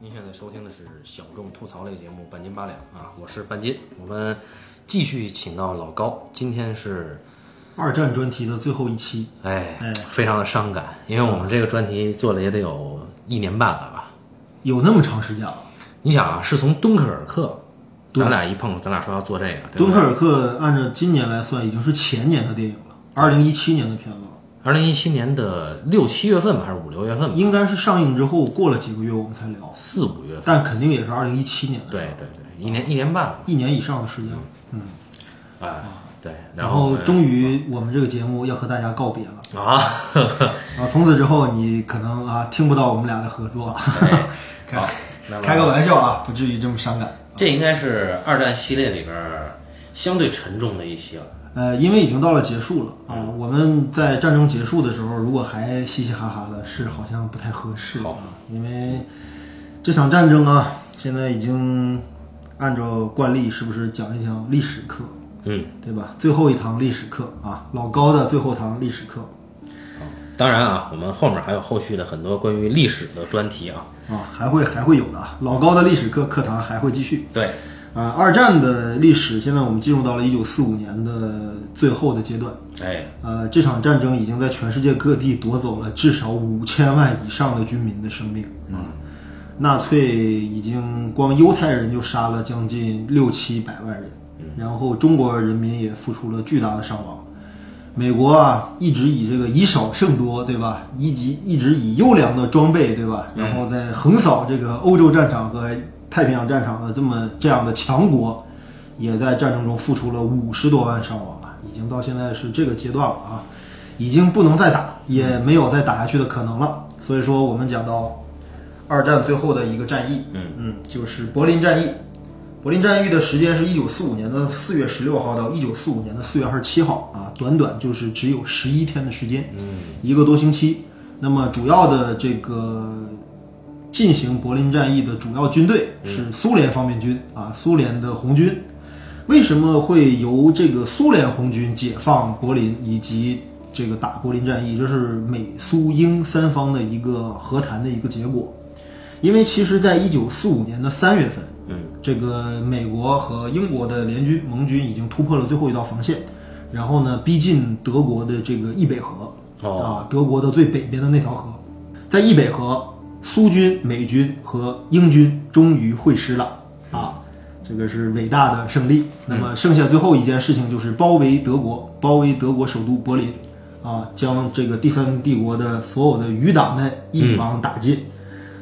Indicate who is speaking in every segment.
Speaker 1: 您现在收听的是小众吐槽类节目《半斤八两》啊，我是半斤。我们继续请到老高，今天是
Speaker 2: 二战专题的最后一期，
Speaker 1: 哎
Speaker 2: 哎，
Speaker 1: 非常的伤感，因为我们这个专题做了也得有一年半了吧。
Speaker 2: 有那么长时间了。
Speaker 1: 你想啊，是从敦刻尔克，咱俩一碰，咱俩说要做这个，对
Speaker 2: 敦
Speaker 1: 吧
Speaker 2: 刻？尔克按照今年来算，已经是前年的电影了，二零一七年的片子了，
Speaker 1: 二零一七年的六七月份吧，还是五六月份吧，
Speaker 2: 应该是上映之后过了几个月我们才聊，
Speaker 1: 四五月份。
Speaker 2: 但肯定也是二零一七年的事
Speaker 1: 对
Speaker 2: 儿，
Speaker 1: 对对，一年一年半了，
Speaker 2: 一年以上的时间了。嗯，
Speaker 1: 哎，对，
Speaker 2: 然
Speaker 1: 后
Speaker 2: 后终于我们这个节目要和大家告别了，
Speaker 1: 啊，
Speaker 2: 啊，从此之后你可能啊听不到我们俩的合作了， 开
Speaker 1: 哎好那么
Speaker 2: 开个玩笑啊，不至于这么伤感。
Speaker 1: 这应该是二战系列里边儿相对沉重的一期了。
Speaker 2: 呃，因为已经到了结束了啊、我们在战争结束的时候，如果还嘻嘻哈哈的，是好像不太合适啊。因为这场战争啊，现在已经按照惯例，是不是讲一讲历史课，
Speaker 1: 嗯，
Speaker 2: 对吧？最后一堂历史课啊，老高的最后堂历史课
Speaker 1: 当然啊，我们后面还有后续的很多关于历史的专题啊。
Speaker 2: 啊，还会还会有的啊，老高的历史课课堂还会继续。
Speaker 1: 对，
Speaker 2: 啊，二战的历史，现在我们进入到了一九四五年的最后的阶段。
Speaker 1: 哎，
Speaker 2: 呃，这场战争已经在全世界各地夺走了至少五千万以上的军民的生命啊！纳粹已经光犹太人就杀了将近六七百万人，然后中国人民也付出了巨大的伤亡。美国啊，一直以这个以少胜多，对吧？以及一直以优良的装备，对吧？然后在横扫这个欧洲战场和太平洋战场的这么这样的强国，也在战争中付出了五十多万伤亡啊，已经到现在是这个阶段了啊，已经不能再打，也没有再打下去的可能了。所以说，我们讲到二战最后的一个战役，
Speaker 1: 嗯
Speaker 2: 嗯，就是柏林战役。柏林战役的时间是一九四五年的四月十六号到一九四五年的四月二十七号啊，短短就是只有十一天的时间，嗯，一个多星期。那么主要的这个进行柏林战役的主要军队
Speaker 1: 嗯
Speaker 2: 是苏联方面军啊，苏联的红军。为什么会由这个苏联红军解放柏林以及这个打柏林战役？这是美苏英三方的一个和谈的一个结果。因为其实，在一九四五年的三月份，
Speaker 1: 嗯，
Speaker 2: 这个美国和英国的联军盟军已经突破了最后一道防线，然后呢，逼近德国的这个易北河，
Speaker 1: 哦
Speaker 2: 啊，德国的最北边的那条河，在易北河，苏军、美军和英军终于会师了啊，这个是伟大的胜利。那么剩下最后一件事情就是包围德国，包围德国首都柏林，啊，将这个第三帝国的所有的余党们一网打尽。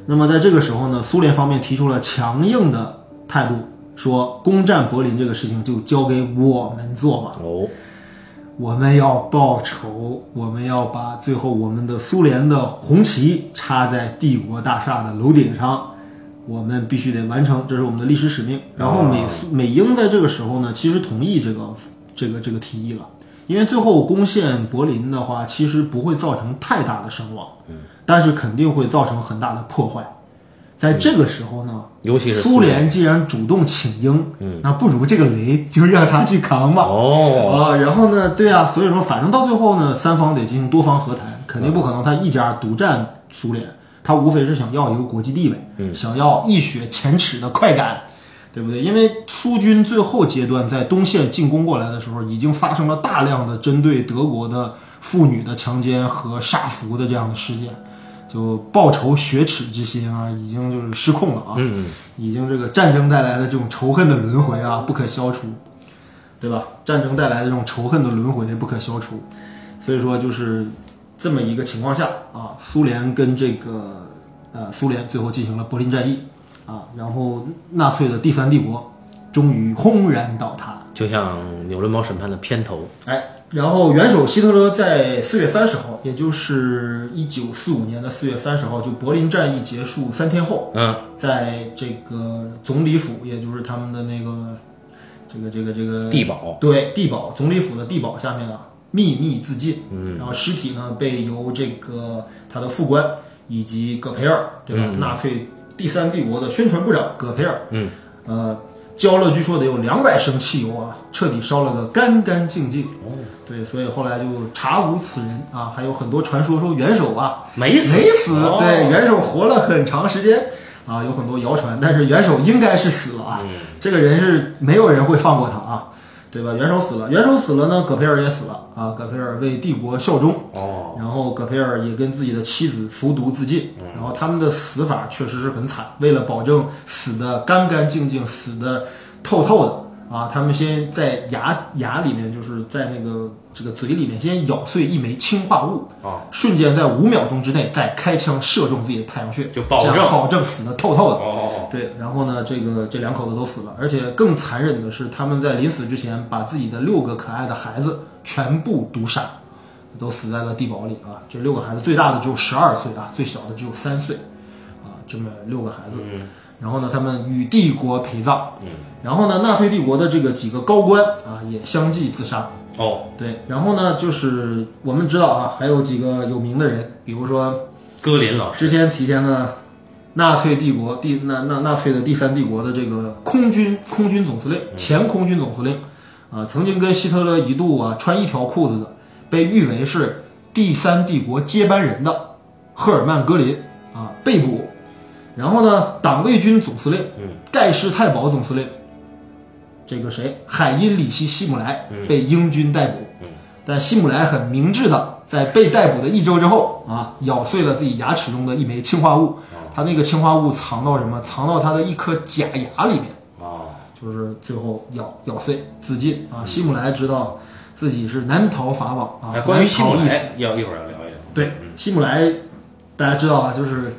Speaker 2: 那么在这个时候呢，苏联方面提出了强硬的态度，说攻占柏林这个事情就交给我们做吧。
Speaker 1: 哦，
Speaker 2: 我们要报仇，我们要把最后我们的苏联的红旗插在帝国大厦的楼顶上，我们必须得完成，这是我们的历史使命。然后美
Speaker 1: 啊
Speaker 2: 苏美英在这个时候呢，其实同意这个这个这个提议了，因为最后攻陷柏林的话，其实不会造成太大的伤亡，
Speaker 1: 嗯
Speaker 2: 但是肯定会造成很大的破坏。在这个时候呢，
Speaker 1: 尤嗯其是
Speaker 2: 苏
Speaker 1: 联嗯
Speaker 2: 联既然主动请缨，那不如这个雷就让他去扛吧。
Speaker 1: 哦，
Speaker 2: 啊，然后呢，对啊，所以说反正到最后呢，三方得进行多方和谈，肯定不可能他一家独占苏联，他无非是想要一个国际地位，
Speaker 1: 嗯
Speaker 2: 想要一雪前耻的快感，对不对？因为苏军最后阶段在东线进攻过来的时候，已经发生了大量的针对德国的妇女的强奸和杀俘的这样的事件。就报仇雪耻之心啊，已经就是失控了啊！
Speaker 1: 嗯，
Speaker 2: 已经这个战争带来的这种仇恨的轮回啊，不可消除。对吧？战争带来的这种仇恨的轮回不可消除，所以说就是这么一个情况下啊，苏联跟这个呃苏联最后进行了柏林战役啊，然后纳粹的第三帝国终于轰然倒塌。
Speaker 1: 就像纽伦堡审判的片头，
Speaker 2: 哎，然后元首希特勒在四月三十号，也就是一九四五年的四月三十号，就柏林战役结束三天后，
Speaker 1: 嗯，
Speaker 2: 在这个总理府，也就是他们的那个这个这个这个
Speaker 1: 地堡，
Speaker 2: 对，地堡总理府的地堡下面啊，秘密自尽。嗯，然后尸体呢被由这个他的副官以及戈培尔，对吧？纳粹第三帝国的宣传部长戈培尔，嗯，呃，浇了据说得有两百升汽油啊，彻底烧了个干干净净。哦，对，所以后来就查无此人啊，还有很多传说说元首啊
Speaker 1: 没死，
Speaker 2: 没死，
Speaker 1: 哦
Speaker 2: 对，元首活了很长时间。啊，有很多谣传，但是元首应该是死了啊，这个人是没有人会放过他啊，对吧？元首死了，元首死了呢，葛培尔也死了啊，葛培尔为帝国效忠，
Speaker 1: 哦，
Speaker 2: 然后葛培尔也跟自己的妻子服毒自尽，然后他们的死法确实是很惨。为了保证死的干干净净、死的透透的啊，他们先在牙牙里面，就是在那个这个嘴里面先咬碎一枚氰化物，
Speaker 1: 哦，
Speaker 2: 瞬间在五秒钟之内再开枪射中自己的太阳穴，
Speaker 1: 就保证
Speaker 2: 这样保证死的透透的。
Speaker 1: 哦，
Speaker 2: 对，然后呢，这个这两口子都死了，而且更残忍的是，他们在临死之前把自己的六个可爱的孩子全部毒杀，都死在了地堡里啊。这六个孩子最大的只有十二岁啊，最小的只有三岁，啊，这么六个孩子。
Speaker 1: 嗯
Speaker 2: 然后呢，他们与帝国陪葬。然后呢，纳粹帝国的这个几个高官啊，也相继自杀。
Speaker 1: 哦，
Speaker 2: 对，然后呢，就是我们知道啊，还有几个有名的人，比如说
Speaker 1: 戈林老师，
Speaker 2: 之前提前的纳粹帝国第纳纳纳粹的第三帝国的这个空军空军总司令，前空军总司令，啊、曾经跟希特勒一度啊穿一条裤子的，被誉为是第三帝国接班人的赫尔曼·戈林啊被捕，然后呢，党卫军总司令，盖世太保总司令，这个谁，海因里希·希姆莱被英军逮捕，但希姆莱很明智的，在被逮捕的一周之后啊，咬碎了自己牙齿中的一枚氰化物。
Speaker 1: 哦
Speaker 2: 他那个氰化物藏到什么？藏到他的一颗假牙里面，
Speaker 1: 哦，
Speaker 2: 就是最后咬咬碎自尽啊。希姆莱知道自己是难逃法网啊
Speaker 1: 哎，，关于
Speaker 2: 难
Speaker 1: 希姆
Speaker 2: 逃一死。
Speaker 1: 莱，嗯要一会儿要聊一聊。
Speaker 2: 对，希姆莱，大家知道啊，就是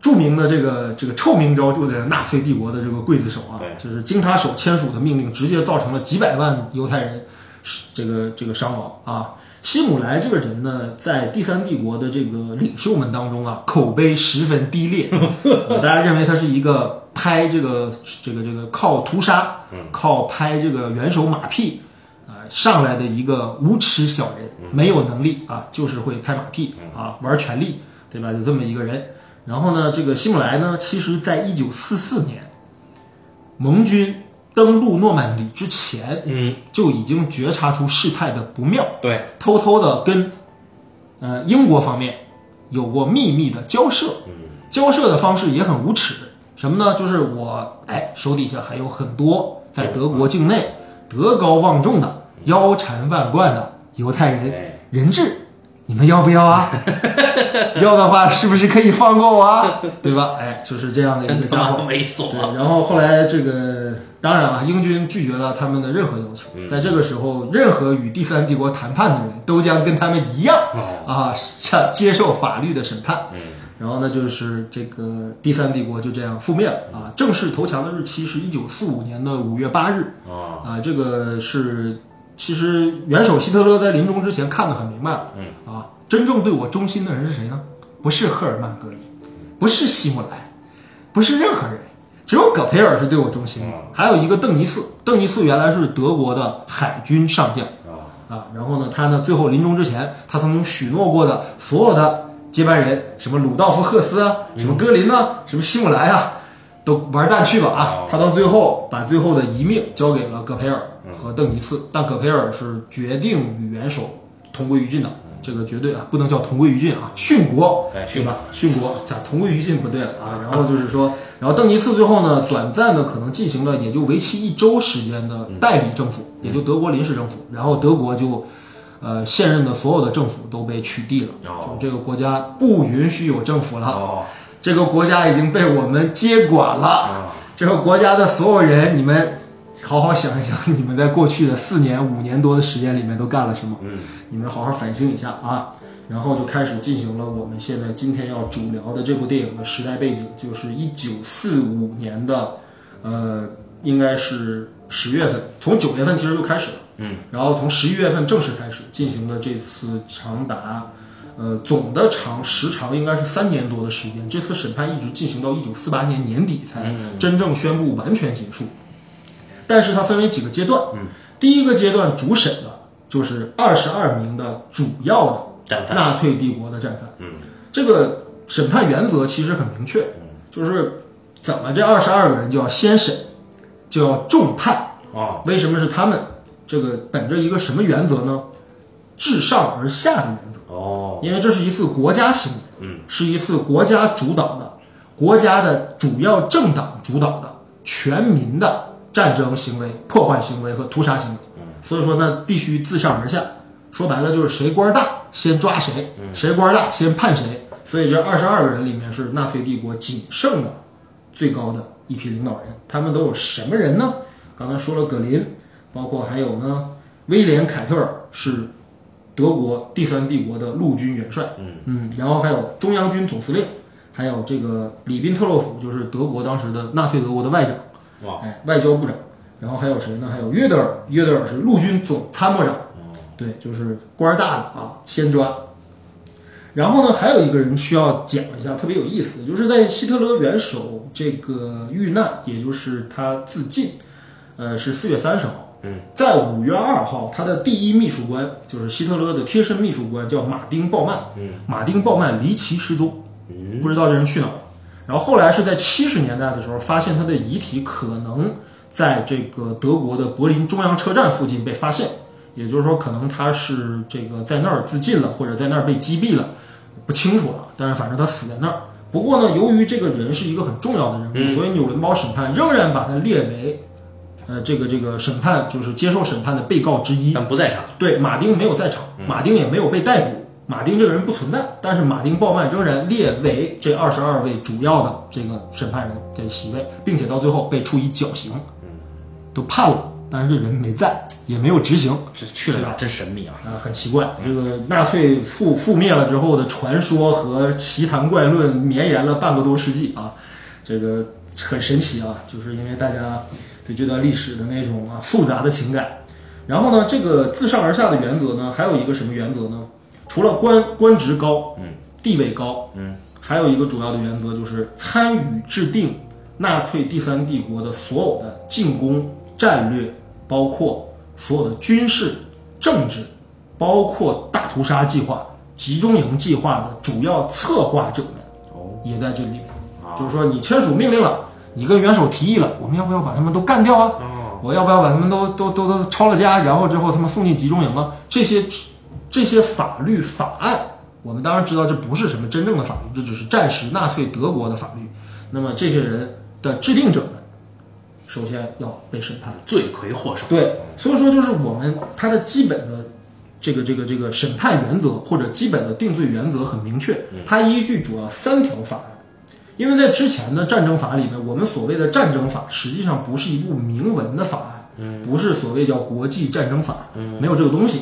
Speaker 2: 著名的这个这个臭名昭著的纳粹帝国的这个刽子手啊
Speaker 1: 对，
Speaker 2: 就是经他手签署的命令，直接造成了几百万犹太人是这个这个伤亡啊。希姆莱这个人呢，在第三帝国的这个领袖们当中啊，口碑十分低劣，呃大家认为他是一个拍这个这个这个靠屠杀，靠拍这个元首马屁啊、上来的一个无耻小人，没有能力啊，就是会拍马屁啊，玩权力，对吧？就这么一个人。然后呢，这个希姆莱呢，其实在一九四四年盟军登陆诺曼底之前，
Speaker 1: 嗯，
Speaker 2: 就已经觉察出事态的不妙，
Speaker 1: 对，
Speaker 2: 偷偷的跟呃英国方面有过秘密的交涉，交涉的方式也很无耻，什么呢？就是我哎手底下还有嗯很多在德国境内德高望重的、腰缠万贯的犹太人
Speaker 1: 哎
Speaker 2: 人质，你们要不要 啊？要的话是不是可以放过我啊？对吧？哎，就是这样的一
Speaker 1: 真
Speaker 2: 个
Speaker 1: 他
Speaker 2: 家
Speaker 1: 妈
Speaker 2: 伙。
Speaker 1: 猥琐。
Speaker 2: 对，然后后来这个当然啊，英军拒绝了他们的任何要求。在这个时候，任何与第三帝国谈判的人都将跟他们一样啊，接接受法律的审判。然后呢，就是这个第三帝国就这样覆灭了啊！正式投降的日期是一九四五年的五月八日。
Speaker 1: 哦，
Speaker 2: 啊，这个是其实元首希特勒在临终之前看得很明白了，嗯啊，真正对我忠心的人是谁呢？不是赫尔曼·格林，不是希姆莱，不是任何人，只有葛培尔是对我忠心的，还有一个邓尼茨，邓尼茨原来是德国的海军上将。
Speaker 1: 哦
Speaker 2: 啊，然后呢，他呢最后临终之前，他曾经许诺过的所有的接班人，什么鲁道夫·赫斯啊，什么戈林呐、什么希姆莱啊，都玩蛋去吧啊！他到最后把最后的遗命交给了葛培尔和邓尼茨，但葛培尔是决定与元首同归于尽的。这个绝对啊，不能叫同归于尽啊，殉国，
Speaker 1: 哎
Speaker 2: 对吧？殉国，咋同归于尽不对了啊？然后就是说，然后邓尼茨最后呢，短暂的可能进行了也就为期一周时间的代理政府，也就德国临时政府，然后德国就，呃，现任的所有的政府都被取缔了，
Speaker 1: 哦
Speaker 2: 就这个国家不允许有政府了，
Speaker 1: 哦，
Speaker 2: 这个国家已经被我们接管了。这个国家的所有人，你们好好想一想，你们在过去的四年、五年多的时间里面都干了什么？嗯，你们好好反省一下啊。然后就开始进行了我们现在今天要主聊的这部电影的时代背景，就是一九四五年的，呃，应该是十月份，从九月份其实就开始了，嗯，然后从十一月份正式开始进行了这次长达呃，总的长时长应该是三年多的时间。这次审判一直进行到一九四八年年底才
Speaker 1: 嗯
Speaker 2: 真正宣布完全结束。但是它分为几个阶段，
Speaker 1: 嗯
Speaker 2: 第一个阶段主审的就是二十二名的主要
Speaker 1: 战
Speaker 2: 的纳粹帝国的战犯。嗯，这个审判原则其实很明确，
Speaker 1: 嗯
Speaker 2: 就是怎么这二十二个人就要先审，就要重判。
Speaker 1: 哦，
Speaker 2: 为什么是他们？这个本着一个什么原则呢？至上而下的原则。
Speaker 1: 哦，
Speaker 2: 因为这是一次国家行为，嗯，是一次国家主导的、国家的主要政党主导的全民的战争行为、破坏行为和屠杀行为。所以说呢，必须自上而下。说白了就是谁官大先抓谁，谁官大先判谁。所以这二十二个人里面是纳粹帝国仅剩的最高的一批领导人。他们都有什么人呢？刚才说了葛林，包括还有呢，威廉凯特尔是德国第三帝国的陆军元帅，嗯然后还有中央军总司令，还有这个里宾特洛甫，就是德国当时的纳粹德国的外长，
Speaker 1: 哇，
Speaker 2: 哎，外交部长，然后还有谁呢？还有约德尔，约德尔是陆军总参谋长，对，就是官儿大的啊，先抓。然后呢，还有一个人需要讲一下，特别有意思，就是在希特勒元首这个遇难，也就是他自尽，呃，是四月三十号。嗯，在五月二号，他的第一秘书官就是希特勒的贴身秘书官，叫马丁·鲍曼。嗯，马丁·鲍曼离奇失踪，不知道这人去哪儿了。然后后来是在七十年代的时候，发现他的遗体可能在这个德国的柏林中央车站附近被发现，也就是说，可能他是这个在那儿自尽了，或者在那儿被击毙了，不清楚了。但是反正他死在那儿。不过呢，由于这个人是一个很重要的人物，所以纽伦堡审判仍然把他列为，呃，这个这个审判就是接受审判的被告之一。
Speaker 1: 但不在场，
Speaker 2: 对，马丁没有在场，马丁也没有被逮捕，马丁这个人不存在。但是马丁鲍曼仍然列为这二十二位主要的这个审判人这席位，并且到最后被处以绞刑，都判了，但是这人没在，也没有执行。
Speaker 1: 这去了哪儿真神秘啊！
Speaker 2: 啊，很奇怪，这个纳粹覆覆灭了之后的传说和奇谈怪论绵延了半个多世纪啊，这个很神奇啊，就是因为大家对这段历史的那种啊复杂的情感。然后呢，这个自上而下的原则呢，还有一个什么原则呢？除了官官职高，嗯，地位高，嗯，还有一个主要的原则就是参与制定纳粹第三帝国的所有的进攻战略，包括所有的军事、政治，包括大屠杀计划、集中营计划的主要策划者们，也在这里面。就是说，你签署命令了，你跟元首提议了，我们要不要把他们都干掉啊？我要不要把他们都都都都抄了家，然后之后他们送进集中营啊？这些这些法律法案，我们当然知道这不是什么真正的法律，这只是战时纳粹德国的法律。那么这些人的制定者们，首先要被审判。
Speaker 1: 罪魁祸首，
Speaker 2: 对，所以说就是我们它的基本的这个这个这个审判原则或者基本的定罪原则很明确，它依据主要三条法案。因为在之前的战争法里面，我们所谓的战争法实际上不是一部明文的法案，不是所谓叫国际战争法，没有这个东西。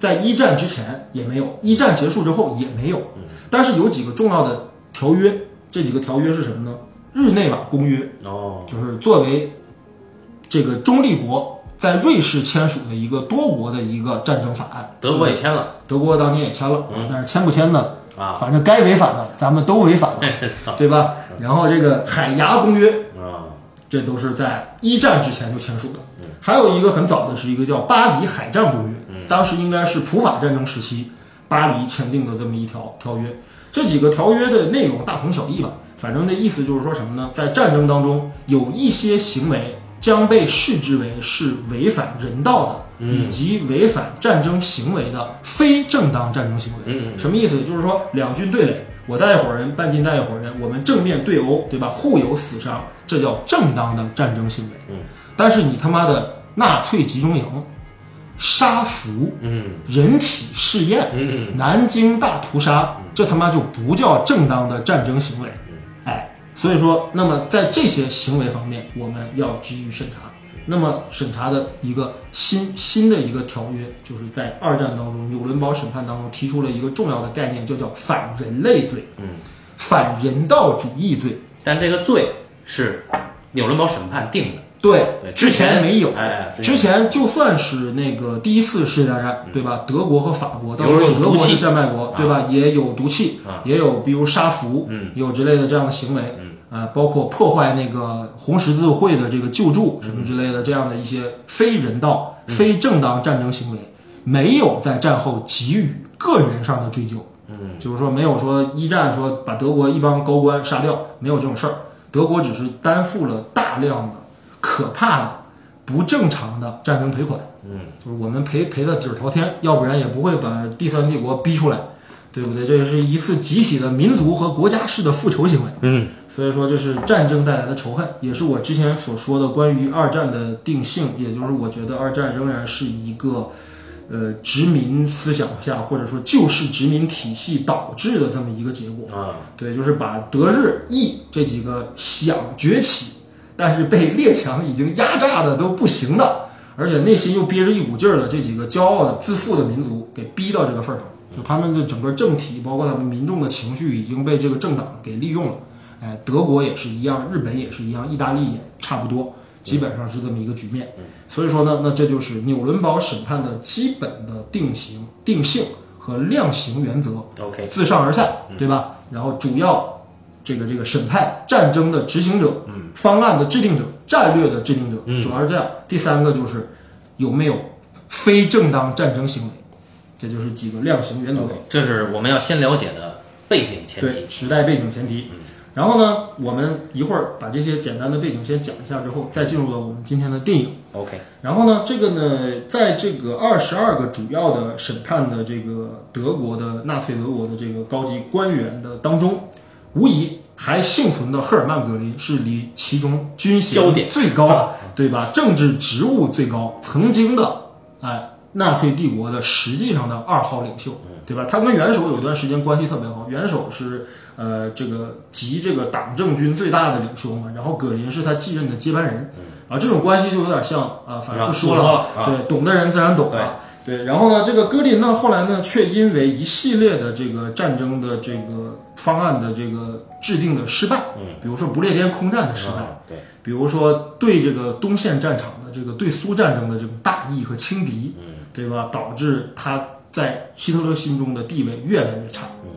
Speaker 2: 在一战之前也没有，一战结束之后也没有。但是有几个重要的条约，这几个条约是什么呢？日内瓦公约，
Speaker 1: 哦，
Speaker 2: 就是作为这个中立国在瑞士签署的一个多国的一个战争法案。
Speaker 1: 德国也签了，
Speaker 2: 德国当年也签了，啊，但是签不签呢？
Speaker 1: 啊，
Speaker 2: 反正该违反的咱们都违反了，对吧？然后这个海牙公约，
Speaker 1: 啊，
Speaker 2: 这都是在一战之前就签署的。还有一个很早的是一个叫《巴黎海战公约》，当时应该是普法战争时期巴黎签订的这么一条条约。这几个条约的内容大同小异吧，反正那意思就是说什么呢？在战争当中，有一些行为将被视之为是违反人道的，以及违反战争行为的非正当战争行为。什么意思？就是说两军对垒，我带一伙人，半斤带一伙人，我们正面对殴，对吧？互有死伤，这叫正当的战争行为。但是你他妈的纳粹集中营、杀俘、
Speaker 1: 嗯
Speaker 2: 人体试验、
Speaker 1: 嗯
Speaker 2: 南京大屠杀，这他妈就不叫正当的战争行为。
Speaker 1: 嗯
Speaker 2: 哎，所以说，那么在这些行为方面，我们要给予审查。
Speaker 1: 嗯
Speaker 2: 那么审查的一个新新的一个条约，就是在二战当中纽伦堡审判当中提出了一个重要的概念，就叫反人类罪，嗯，反人道主义罪。
Speaker 1: 但这个罪是纽伦堡审判定的，
Speaker 2: 对
Speaker 1: 对，
Speaker 2: 之前没有，
Speaker 1: 哎嗯哎
Speaker 2: 之前就算是那个第一次世界大战，对吧？德国和法国，当时
Speaker 1: 有
Speaker 2: 德
Speaker 1: 毒
Speaker 2: 国
Speaker 1: 气啊
Speaker 2: 是战败国，对吧？也有毒气，也有比如杀俘，
Speaker 1: 嗯
Speaker 2: 有之类的这样的行为，啊，包括破坏那个红十字会的这个救助什
Speaker 1: 嗯
Speaker 2: 么之类的这样的一些非人道、非正当战争行为，没有在战后给予个人上的追究，就是说没有说一战说把德国一帮高官杀掉，没有这种事儿。德国只是担负了大量的可怕的、不正常的战争赔款。嗯，就是我们赔赔的底儿朝天，要不然也不会把第三帝国逼出来。对不对？这也是一次集体的民族和国家式的复仇行为。
Speaker 1: 嗯，
Speaker 2: 所以说，这是战争带来的仇恨，也是我之前所说的关于二战的定性，也就是我觉得二战仍然是一个，呃，殖民思想下或者说旧式殖民体系导致的这么一个结果。
Speaker 1: 啊，
Speaker 2: 对，就是把德日意这几个想崛起，但是被列强已经压榨的都不行的，而且内心又憋着一股劲儿的这几个骄傲的、自负的民族给逼到这个份儿上，就他们的整个政体，包括他们民众的情绪，已经被这个政党给利用了。哎，德国也是一样，日本也是一样，意大利也差不多，基本上是这么一个局面。所以说呢，那这就是纽伦堡审判的基本的定型、定性和量刑原则。
Speaker 1: OK，
Speaker 2: 自上而下，
Speaker 1: 嗯
Speaker 2: 对吧？然后主要这个这个审判战争的执行者，嗯，方案的制定者，战略的制定者，
Speaker 1: 嗯
Speaker 2: 主要是这样。第三个就是有没有非正当战争行为，这就是几个量刑原则。
Speaker 1: 这是我们要先了解的背景前提。嗯
Speaker 2: 对时代背景前提。然后呢，我们一会儿把这些简单的背景先讲一下，之后再进入到我们今天的电影。
Speaker 1: OK，
Speaker 2: 然后呢，这个呢，在这个二十二个主要的审判的这个德国的纳粹德国的这个高级官员的当中，无疑还幸存的赫尔曼·格林是离其中军衔
Speaker 1: 焦点啊
Speaker 2: 最高，对吧？政治职务最高，曾经的哎纳粹帝国的实际上的二号领袖，
Speaker 1: 嗯
Speaker 2: 对吧？他跟元首有段时间关系特别好，元首是呃这个集这个党政军最大的领袖嘛，然后葛林是他继任的接班人。啊，这种关系就有点像啊，反正不说
Speaker 1: 嗯
Speaker 2: 了，
Speaker 1: 啊不说了
Speaker 2: 对，懂的人自然懂啊。对，然后呢，这个戈林呢，后来呢，却因为一系列的这个战争的这个方案的这个制定的失败，
Speaker 1: 嗯，
Speaker 2: 比如说不列颠空战的失败，
Speaker 1: 啊，对，
Speaker 2: 比如说对这个东线战场的这个对苏战争的这种大义和轻敌，
Speaker 1: 嗯
Speaker 2: 对吧？导致他在希特勒心中的地位越来越差。
Speaker 1: 嗯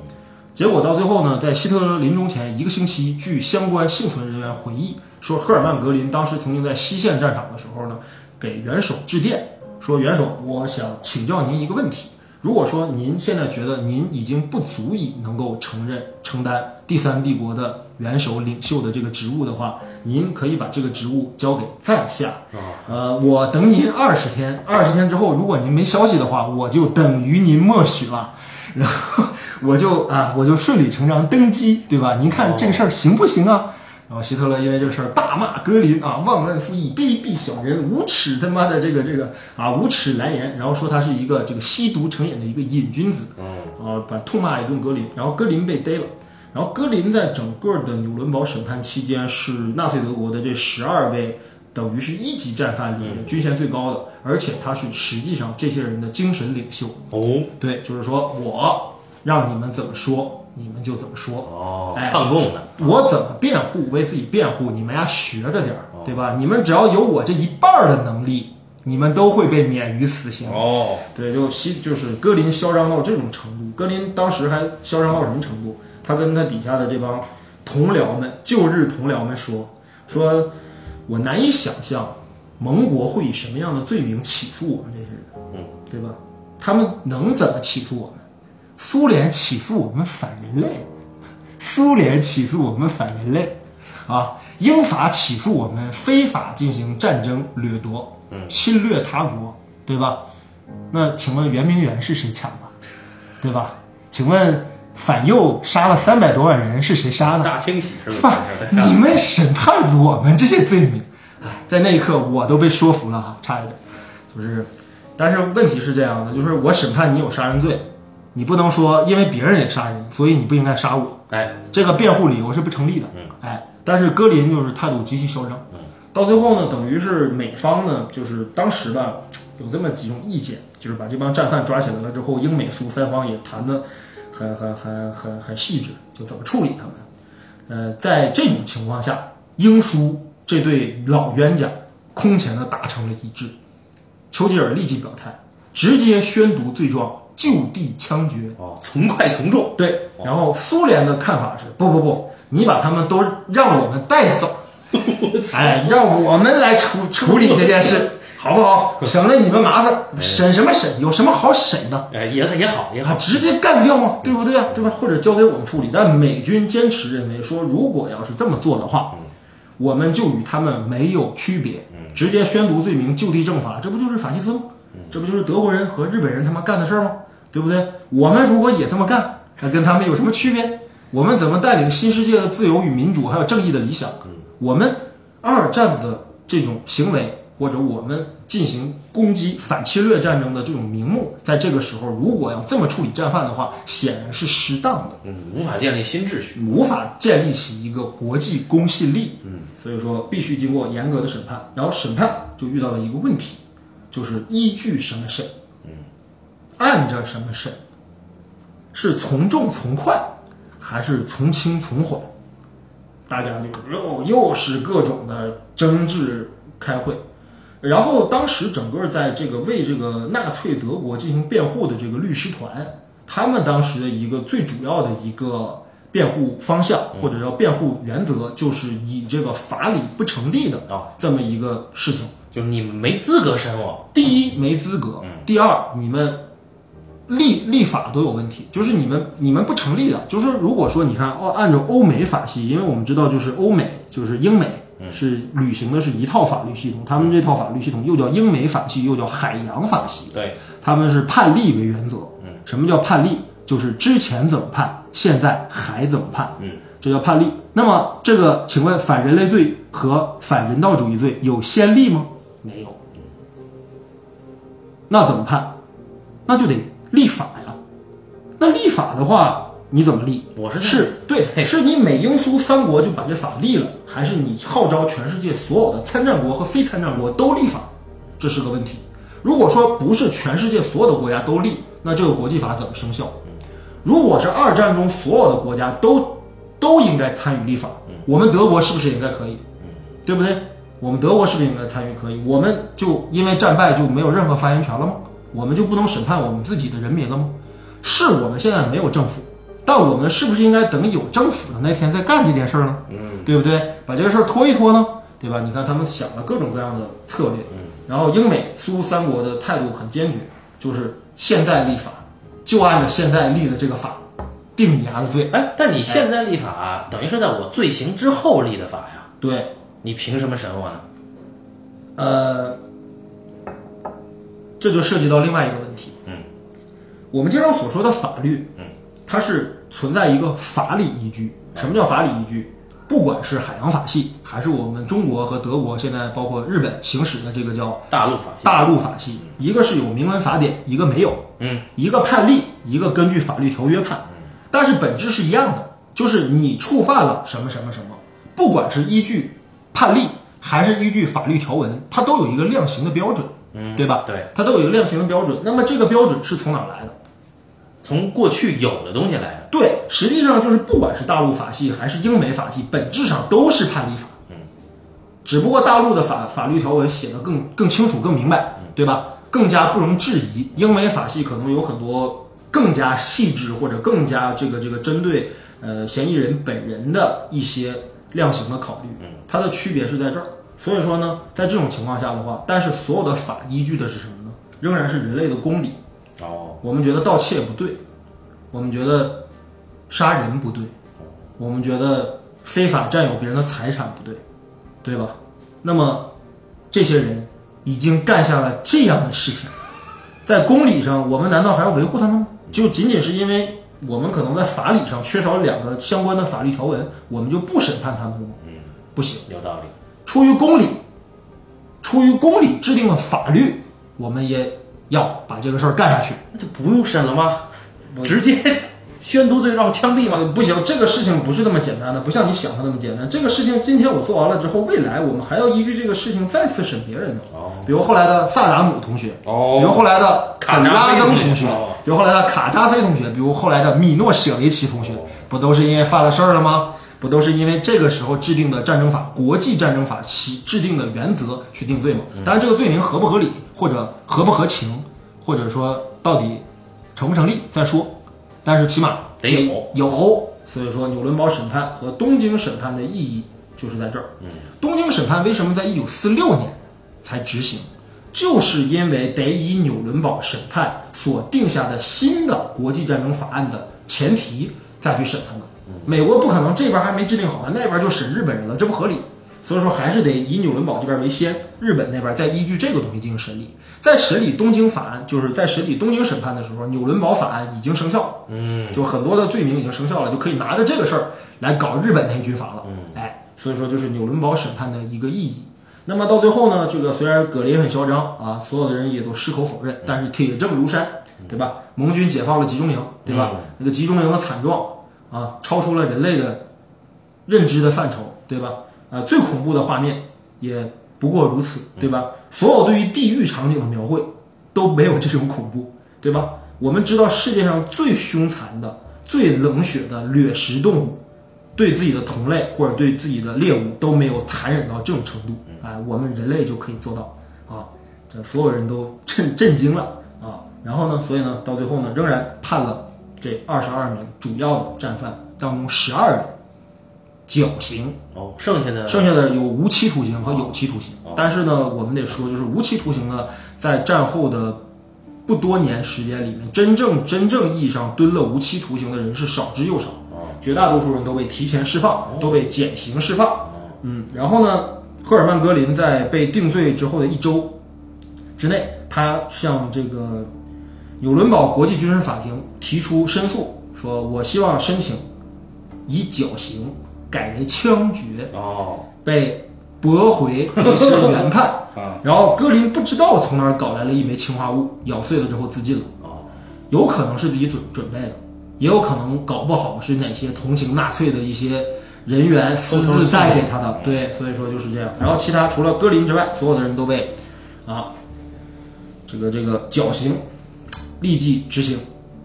Speaker 2: 结果到最后呢，在希特勒临终前一个星期，据相关幸存人员回忆说，赫尔曼·格林当时曾经在西线战场的时候呢，给元首致电说：“元首，我想请教您一个问题。如果说您现在觉得您已经不足以能够承认承担第三帝国的元首领袖的这个职务的话，您可以把这个职务交给在下。
Speaker 1: 啊，
Speaker 2: 呃，我等您二十天，二十天之后，如果您没消息的话，我就等于您默许了，然后我就啊，我就顺理成章登基，对吧？您看这个事儿行不行啊？然后希特勒因为这个事儿大骂格林啊，忘恩负义，卑鄙小人，无耻他妈的这个这个啊，无耻蓝颜，然后说他是一个这个吸毒成瘾的一个瘾君子，
Speaker 1: 嗯
Speaker 2: 啊，把痛骂一顿格林，然后格林被逮了。然后格林在整个的纽伦堡审判期间是纳粹德国的这十二位等于是一级战犯里面军衔最高的，而且他是实际上这些人的精神领袖。
Speaker 1: 哦
Speaker 2: 对，就是说我让你们怎么说，你们就怎么说。
Speaker 1: 哦，
Speaker 2: 哎
Speaker 1: 串供的，
Speaker 2: 我怎么辩护，为自己辩护，你们呀学着点儿，对吧？你们只要有我这一半儿的能力，你们都会被免于死刑。
Speaker 1: 哦，
Speaker 2: 对，就西就是戈林嚣张到这种程度，戈林当时还嚣张到什么程度？他跟他底下的这帮同僚们，旧日同僚们说，说我难以想象盟国会以什么样的罪名起诉我们这些人，
Speaker 1: 嗯，
Speaker 2: 对吧？他们能怎么起诉我们？苏联起诉我们反人类，苏联起诉我们反人类，啊，英法起诉我们非法进行战争掠夺，侵略他国，对吧？那请问圆明园是谁抢的，对吧？请问反右杀了三百多万人是谁杀的？
Speaker 1: 大清洗是
Speaker 2: 爸
Speaker 1: 吧？，哎
Speaker 2: 你们审判我们这些罪名，哎，在那一刻我都被说服了哈，差一点，就是，但是问题是这样的，就是我审判你有杀人罪，你不能说因为别人也杀人，所以你不应该杀我，
Speaker 1: 哎，
Speaker 2: 这个辩护理由是不成立的。哎，但是戈林就是态度极其嚣张。到最后呢，等于是美方呢，就是当时吧，有这么几种意见，就是把这帮战犯抓起来了之后，英美苏三方也谈的很很很很很细致，就怎么处理他们。呃，在这种情况下，英苏这对老冤家空前的达成了一致，丘吉尔立即表态，直接宣读罪状，就地枪决
Speaker 1: 哦，从快从重，
Speaker 2: 对，然后苏联的看法是不不不，你把他们都让我们带走，哎，让我们来处处理这件事，好不好？省得你们麻烦，审什么审？有什么好审的？
Speaker 1: 哎，也也好也
Speaker 2: 啊
Speaker 1: 好，，
Speaker 2: 直接干掉嘛，对不对啊？对吧？或者交给我们处理。但美军坚持认为说，如果要是这么做的话，我们就与他们没有区别，直接宣读罪名，就地正法，这不就是法西斯吗？这不就是德国人和日本人他妈干的事儿吗？对不对？我们如果也这么干，那跟他们有什么区别？我们怎么带领新世界的自由与民主，还有正义的理想？我们二战的这种行为，或者我们进行攻击、反侵略战争的这种名目，在这个时候如果要这么处理战犯的话，显然是适当的，
Speaker 1: 嗯，无法建立新秩序。
Speaker 2: 无法建立起一个国际公信力。嗯，所以说必须经过严格的审判，然后审判就遇到了一个问题，就是依据什么审？按着什么审，是从重从快，还是从轻从缓？大家就又又是各种的争执开会，然后当时整个在这个为这个纳粹德国进行辩护的这个律师团，他们当时的一个最主要的一个辩护方向或者叫辩护原则，就是以这个法理不成立的
Speaker 1: 啊
Speaker 2: 这么一个事情
Speaker 1: 就是你没资格审我，
Speaker 2: 第一没资格，第二你们立立法都有问题，就是你们你们不成立的。就是如果说你看哦，按照欧美法系，因为我们知道就是欧美就是英美是履行的是一套法律系统，他们这套法律系统又叫英美法系，又叫海洋法系，
Speaker 1: 对，
Speaker 2: 他们是判例为原则。什么叫判例？就是之前怎么判，现在还怎么判。
Speaker 1: 嗯，
Speaker 2: 这叫判例。那么这个，请问反人类罪和反人道主义罪有先例吗？没有。那怎么判？那就得立法呀。那立法的话，你怎么立？
Speaker 1: 我是
Speaker 2: 是
Speaker 1: 这样
Speaker 2: 对，是你美英苏三国就把这法立了，还是你号召全世界所有的参战国和非参战国都立法？这是个问题。如果说不是全世界所有的国家都立，那这个国际法怎么生效？如果是二战中所有的国家都都应该参与立法，
Speaker 1: 嗯
Speaker 2: 我们德国是不是也应该可以？对不对？我们德国是不是应该参与？可以，我们就因为战败就没有任何发言权了吗？我们就不能审判我们自己的人民了吗？是我们现在没有政府，但我们是不是应该等有政府的那天再干这件事儿呢？嗯，对不对？把这个事儿拖一拖呢，对吧？你看他们想了各种各样的策略，然后英美苏三国的态度很坚决，就是现在立法，就按照现在立的这个法定你丫的罪。
Speaker 1: 哎，但你现在立法等于是在我罪行之后立的法呀，
Speaker 2: 对，
Speaker 1: 你凭什么审我呢？
Speaker 2: 呃，这就涉及到另外一个问题。
Speaker 1: 嗯，
Speaker 2: 我们经常所说的法律，
Speaker 1: 嗯，
Speaker 2: 它是存在一个法理依据。什么叫法理依据？不管是海洋法系，还是我们中国和德国现在包括日本行使的这个叫
Speaker 1: 大陆法系，
Speaker 2: 大陆法系，一个是有明文法典，一个没有。
Speaker 1: 嗯，
Speaker 2: 一个判例，一个根据法律条约判，但是本质是一样的，就是你触犯了什么什么什么，不管是依据判例还是依据法律条文，它都有一个量刑的标准，嗯，对吧？
Speaker 1: 对，
Speaker 2: 它都有一个量刑的标准。那么这个标准是从哪儿来的？
Speaker 1: 从过去有的东西来的，
Speaker 2: 对，实际上就是不管是大陆法系还是英美法系，本质上都是判例法。嗯，只不过大陆的法法律条文写的更更清楚、更明白，对吧？更加不容置疑。英美法系可能有很多更加细致或者更加这个这个针对呃嫌疑人本人的一些量刑的考虑。它的区别是在这儿。所以说呢，在这种情况下的话，但是所有的法依据的是什么呢？仍然是人类的公理。
Speaker 1: 哦，
Speaker 2: 我们觉得盗窃不对，我们觉得杀人不对，我们觉得非法占有别人的财产不对，对吧？那么这些人已经干下了这样的事情，在公理上，我们难道还要维护他们吗？就仅仅是因为我们可能在法理上缺少两个相关的法律条文，我们就不审判他们了吗？不行，
Speaker 1: 有道理，
Speaker 2: 出于公理，出于公理制定的法律，我们也要把这个事儿干下去。
Speaker 1: 那就不用审了吗？直接宣读罪状枪毙吗？
Speaker 2: 呃，不行，这个事情不是那么简单的，不像你想的那么简单。这个事情今天我做完了之后，未来我们还要依据这个事情再次审别人的。
Speaker 1: 哦，
Speaker 2: 比如后来的萨达姆同学，
Speaker 1: 哦
Speaker 2: 比如后来的
Speaker 1: 卡
Speaker 2: 本
Speaker 1: 扎菲
Speaker 2: 拉登
Speaker 1: 同
Speaker 2: 同
Speaker 1: 学
Speaker 2: 学
Speaker 1: 哦，
Speaker 2: 比如后来的卡扎菲同学，比如后来的米诺舍维奇同
Speaker 1: 哦
Speaker 2: 学，不都是因为犯了事儿了吗？不都是因为这个时候制定的战争法、国际战争法其制定的原则去定罪吗？
Speaker 1: 嗯
Speaker 2: 当然，这个罪名合不合理，或者合不合情，或者说到底成不成立再说。但是起码
Speaker 1: 得有
Speaker 2: 有，所以说纽伦堡审判和东京审判的意义就是在这儿。嗯，东京审判为什么在一九四六年才执行？就是因为得以纽伦堡审判所定下的新的国际战争法案的前提再去审判的。美国不可能这边还没制定好，那边就审日本人了，这不合理。所以说还是得以纽伦堡这边为先，日本那边再依据这个东西进行审理。在审理东京法案，就是在审理东京审判的时候，纽伦堡法案已经生效了，
Speaker 1: 嗯，
Speaker 2: 就很多的罪名已经生效了，就可以拿着这个事儿来搞日本内军阀了。哎，所以说就是纽伦堡审判的一个意义。那么到最后呢，这个虽然葛林很嚣张啊，所有的人也都矢口否认，但是铁证如山，对吧？盟军解放了集中营，对吧？那个集中营的惨状啊，超出了人类的认知的范畴，对吧？啊，最恐怖的画面也不过如此，对吧？所有对于地狱场景的描绘都没有这种恐怖，对吧？我们知道世界上最凶残的、最冷血的掠食动物，对自己的同类或者对自己的猎物都没有残忍到这种程度，哎，我们人类就可以做到啊！这所有人都震震惊了啊！然后呢，所以呢，到最后呢，仍然判了这二十二名主要的战犯当中十二人绞刑。
Speaker 1: 哦，剩下的
Speaker 2: 剩下的有无期徒刑和有期徒刑
Speaker 1: 哦。
Speaker 2: 但是呢，我们得说，就是无期徒刑呢，在战后的不多年时间里面，真正真正意义上蹲了无期徒刑的人是少之又少
Speaker 1: 哦，
Speaker 2: 绝大多数人都被提前释放，都被减刑释
Speaker 1: 哦
Speaker 2: 放。嗯，然后呢，赫尔曼·格林在被定罪之后的一周之内，他向这个纽伦堡国际军事法庭提出申诉，说我希望申请以绞刑改为枪决。
Speaker 1: 哦。
Speaker 2: 被驳回为是原判
Speaker 1: 啊
Speaker 2: 然后戈林不知道从哪儿搞来了一枚氰化物，咬碎了之后自尽了，
Speaker 1: 哦
Speaker 2: 有可能是自己准准备的，也有可能搞不好是哪些同情纳粹的一些人员私
Speaker 1: 偷偷
Speaker 2: 自
Speaker 1: 送
Speaker 2: 带
Speaker 1: 的
Speaker 2: 给他的。对，所以说就是这样。然后其他除了戈林之外，所有的人都被啊这个这个绞刑立即执行。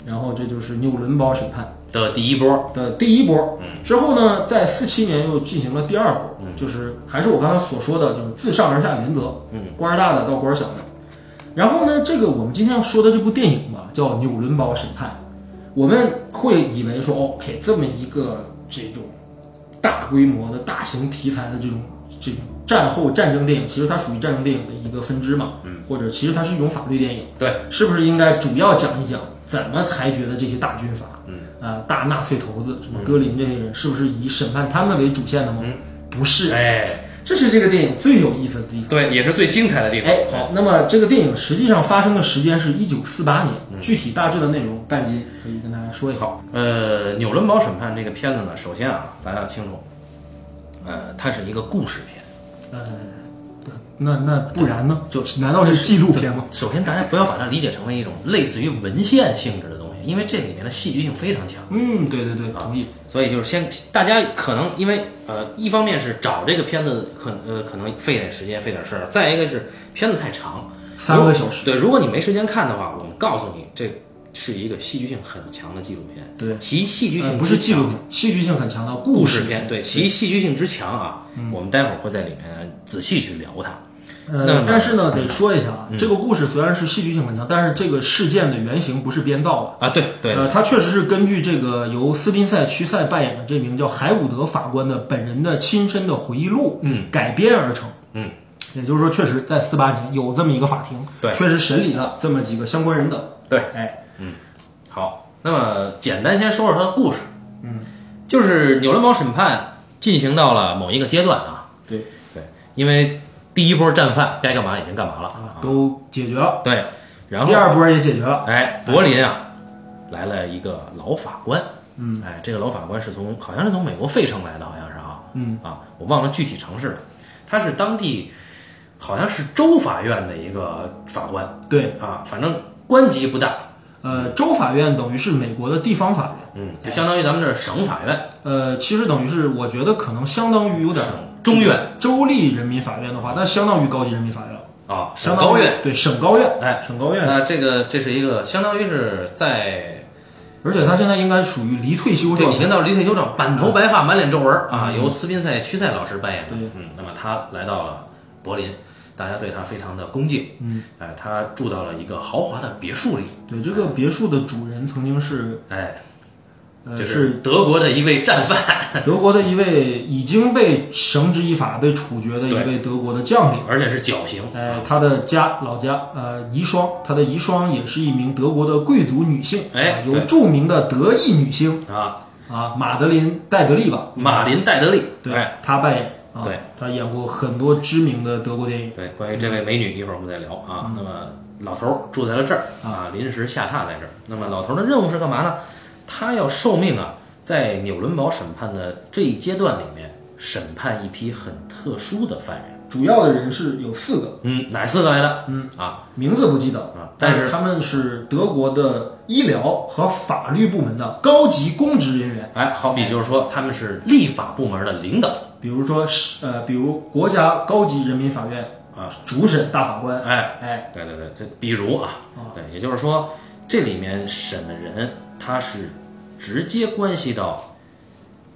Speaker 2: 然后这就是纽伦堡审判。
Speaker 1: 的第一波，
Speaker 2: 的第一波，之后呢，在四七年又进行了第二波，就是还是我刚才所说的，就是自上而下原则，官儿大的到官儿小的。然后呢，这个我们今天要说的这部电影嘛，叫《纽伦堡审判》，我们会以为说哦，OK，这么一个这种大规模的大型题材的这种这种战后战争电影，其实它属于战争电影的一个分支嘛，或者其实它是一种法律电影。
Speaker 1: 对，
Speaker 2: 是不是应该主要讲一讲怎么裁决的这些大军阀，嗯，啊、大纳粹头子
Speaker 1: 嗯
Speaker 2: 什么戈林这些人，是不是以审判他们为主线的吗？不是，
Speaker 1: 哎，
Speaker 2: 这是这个电影最有意思的地方。
Speaker 1: 对，也是最精彩的地方。
Speaker 2: 哎，好，那么这个电影实际上发生的时间是一九四八年，具体大致的内容，半斤可以跟大家说一下。
Speaker 1: 嗯好，呃，《纽伦堡审判》这个片子呢，首先啊，咱要清楚，呃，它是一个故事片。
Speaker 2: 呃，那那不然呢？
Speaker 1: 嗯
Speaker 2: 就是难道是纪录片吗？
Speaker 1: 首先，大家不要把它理解成为一种类似于文献性质的东西，因为这里面的戏剧性非常强。
Speaker 2: 嗯，对对
Speaker 1: 啊
Speaker 2: 对，同意。
Speaker 1: 所以就是先，大家可能因为呃，一方面是找这个片子可呃可能费点时间费点事儿，再一个是片子太长，
Speaker 2: 三个小时，
Speaker 1: 对，如果你没时间看的话，我们告诉你，这是一个戏剧性很强的纪录片。
Speaker 2: 对，
Speaker 1: 其戏剧性
Speaker 2: 呃
Speaker 1: 之
Speaker 2: 不是纪录
Speaker 1: 强
Speaker 2: 片，戏剧性很强的
Speaker 1: 故
Speaker 2: 故
Speaker 1: 事
Speaker 2: 事
Speaker 1: 片，对，其戏剧性之强啊，我们待会儿会在里面仔细去聊它。那
Speaker 2: 呃
Speaker 1: 么，嗯
Speaker 2: 但是呢，得说一下啊，这个故事虽然是戏剧性很强，但是这个事件的原型不是编造的。
Speaker 1: 啊，对对，
Speaker 2: 呃，它确实是根据这个由斯宾塞屈塞扮演的这名叫海伍德法官的本人的亲身的回忆录，嗯，改编而成，
Speaker 1: 嗯，
Speaker 2: 也就是说，确实在四八年有这么一个法庭，
Speaker 1: 对
Speaker 2: 确实审理了这么几个相关人等，
Speaker 1: 对，
Speaker 2: 哎，
Speaker 1: 好，那么简单先说说它的故事。嗯，就是纽伦堡审判进行到了某一个阶段啊，
Speaker 2: 对
Speaker 1: 对，因为第一波战犯该干嘛已经干嘛了，
Speaker 2: 啊，都解决了，
Speaker 1: 对，然后
Speaker 2: 第二波也解决了，
Speaker 1: 哎，柏林啊，来了一个老法官。嗯，哎，这个老法官是从好像是从美国费城来的，好像是啊，
Speaker 2: 嗯
Speaker 1: 啊，我忘了具体城市了。他是当地好像是州法院的一个法官
Speaker 2: 对，
Speaker 1: 啊，反正官级不大，
Speaker 2: 呃，州法院等于是美国的地方法院，
Speaker 1: 嗯，就相当于咱们这儿省法院、
Speaker 2: 呃，其实等于是我觉得可能相当于有点
Speaker 1: 省中院
Speaker 2: 州立人民法院的话，那相当于高级人民法院了，
Speaker 1: 啊、省
Speaker 2: 相当于
Speaker 1: 高院。
Speaker 2: 对省高院，
Speaker 1: 哎，
Speaker 2: 省高院，
Speaker 1: 那这个这是一个相当于是在
Speaker 2: 而且他现在应该属于离退休
Speaker 1: 对
Speaker 2: 状
Speaker 1: 已
Speaker 2: 态，嗯
Speaker 1: 经到离退休状，满头白发，满脸皱纹儿啊，由斯宾塞屈塞老师扮演的。
Speaker 2: 对
Speaker 1: 嗯，那么他来到了柏林，大家对他非常的恭敬。嗯，哎，他住到了一个豪华的别墅里。
Speaker 2: 对这个别墅的主人曾经是
Speaker 1: 哎，
Speaker 2: 呃
Speaker 1: 这
Speaker 2: 是
Speaker 1: 德国的一位战犯，
Speaker 2: 德国的一位已经被绳之以法被处决的一
Speaker 1: 对
Speaker 2: 位德国的将领。
Speaker 1: 而且是绞刑。
Speaker 2: 哎，他的家老家，呃，遗孀，他的遗孀也是一名德国的贵族女性，
Speaker 1: 哎
Speaker 2: 啊
Speaker 1: 对
Speaker 2: 由著名的德裔女星
Speaker 1: 啊，
Speaker 2: 啊，马德琳·戴德利吧，
Speaker 1: 马林戴德利，
Speaker 2: 对
Speaker 1: 哎，，
Speaker 2: 她扮演，啊，
Speaker 1: 对，
Speaker 2: 他演过很多知名的德国电影，
Speaker 1: 对，关于这位美女，一会儿我们再聊啊。那么老头儿住在了这儿啊，临时下榻在这儿。那么老头儿的任务是干嘛呢？他要受命啊，在纽伦堡审判的这一阶段里面，审判一批很特殊的犯人。
Speaker 2: 主要的人是有四个，
Speaker 1: 嗯，哪四个来的？嗯啊，
Speaker 2: 名字不记得
Speaker 1: 啊但
Speaker 2: 但
Speaker 1: 是
Speaker 2: 他们是德国的医疗和法律部门的高级公职人员，
Speaker 1: 哎，好比就是说他们是立法部门的领导，
Speaker 2: 比如说是呃，比如国家高级人民法院
Speaker 1: 啊，
Speaker 2: 主审大法官，
Speaker 1: 哎，
Speaker 2: 哎，
Speaker 1: 对对对，这比如啊，对，也就是说，这里面审的人他是直接关系到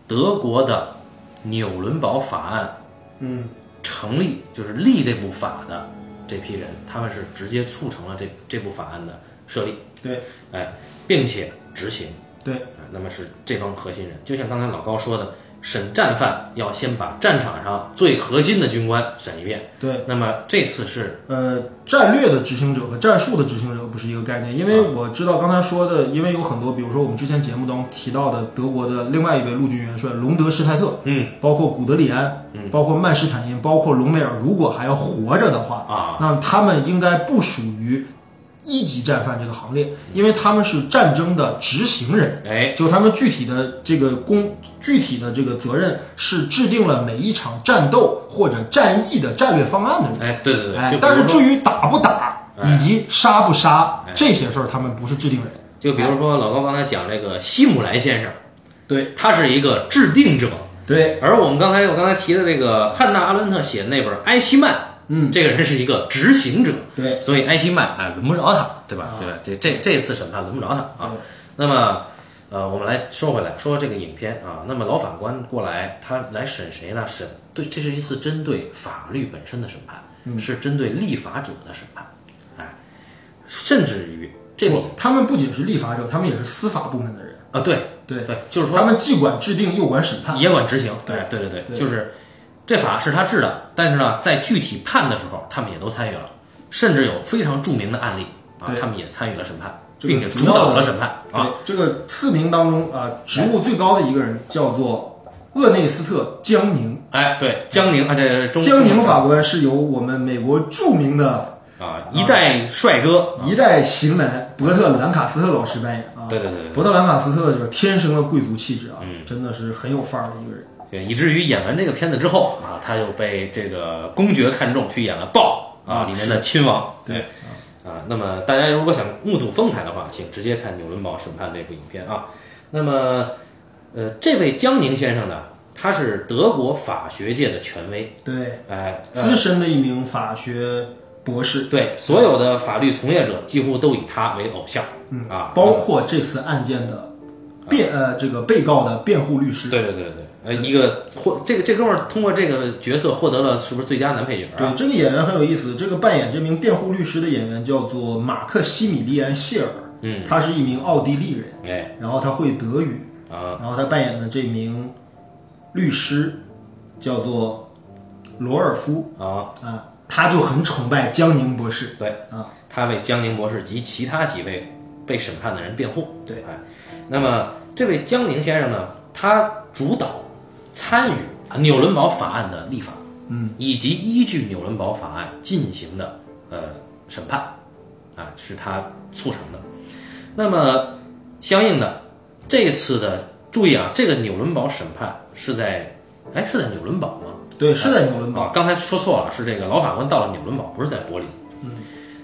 Speaker 1: 德国的纽伦堡法案，嗯，成立就是立这部法的这批人，他们是直接促成了这这部法案的设立，
Speaker 2: 对
Speaker 1: 哎，并且执行。
Speaker 2: 对
Speaker 1: 啊，那么是这帮核心人，就像刚才老高说的，审战犯要先把战场上最核心的军官审一遍。
Speaker 2: 对，
Speaker 1: 那么这次是
Speaker 2: 呃，战略的执行者和战术的执行者不是一个概念，因
Speaker 1: 啊
Speaker 2: 为我知道刚才说的，因为有很多，比如说我们之前节目当中提到的德国的另外一位陆军元帅隆德施泰特，
Speaker 1: 嗯，
Speaker 2: 包括古德里安，嗯，包括曼施坦因，包括隆美尔，如果还要活着的话，
Speaker 1: 啊，
Speaker 2: 那他们应该不属于一级战犯这个行列，因为他们是战争的执行人。
Speaker 1: 哎，
Speaker 2: 就他们具体的这个工，具体的这个责任是制定了每一场战斗或者战役的战略方案的人。
Speaker 1: 哎，对对对，
Speaker 2: 哎
Speaker 1: 就，比
Speaker 2: 但是
Speaker 1: 如说，哎
Speaker 2: 至于打不打以及杀不杀这些事儿，他们不是制定人。
Speaker 1: 就比如说老高刚才讲这个希姆莱先生，
Speaker 2: 对
Speaker 1: 他是一个制定者，
Speaker 2: 对
Speaker 1: 而我们刚才我刚才提的这个汉娜·阿伦特写的那本《埃希曼》，
Speaker 2: 嗯，
Speaker 1: 这个人是一个执行者，
Speaker 2: 对，
Speaker 1: 所以埃希曼哎轮不着他，对吧？对吧？这这这次审判轮不着他啊。那么，呃，我们来说回来，说这个影片啊，那么老法官过来，他来审谁呢？审对，这是一次针对法律本身的审判，
Speaker 2: 嗯
Speaker 1: 是针对立法者的审判，哎，甚至于这里
Speaker 2: 不他们不仅是立法者，他们也是司法部门的人。
Speaker 1: 啊，对
Speaker 2: 对，
Speaker 1: 对，就是说
Speaker 2: 他们既管制定又管审判。
Speaker 1: 也管执行，
Speaker 2: 对
Speaker 1: 哎对对对，
Speaker 2: 对
Speaker 1: 就是这法是他制的，但是呢，在具体判的时候，他们也都参与了，甚至有非常著名的案例啊，
Speaker 2: 对
Speaker 1: 他们也参与了审判，
Speaker 2: 这个
Speaker 1: 并且主
Speaker 2: 主要的
Speaker 1: 导了审判
Speaker 2: 对
Speaker 1: 啊，，
Speaker 2: 这个四名当中啊，职务最高的一个人叫做厄内斯特·江宁。
Speaker 1: 哎，对，江宁啊，这中
Speaker 2: 江宁
Speaker 1: 中
Speaker 2: 法官是由我们美国著名的
Speaker 1: 啊，一代帅哥，
Speaker 2: 一代型男伯特·兰卡斯特老师扮演啊。
Speaker 1: 对嗯对对对
Speaker 2: 伯特·兰卡斯特就是天生的贵族气质啊，真的是很有范儿的一个人。
Speaker 1: 对，以至于演完这个片子之后啊，他又被这个公爵看中，去演了《豹》啊
Speaker 2: 嗯
Speaker 1: 里面的亲王，
Speaker 2: 对
Speaker 1: 啊，那么大家如果想目睹风采的话，请直接看纽伦堡审判这部影片啊。那么，呃，这位江宁先生呢，他是德国法学界的权威，
Speaker 2: 对，
Speaker 1: 哎、呃
Speaker 2: 资深的一名法学博士，
Speaker 1: 对所有的法律从业者几乎都以他为偶像，嗯啊，嗯
Speaker 2: 包括这次案件的辩呃这个被告的辩护律师。
Speaker 1: 对对对对，呃，一个获这个这哥们儿通过这个角色获得了是不是最佳男配角啊？
Speaker 2: 对，这个演员很有意思。这个扮演这名辩护律师的演员叫做马克西米利安·谢尔，
Speaker 1: 嗯，
Speaker 2: 他是一名奥地利人，
Speaker 1: 哎
Speaker 2: 然后他会德语，
Speaker 1: 啊，
Speaker 2: 然后他扮演的这名律师叫做罗尔夫
Speaker 1: 啊，
Speaker 2: 啊，他就很崇拜江宁博士。
Speaker 1: 对
Speaker 2: 啊，
Speaker 1: 他为江宁博士及其他几位被审判的人辩护。
Speaker 2: 对，
Speaker 1: 哎，那么这位江宁先生呢，他主导参与纽伦堡法案的立法，嗯，以及依据纽伦堡法案进行的呃审判，啊，是他促成的。那么相应的，这次的注意啊，这个纽伦堡审判是在，哎，是在纽伦堡吗？
Speaker 2: 对，是在纽伦堡。
Speaker 1: 啊，刚才说错了，是这个老法官到了纽伦堡，不是在柏林。
Speaker 2: 嗯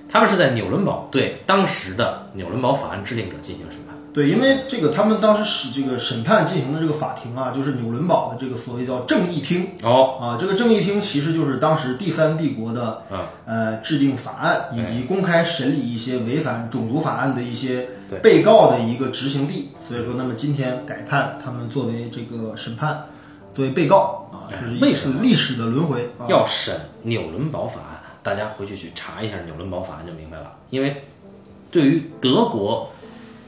Speaker 1: 他们是在纽伦堡对当时的纽伦堡法案制定者进行审判。
Speaker 2: 对，因为这个他们当时使这个审判进行的这个法庭啊，就是纽伦堡的这个所谓叫正义厅
Speaker 1: 哦，
Speaker 2: 啊，这个正义厅其实就是当时第三帝国的
Speaker 1: 啊
Speaker 2: 呃制定法案以
Speaker 1: 哎
Speaker 2: 及公开审理一些违反种族法案的一些
Speaker 1: 对
Speaker 2: 被告的一个执行地，所以说那么今天改判他们作为这个审判，作为被告啊，
Speaker 1: 哎
Speaker 2: 就是
Speaker 1: 为
Speaker 2: 一
Speaker 1: 什
Speaker 2: 次历史的轮回啊。
Speaker 1: 要审纽伦堡法案，大家回去去查一下纽伦堡法案就明白了。因为对于德国，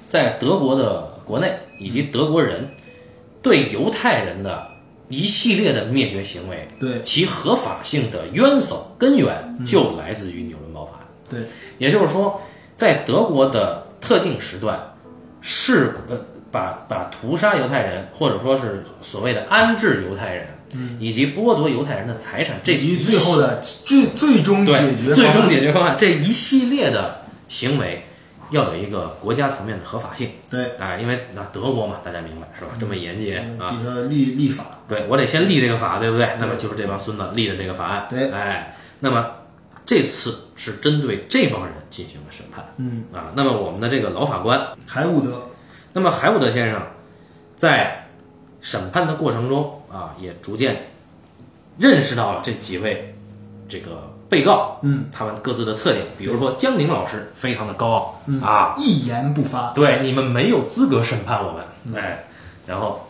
Speaker 1: 在德国的国内以及德国人对犹太人的一系列的灭绝行为，
Speaker 2: 对嗯
Speaker 1: 其合法性的冤首根源就来自于纽伦堡法案。
Speaker 2: 对
Speaker 1: 也就是说，在德国的特定时段，是呃把把屠杀犹太人，或者说是所谓的安置犹太人，以及剥夺犹太人的财产，这
Speaker 2: 嗯以及最后的最最终解
Speaker 1: 对
Speaker 2: 决方
Speaker 1: 最
Speaker 2: 案
Speaker 1: 终解决方案这一系列的行为，要有一个国家层面的合法性。
Speaker 2: 对，
Speaker 1: 哎，因为那德国嘛，大家明白是吧？这么
Speaker 2: 嗯
Speaker 1: 严谨啊，
Speaker 2: 比较立立法，
Speaker 1: 对我得先立这个法，对不对？那么就是这帮孙子立的这个法案。
Speaker 2: 对
Speaker 1: 哎，那么这次是针对这帮人进行了审判。
Speaker 2: 嗯
Speaker 1: 啊，那么我们的这个老法官，
Speaker 2: 海伍德，
Speaker 1: 那么海伍德先生，在审判的过程中啊，也逐渐认识到了这几位这个被告，
Speaker 2: 嗯，
Speaker 1: 他们各自的特点，比如说江宁老师非常的高傲、
Speaker 2: 嗯
Speaker 1: 啊，
Speaker 2: 一言不发，
Speaker 1: 对，你们没有资格审判我们，
Speaker 2: 嗯
Speaker 1: 哎，然后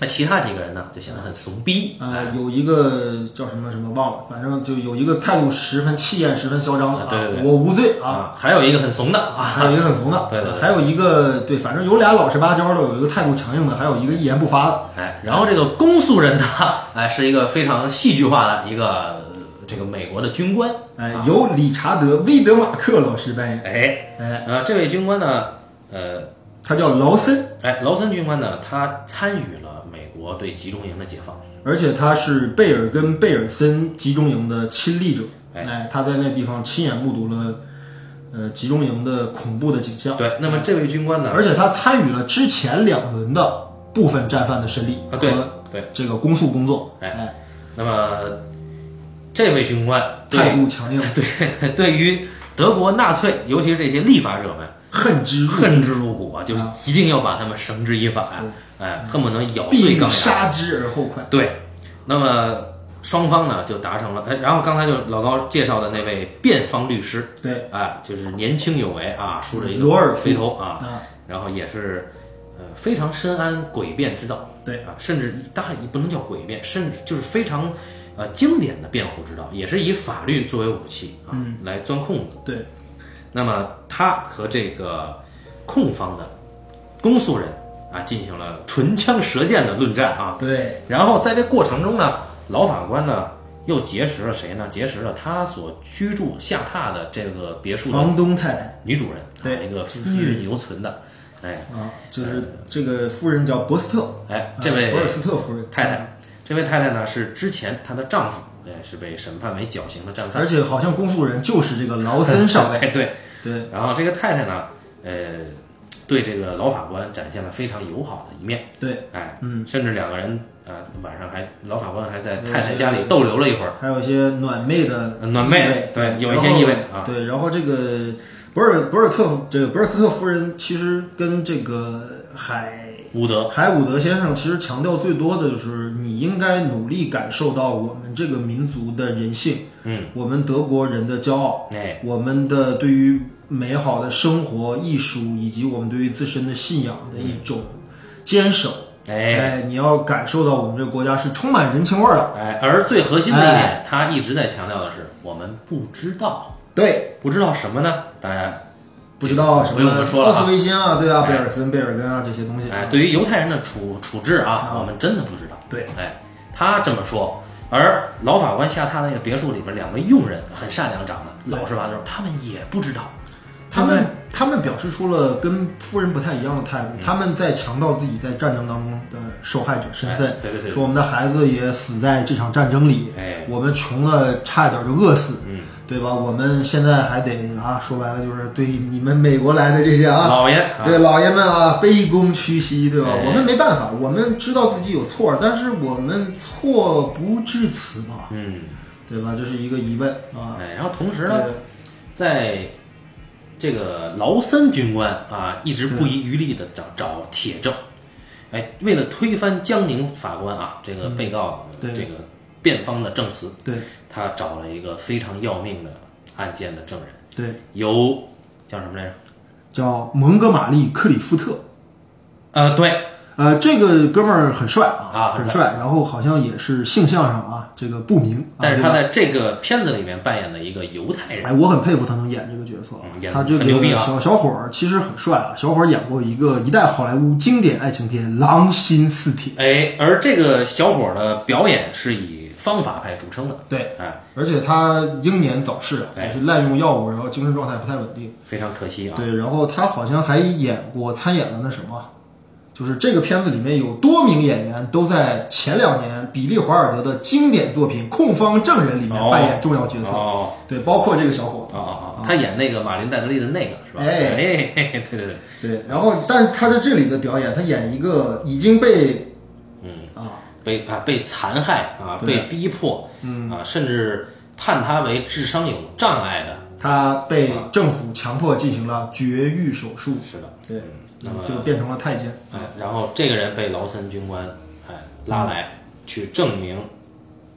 Speaker 1: 那其他几个人呢，就显得很怂逼，啊
Speaker 2: 呃，有一个叫什么什么忘了，反正就有一个态度十分气焰十分嚣张的
Speaker 1: 啊对对对
Speaker 2: 我无罪啊，
Speaker 1: 啊，还有一个很怂的啊，
Speaker 2: 还有一个很怂的，
Speaker 1: 对对对
Speaker 2: 还有一个对，反正有俩老实巴交的，有一个态度强硬的，还有一个一言不发的，
Speaker 1: 哎，然后这个公诉人呢， 哎，是一个非常戏剧化的一个呃这个美国的军官，
Speaker 2: 哎，由理查德·威德马克老师扮演，
Speaker 1: 哎，
Speaker 2: 哎，
Speaker 1: 呃，这位军官呢，呃，
Speaker 2: 他叫劳森，
Speaker 1: 哎，劳森军官呢，他参与了美国对集中营的解放，
Speaker 2: 而且他是贝尔根贝尔森集中营的亲历者，哎，他在那地方亲眼目睹了，呃，集中营的恐怖的景象，
Speaker 1: 对，那么这位军官呢，
Speaker 2: 而且他参与了之前两轮的部分战犯的审理
Speaker 1: 啊，对
Speaker 2: 和
Speaker 1: 对，
Speaker 2: 这个公诉工作，
Speaker 1: 哎
Speaker 2: 哎，
Speaker 1: 那么这位军官对
Speaker 2: 态度强硬，
Speaker 1: 对， 对于德国纳粹，尤其是这些立法者们，
Speaker 2: 恨之入骨，
Speaker 1: 恨之入骨啊，就一定要把他们绳之以法呀、哎，恨不能咬
Speaker 2: 嗯必
Speaker 1: 碎
Speaker 2: 欲
Speaker 1: 钢牙。
Speaker 2: 杀之而后快，
Speaker 1: 对，那么双方呢就达成了，哎，然后刚才就老高介绍的那位辩方律师，
Speaker 2: 对。
Speaker 1: 哎，就是年轻有为啊，梳着一个
Speaker 2: 罗尔
Speaker 1: 肥
Speaker 2: 夫
Speaker 1: 头啊，
Speaker 2: 啊，
Speaker 1: 然后也是呃非常深谙诡辩之道，
Speaker 2: 对
Speaker 1: 啊，甚至当然也不能叫诡辩，甚至就是非常呃经典的辩护之道，也是以法律作为武器啊、
Speaker 2: 嗯
Speaker 1: 来钻空子。
Speaker 2: 对，
Speaker 1: 那么他和这个控方的公诉人啊进行了唇枪舌剑的论战啊，
Speaker 2: 对，
Speaker 1: 然后在这过程中呢，老法官呢。又结识了谁呢？结识了他所居住下榻的这个别墅的
Speaker 2: 房东太太
Speaker 1: 女主人，
Speaker 2: 对嗯
Speaker 1: 啊一个风韵犹存的，哎，
Speaker 2: 啊，就是这个夫人叫博斯特，啊
Speaker 1: 哎，这
Speaker 2: 博尔
Speaker 1: 位
Speaker 2: 斯特夫人
Speaker 1: 太，太，这位太太呢是之前她的丈夫，哎，是被审判为绞刑的战
Speaker 2: 而
Speaker 1: 犯。
Speaker 2: 且好像公诉人就是这个劳森上尉，
Speaker 1: 哎，对。
Speaker 2: 对，
Speaker 1: 然后这个太太呢，呃，对这个老法官展现了非常友好的一面。
Speaker 2: 对，
Speaker 1: 哎，
Speaker 2: 嗯，
Speaker 1: 甚至两个人啊、晚上还老法官还在太太家里逗留了一会儿。
Speaker 2: 还有一些暖妹的
Speaker 1: 呃暖妹
Speaker 2: 意味
Speaker 1: 对有一
Speaker 2: 然
Speaker 1: 些
Speaker 2: 后
Speaker 1: 意味啊
Speaker 2: 对，然后这个博尔博尔特这个博尔斯特夫人其实跟这个海。
Speaker 1: 伍德，
Speaker 2: 海伍德先生其实强调最多的就是，你应该努力感受到我们这个民族的人性，
Speaker 1: 嗯，
Speaker 2: 我们德国人的骄傲，
Speaker 1: 哎，
Speaker 2: 我们的对于美好的生活、艺术以及我们对于自身的信仰的一种坚守。
Speaker 1: 嗯哎，
Speaker 2: 你要感受到我们这个国家是充满人情味儿的。
Speaker 1: 哎，而最核心的一点
Speaker 2: 哎，
Speaker 1: 他一直在强调的是，我们不知道，
Speaker 2: 对，
Speaker 1: 不知道什么呢？大家
Speaker 2: 不知道什
Speaker 1: 不用
Speaker 2: 么
Speaker 1: 我们说了
Speaker 2: 奥
Speaker 1: 啊
Speaker 2: 斯维辛啊，对啊，
Speaker 1: 哎
Speaker 2: 贝尔森、贝尔根啊这些东西。
Speaker 1: 哎，对于犹太人的处处置啊，我们真的不知道。
Speaker 2: 对，
Speaker 1: 哎，他这么说，而老法官下榻那个别墅里边两位佣人很善良，长得老实巴交，他们也不知道。
Speaker 2: 他们他们表示出了跟夫人不太一样的态
Speaker 1: 嗯
Speaker 2: 度，他们在强调自己在战争当中的受害者身份
Speaker 1: 哎，对对对
Speaker 2: 说我们的孩子也死在这场战争里，
Speaker 1: 哎
Speaker 2: 我们穷的差点就饿死，
Speaker 1: 嗯，
Speaker 2: 对吧？我们现在还得啊，说白了就是对你们美国来的这些啊，
Speaker 1: 老爷，啊
Speaker 2: 对老爷们啊，卑躬屈膝，对吧？
Speaker 1: 哎
Speaker 2: 我们没办法，我们知道自己有错，但是我们错不至此嘛，
Speaker 1: 嗯，
Speaker 2: 对吧？这是一个疑问啊。
Speaker 1: 哎，然后同时
Speaker 2: 对
Speaker 1: 呢，在这个劳森军官啊，一直不遗余力的找找铁证。哎，为了推翻江宁法官啊，这个被告、
Speaker 2: 对
Speaker 1: 这个辩方的证词，
Speaker 2: 对
Speaker 1: 他找了一个非常要命的案件的证人，
Speaker 2: 对，
Speaker 1: 由叫什么来着？
Speaker 2: 叫蒙哥马利克里夫特。
Speaker 1: 呃，对，
Speaker 2: 呃，这个哥们儿很帅啊，
Speaker 1: 啊很
Speaker 2: 很帅，然后好像也是性向上啊，这个不明，啊、
Speaker 1: 但是
Speaker 2: 对
Speaker 1: 他
Speaker 2: 吧
Speaker 1: 在这个片子里面扮演了一个犹太人，
Speaker 2: 哎，我很佩服他能演这个角色啊
Speaker 1: 嗯演，得
Speaker 2: 他这个
Speaker 1: 很牛逼啊
Speaker 2: 小小伙儿其实很帅啊，小伙儿演过一个一代好莱坞经典爱情片《狼心似铁》，
Speaker 1: 哎，而这个小伙儿的表演是以方法派著称的，
Speaker 2: 对，
Speaker 1: 哎，
Speaker 2: 而且他英年早逝啊，
Speaker 1: 哎
Speaker 2: 也是滥用药物，然后精神状态不太稳定，
Speaker 1: 非常可惜啊。
Speaker 2: 对，然后他好像还演过参演了那什么，就是这个片子里面有多名演员都在前两年比利华尔德的经典作品《控方证人》里面扮演重要角色，
Speaker 1: 哦
Speaker 2: 对，包括这个小伙
Speaker 1: 哦哦哦，他演那个马林戴德利的那个是吧？
Speaker 2: 哎
Speaker 1: 哎，嘿嘿对对对，
Speaker 2: 子。对，然后，但是他在这里的表演，他演一个已经被
Speaker 1: 嗯，
Speaker 2: 啊，
Speaker 1: 被啊被残害啊，
Speaker 2: 对
Speaker 1: 被逼迫，嗯啊，甚至判他为智商有障碍的，
Speaker 2: 他被政府强迫进行了绝育手术，
Speaker 1: 是的，
Speaker 2: 对，
Speaker 1: 嗯那么
Speaker 2: 就变成了太监。
Speaker 1: 哎，然后这个人被劳森军官哎拉来
Speaker 2: 嗯
Speaker 1: 去证明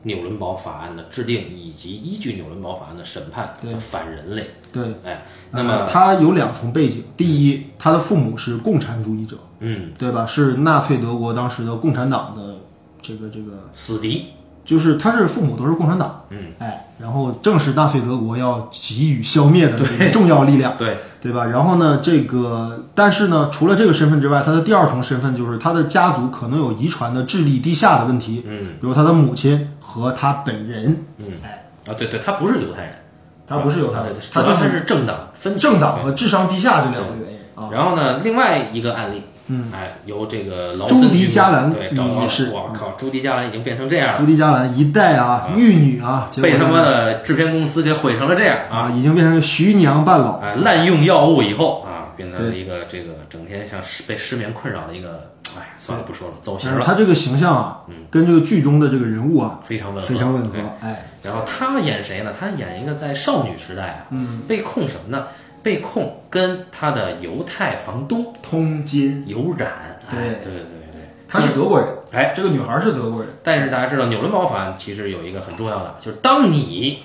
Speaker 1: 纽伦堡法案的制定以及依据纽伦堡法案的审判
Speaker 2: 对嗯
Speaker 1: 的反人类，
Speaker 2: 对，呃
Speaker 1: 哎，那么
Speaker 2: 他有两重背景，第一，他的父母是共产主义者，
Speaker 1: 嗯，
Speaker 2: 对吧？是纳粹德国当时的共产党的这个这个，
Speaker 1: 死敌，
Speaker 2: 就是他是父母都是共产党，
Speaker 1: 嗯，
Speaker 2: 哎，然后正是纳粹德国要给予消灭的这个重要力量，
Speaker 1: 对，
Speaker 2: 对吧？然后呢，这个但是呢，除了这个身份之外，他的第二重身份就是他的家族可能有遗传的智力低下的问题，
Speaker 1: 嗯
Speaker 2: 比如他的母亲和他本人，
Speaker 1: 嗯
Speaker 2: 哎，
Speaker 1: 啊，对对，他不是犹太人，啊
Speaker 2: 他不是犹太人
Speaker 1: 对对，
Speaker 2: 他
Speaker 1: 主
Speaker 2: 就
Speaker 1: 要他
Speaker 2: 是
Speaker 1: 是政党分歧
Speaker 2: 政党和智商低下这两个原因啊。
Speaker 1: 然后呢，另外一个案例，嗯，哎，由这个劳
Speaker 2: 朱
Speaker 1: 森
Speaker 2: 迪
Speaker 1: 军
Speaker 2: 加
Speaker 1: 官
Speaker 2: 兰
Speaker 1: 对找到
Speaker 2: 女
Speaker 1: 了
Speaker 2: 士，啊
Speaker 1: 我靠，朱迪加兰已经变成这样
Speaker 2: 朱
Speaker 1: 了，
Speaker 2: 迪加兰一代啊，玉女啊，结果
Speaker 1: 被他妈的制片公司给毁成了这样啊！
Speaker 2: 啊，已经变成徐娘半老，
Speaker 1: 哎，滥用药物以后啊，变成了一个这个整天像失被失眠困扰的一个，哎，算了，不说了，走形
Speaker 2: 但是
Speaker 1: 了，
Speaker 2: 嗯
Speaker 1: 嗯
Speaker 2: 他这个形象啊，跟这个剧中的这个人物啊，
Speaker 1: 非常温和，
Speaker 2: 非常吻合
Speaker 1: 对。
Speaker 2: 哎，
Speaker 1: 然后他演谁呢？他演一个在少女时代啊，嗯，被控什么呢？被控跟他的犹太房东
Speaker 2: 通奸，
Speaker 1: 有染，哎
Speaker 2: 嗯对
Speaker 1: 对对对
Speaker 2: 她是德国人，
Speaker 1: 对，哎。
Speaker 2: 这个女孩是德国人，
Speaker 1: 但是大家知道，纽伦堡法案其实有一个很重要的，就是当你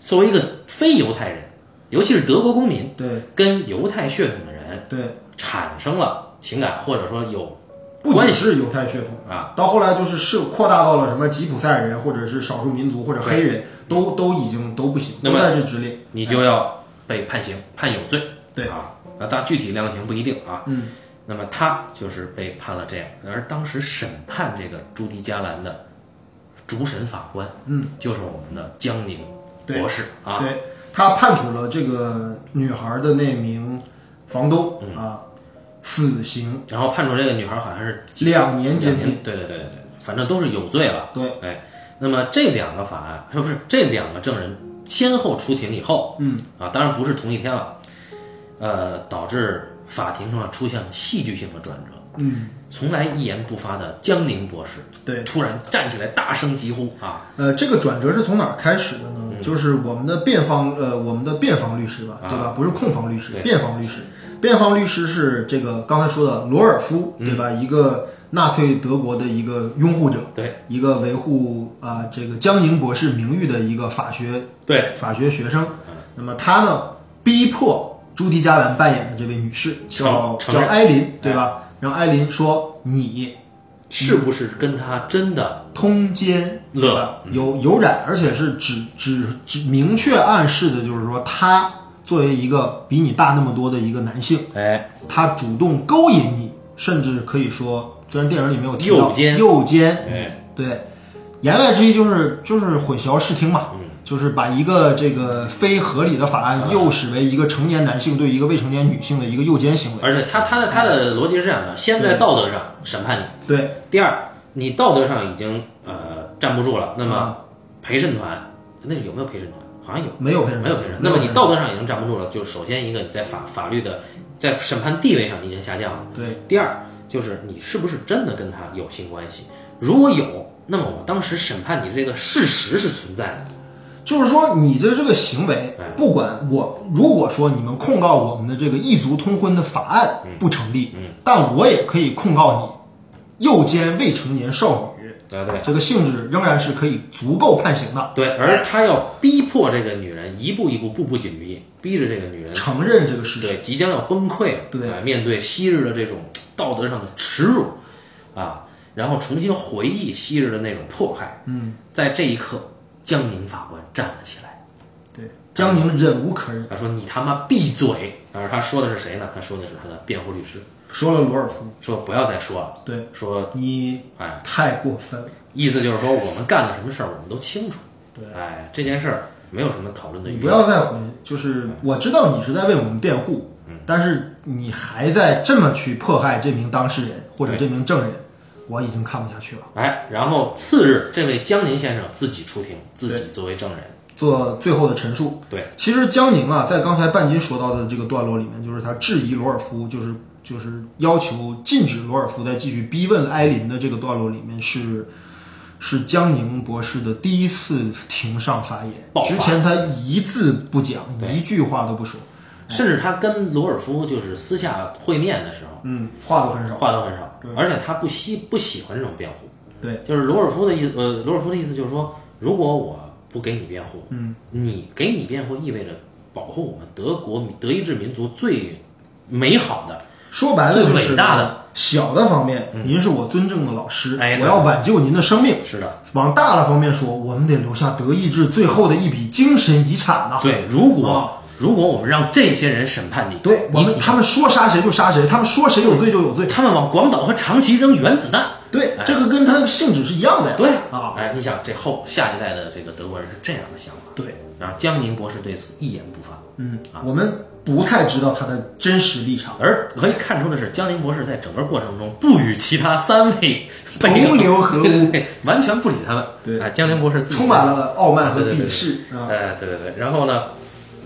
Speaker 1: 作为一个非犹太人，尤其是德国公民，
Speaker 2: 对
Speaker 1: 跟犹太血统的人
Speaker 2: 对，
Speaker 1: 产生了情感，或者说有
Speaker 2: 不
Speaker 1: 关
Speaker 2: 仅
Speaker 1: 系
Speaker 2: 是犹太血统。
Speaker 1: 啊，
Speaker 2: 到后来就是是扩大到了什么吉普赛人或者是少数民族或者黑人都都已经都不行，
Speaker 1: 那
Speaker 2: 都
Speaker 1: 么
Speaker 2: 在这之列。
Speaker 1: 你就要被判刑，判有罪。
Speaker 2: 对
Speaker 1: 啊，那但具体量刑不一定啊。
Speaker 2: 嗯，
Speaker 1: 那么他就是被判了这样，而当时审判这个朱迪加兰的主审法官，
Speaker 2: 嗯，
Speaker 1: 就是我们的江宁
Speaker 2: 对
Speaker 1: 博士啊。
Speaker 2: 对，他判处了这个女孩的那名房东
Speaker 1: 嗯
Speaker 2: 啊死刑，
Speaker 1: 然后判处这个女孩好像是
Speaker 2: 两年监
Speaker 1: 两
Speaker 2: 禁。
Speaker 1: 年，对对对对对，反正都是有罪了。
Speaker 2: 对，
Speaker 1: 哎，那么这两个法案呃是不是这两个证人先后出庭以后，
Speaker 2: 嗯
Speaker 1: 啊，当然不是同一天了，呃，导致法庭上出现了戏剧性的转折。
Speaker 2: 嗯，
Speaker 1: 从来一言不发的江宁博士
Speaker 2: 对。
Speaker 1: 突然站起来大声疾呼啊，
Speaker 2: 呃，这个转折是从哪儿开始的呢？就是我们的辩方，呃，我们的辩方律师吧，对吧？不是控方律师
Speaker 1: 对，
Speaker 2: 辩方律师，辩方律师是这个刚才说的罗尔夫，对吧？一个纳粹德国的一个拥护者，
Speaker 1: 对
Speaker 2: 一个维护啊、这个江宁博士名誉的一个法学
Speaker 1: 对，
Speaker 2: 法学学生。那么他呢，逼迫朱迪加兰扮演的这位女士叫
Speaker 1: 承承
Speaker 2: 叫
Speaker 1: 认
Speaker 2: 艾琳，对吧？让艾琳说你
Speaker 1: 是不是跟他真的
Speaker 2: 通奸
Speaker 1: 乐嗯
Speaker 2: 对吧？有有染，而且是只只只明确暗示的，就是说他作为一个比你大那么多的一个男性，
Speaker 1: 哎
Speaker 2: 他主动勾引你，甚至可以说，虽然电影里没有提到
Speaker 1: 诱奸
Speaker 2: 诱奸，
Speaker 1: 哎
Speaker 2: 对，言外之意就是就是混淆视听
Speaker 1: 嗯
Speaker 2: 嘛，就是把一个这个非合理的法案诱使为一个成年男性对一个未成年女性的一个诱奸行为。
Speaker 1: 而且他他的他的逻辑是这样的：先在道德上审判你，
Speaker 2: 对
Speaker 1: 第二，你道德上已经呃站不住了，那么陪审团那有没有陪审团？好像有，
Speaker 2: 没有陪审团
Speaker 1: 没有陪审团。
Speaker 2: 没
Speaker 1: 那
Speaker 2: 有
Speaker 1: 么你道德上已经站不住了，就首先一个你在法法律的在审判地位上你已经下降了。
Speaker 2: 对
Speaker 1: 第二就是你是不是真的跟他有性关系？如果有，那么我当时审判你这个事实是存在的。
Speaker 2: 就是说你的这个行为
Speaker 1: 哎，
Speaker 2: 不管我如果说你们控告我们的这个异族通婚的法案
Speaker 1: 嗯
Speaker 2: 不成立，但我也可以控告你诱奸未成年少女，
Speaker 1: 对对
Speaker 2: 这个性质仍然是可以足够判刑的，
Speaker 1: 对，而他要逼迫这个女人一步一步步步紧逼，逼着这个女人
Speaker 2: 承认这个事实。
Speaker 1: 对，即将要崩溃了。
Speaker 2: 对
Speaker 1: 哎面对昔日的这种道德上的耻辱，啊，然后重新回忆昔日的那种迫害。嗯，在这一刻，江宁法官站了起来，
Speaker 2: 对，江宁忍无可忍，
Speaker 1: 他说：“你他妈闭嘴！”而他说的是谁呢？他说的是他的辩护律师，
Speaker 2: 说了罗尔夫，
Speaker 1: 说不要再说了。
Speaker 2: 对
Speaker 1: 说
Speaker 2: 你
Speaker 1: 哎，
Speaker 2: 太过分了。
Speaker 1: 意思就是说我们干了什么事儿，我们都清楚。对，哎，这件事儿没有什么讨论的
Speaker 2: 你
Speaker 1: 余
Speaker 2: 不
Speaker 1: 地。嗯
Speaker 2: 要再混，就是我知道你是在为我们辩护，但是你还在这么去迫害这名当事人或者这名证人，我已经看不下去了。
Speaker 1: 哎，然后次日，这位江宁先生自己出庭，自己作为证人。
Speaker 2: 做最后的陈述。
Speaker 1: 对，
Speaker 2: 其实江宁啊，在刚才半斤说到的这个段落里面，就是他质疑罗尔夫，就是就是要求禁止罗尔夫再继续逼问埃林的这个段落里面是。是江宁博士的第一次庭上发言
Speaker 1: 爆，发
Speaker 2: 之前他一字不讲，一句话都不说，
Speaker 1: 甚至他跟罗尔夫就是私下会面的时候，
Speaker 2: 嗯，话都很少。
Speaker 1: 话都很少，而且他不喜不喜欢这种辩护。
Speaker 2: 对，
Speaker 1: 就是罗尔夫的意思，呃，罗尔夫的意思就是说，如果我不给你辩护，嗯，你给你辩护意味着保护我们德国民德意志民族最美好的，
Speaker 2: 说白了就
Speaker 1: 最
Speaker 2: 是
Speaker 1: 伟大的嗯
Speaker 2: 小的方面，您是我尊敬的老师，
Speaker 1: 哎对
Speaker 2: 我要挽救您的生命。
Speaker 1: 是的，
Speaker 2: 往大了方面说，我们得留下德意志最后的一笔精神遗产呐、
Speaker 1: 对，如果、
Speaker 2: 啊
Speaker 1: 如果我们让这些人审判你，
Speaker 2: 对，我
Speaker 1: 你
Speaker 2: 们他们说杀谁就杀谁，他们说谁有罪就有罪。
Speaker 1: 他们往广岛和长崎扔原子弹，
Speaker 2: 对，这个跟他的性质是一样的呀。
Speaker 1: 对
Speaker 2: 啊，
Speaker 1: 哎，你想这后下一代的这个德国人是这样的想法，
Speaker 2: 对，
Speaker 1: 然后江宁博士对此一言不发，
Speaker 2: 嗯，我们不太知道他的真实立场，
Speaker 1: 而可以看出的是，江宁博士在整个过程中不与其他三位
Speaker 2: 同
Speaker 1: 北欧
Speaker 2: 流合污
Speaker 1: 对对对完全不理他们。
Speaker 2: 对
Speaker 1: 哎，江宁博士自己
Speaker 2: 充满了傲慢和
Speaker 1: 对对对
Speaker 2: 鄙视啊。
Speaker 1: 哎，对对对。然后呢，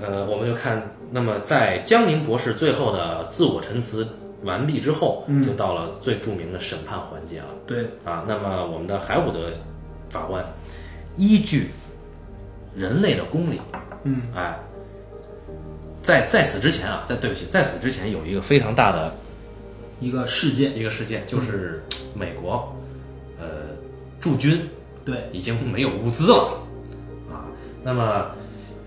Speaker 1: 呃，我们就看，那么在江宁博士最后的自我陈词完毕之后，
Speaker 2: 嗯
Speaker 1: 就到了最著名的审判环节了。
Speaker 2: 对，
Speaker 1: 啊，那么我们的海伍德法官依据人类的公理，
Speaker 2: 嗯，
Speaker 1: 哎，在在此之前啊，在对不起，在此之前有一个非常大的
Speaker 2: 一个事件，
Speaker 1: 一个事件，
Speaker 2: 嗯
Speaker 1: 就是美国呃驻军
Speaker 2: 对，
Speaker 1: 已经没有物资了啊，那么。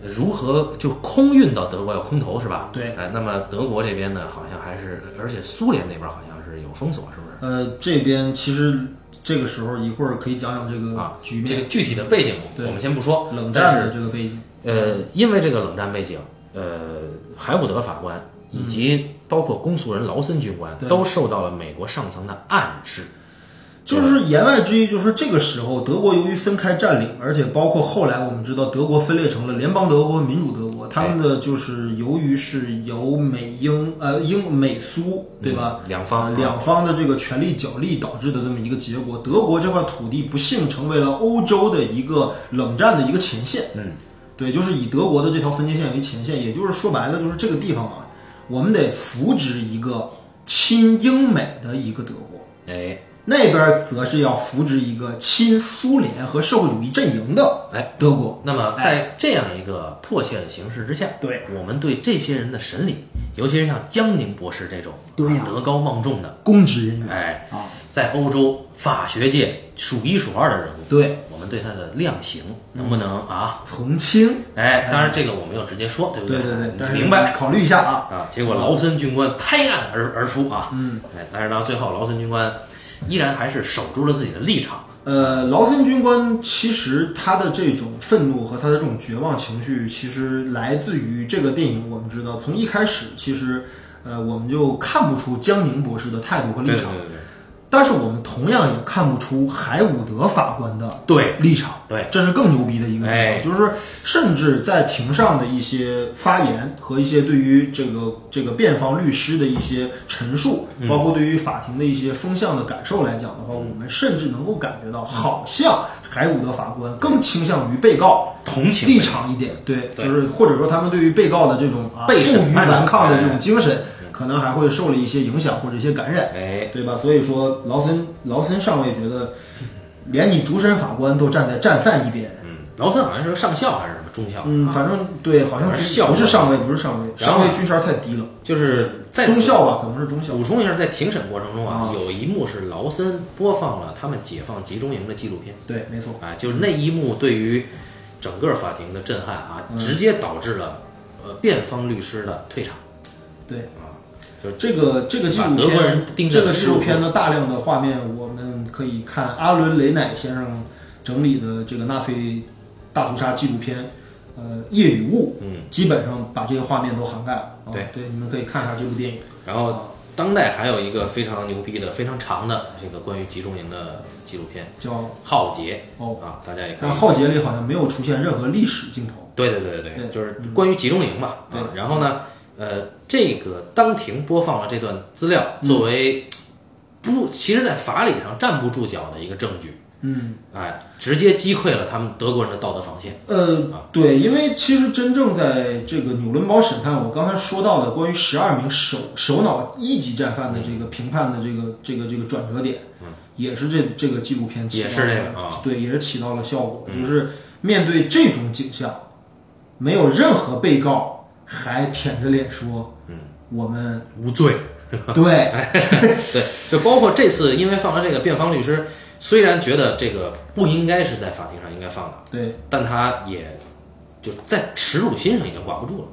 Speaker 1: 如何就空运到德国要空投是吧？
Speaker 2: 对
Speaker 1: 哎，那么德国这边呢，好像还是，而且苏联那边好像是有封锁，是不是？
Speaker 2: 呃，这边其实这个时候一会儿可以讲讲这个
Speaker 1: 啊，
Speaker 2: 局
Speaker 1: 这
Speaker 2: 面，
Speaker 1: 个具体的背景
Speaker 2: 对
Speaker 1: 我们先不说，
Speaker 2: 冷
Speaker 1: 但是
Speaker 2: 战的这个背景。
Speaker 1: 呃，因为这个冷战背景，呃，海伍德法官以及包括公诉人劳森军官、
Speaker 2: 嗯对
Speaker 1: 都受到了美国上层的暗示。
Speaker 2: 就是言外之意，就是这个时候德国由于分开占领，而且包括后来我们知道德国分裂成了联邦德国、民主德国，他们的就是由于是由美英呃英美苏对吧、
Speaker 1: 嗯两方
Speaker 2: 呃两方的这个权力角力导致的这么一个结果，德国这块土地不幸成为了欧洲的一个冷战的一个前线。
Speaker 1: 嗯，
Speaker 2: 对，就是以德国的这条分界线为前线，也就是说白了，就是这个地方啊，我们得扶植一个亲英美的一个德国。
Speaker 1: 哎
Speaker 2: 那边则是要扶植一个亲苏联和社会主义阵营的
Speaker 1: 哎，
Speaker 2: 德国。
Speaker 1: 那么在这样一个迫切的形势之下，
Speaker 2: 对
Speaker 1: 我们对这些人的审理，尤其是像江宁博士这种
Speaker 2: 对呀
Speaker 1: 德高望重的，
Speaker 2: 公职人员
Speaker 1: 哎，
Speaker 2: 啊，
Speaker 1: 在欧洲法学界数一数二的人物，
Speaker 2: 对，嗯
Speaker 1: 我们对他的量刑能不能啊？
Speaker 2: 从轻，
Speaker 1: 哎，当然这个我没有直接说，对不
Speaker 2: 嗯对对
Speaker 1: 对
Speaker 2: 对，但是
Speaker 1: 嗯你明白。
Speaker 2: 考虑一下啊，
Speaker 1: 啊，结果劳森军官拍案而而出啊，嗯，哎，但是到最后，劳森军官依然还是守住了自己的立场，
Speaker 2: 呃，劳森军官其实他的这种愤怒和他的这种绝望情绪，其实来自于这个电影。我们知道，从一开始，其实，呃，我们就看不出江宁博士的态度和立场，
Speaker 1: 对
Speaker 2: 但是我们同样也看不出海伍德法官的
Speaker 1: 对
Speaker 2: 立场。
Speaker 1: 对
Speaker 2: 这是更牛逼的一个地方，
Speaker 1: 哎
Speaker 2: 就是甚至在庭上的一些发言和一些对于这个这个辩方律师的一些陈述，
Speaker 1: 嗯
Speaker 2: 包括对于法庭的一些风向的感受来讲的话，我们甚至能够感觉到，好像海伍德法官更倾向于被告。
Speaker 1: 同情
Speaker 2: 立场一点，对，
Speaker 1: 对
Speaker 2: 就是或者说他们对于被告的这种啊
Speaker 1: 被
Speaker 2: 负
Speaker 1: 审
Speaker 2: 隅
Speaker 1: 判的
Speaker 2: 顽抗的这
Speaker 1: 哎
Speaker 2: 种精神，可能还会受了一些影响或者一些感染。
Speaker 1: 哎，
Speaker 2: 对吧？所以说，劳森劳森上尉觉得，连你主审法官都站在战犯一边。
Speaker 1: 嗯，劳森好像是个上校还是什么中校，啊
Speaker 2: 嗯，反正对，好像
Speaker 1: 还
Speaker 2: 不
Speaker 1: 是
Speaker 2: 是
Speaker 1: 校
Speaker 2: 不是
Speaker 1: 尉
Speaker 2: 上尉，不是上尉，
Speaker 1: 然
Speaker 2: 上
Speaker 1: 后
Speaker 2: 尉军衔太低了，
Speaker 1: 就是在
Speaker 2: 中校吧，可能是中校。哦
Speaker 1: 补充一下，在庭审过程中啊，有一幕是劳森播放了他们解放集中营的纪录片，
Speaker 2: 对，没错。
Speaker 1: 啊，就是那一幕对于整个法庭的震撼啊，
Speaker 2: 嗯
Speaker 1: 直接导致了呃辩方律师的退场，
Speaker 2: 对
Speaker 1: 啊就
Speaker 2: 这个这个纪录
Speaker 1: 把德国人
Speaker 2: 片，
Speaker 1: 盯
Speaker 2: 这
Speaker 1: 着
Speaker 2: 个
Speaker 1: 的
Speaker 2: 纪
Speaker 1: 事物
Speaker 2: 录片的大量的画面，我们可以看阿伦雷乃先生整理的这个纳粹大屠杀纪录片，呃，《夜与雾》，
Speaker 1: 嗯，
Speaker 2: 基本上把这些画面都涵盖了。啊
Speaker 1: 对
Speaker 2: 对，你们可以看一下这部电影。
Speaker 1: 然后当代还有一个非常牛逼的、非常长的这个关于集中营的纪录片
Speaker 2: 叫
Speaker 1: 《浩劫》
Speaker 2: 哦
Speaker 1: 啊，大家也可以
Speaker 2: 但。浩劫里好像没有出现任何历史镜头。
Speaker 1: 对对对对
Speaker 2: 对
Speaker 1: 就是关于集中营嘛。
Speaker 2: 对
Speaker 1: 啊，然后呢，呃，这个当庭播放了这段资料
Speaker 2: 嗯
Speaker 1: 作为不，其实在法理上站不住脚的一个证据，嗯，哎，直接击溃了他们德国人的道德防线。
Speaker 2: 呃，对，因为其实真正在这个纽伦堡审判，我刚才说到的关于十二名首首脑一级战犯的这个评判的这个这个这个转折点，也是这这个纪录片起
Speaker 1: 嗯
Speaker 2: 到
Speaker 1: 也是这
Speaker 2: 了
Speaker 1: 个啊嗯
Speaker 2: 对，也是起到了效果，就是面对这种景象，没有任何被告还舔着脸说，嗯，我们
Speaker 1: 无罪。
Speaker 2: 对，
Speaker 1: 对，就包括这次，因为放了这个辩方律师，虽然觉得这个不应该是在法庭上应该放的，
Speaker 2: 对，
Speaker 1: 但他也就在耻辱心上已经挂不住了，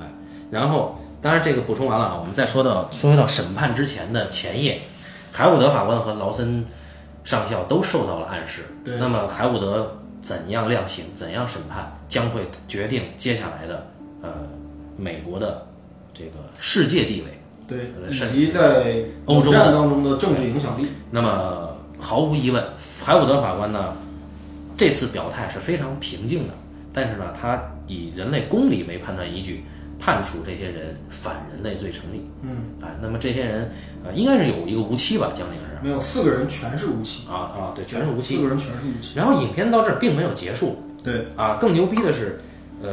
Speaker 1: 哎，然后当然这个补充完了啊，我们再说到说回到审判之前的前夜，海伍德法官和劳森上校都受到了暗示，
Speaker 2: 对
Speaker 1: 那么海伍德怎样量刑、怎样审判，将会决定接下来的呃美国的这个世界地位。
Speaker 2: 对，以
Speaker 1: 甚
Speaker 2: 及在
Speaker 1: 欧洲
Speaker 2: 冷战当中的政治影响力，
Speaker 1: 那么毫无疑问，海伍德法官呢，这次表态是非常平静的，但是呢，他以人类公理为判断依据，判处这些人反人类罪成立。
Speaker 2: 嗯，
Speaker 1: 啊，那么这些人呃，应该是有一个无期吧，将近是
Speaker 2: 没有四个人全是无期，
Speaker 1: 啊啊，对，全是无
Speaker 2: 四
Speaker 1: 期。
Speaker 2: 个人全是无期，
Speaker 1: 然后影片到这儿并没有结束，
Speaker 2: 对，
Speaker 1: 啊，更牛逼的是，呃，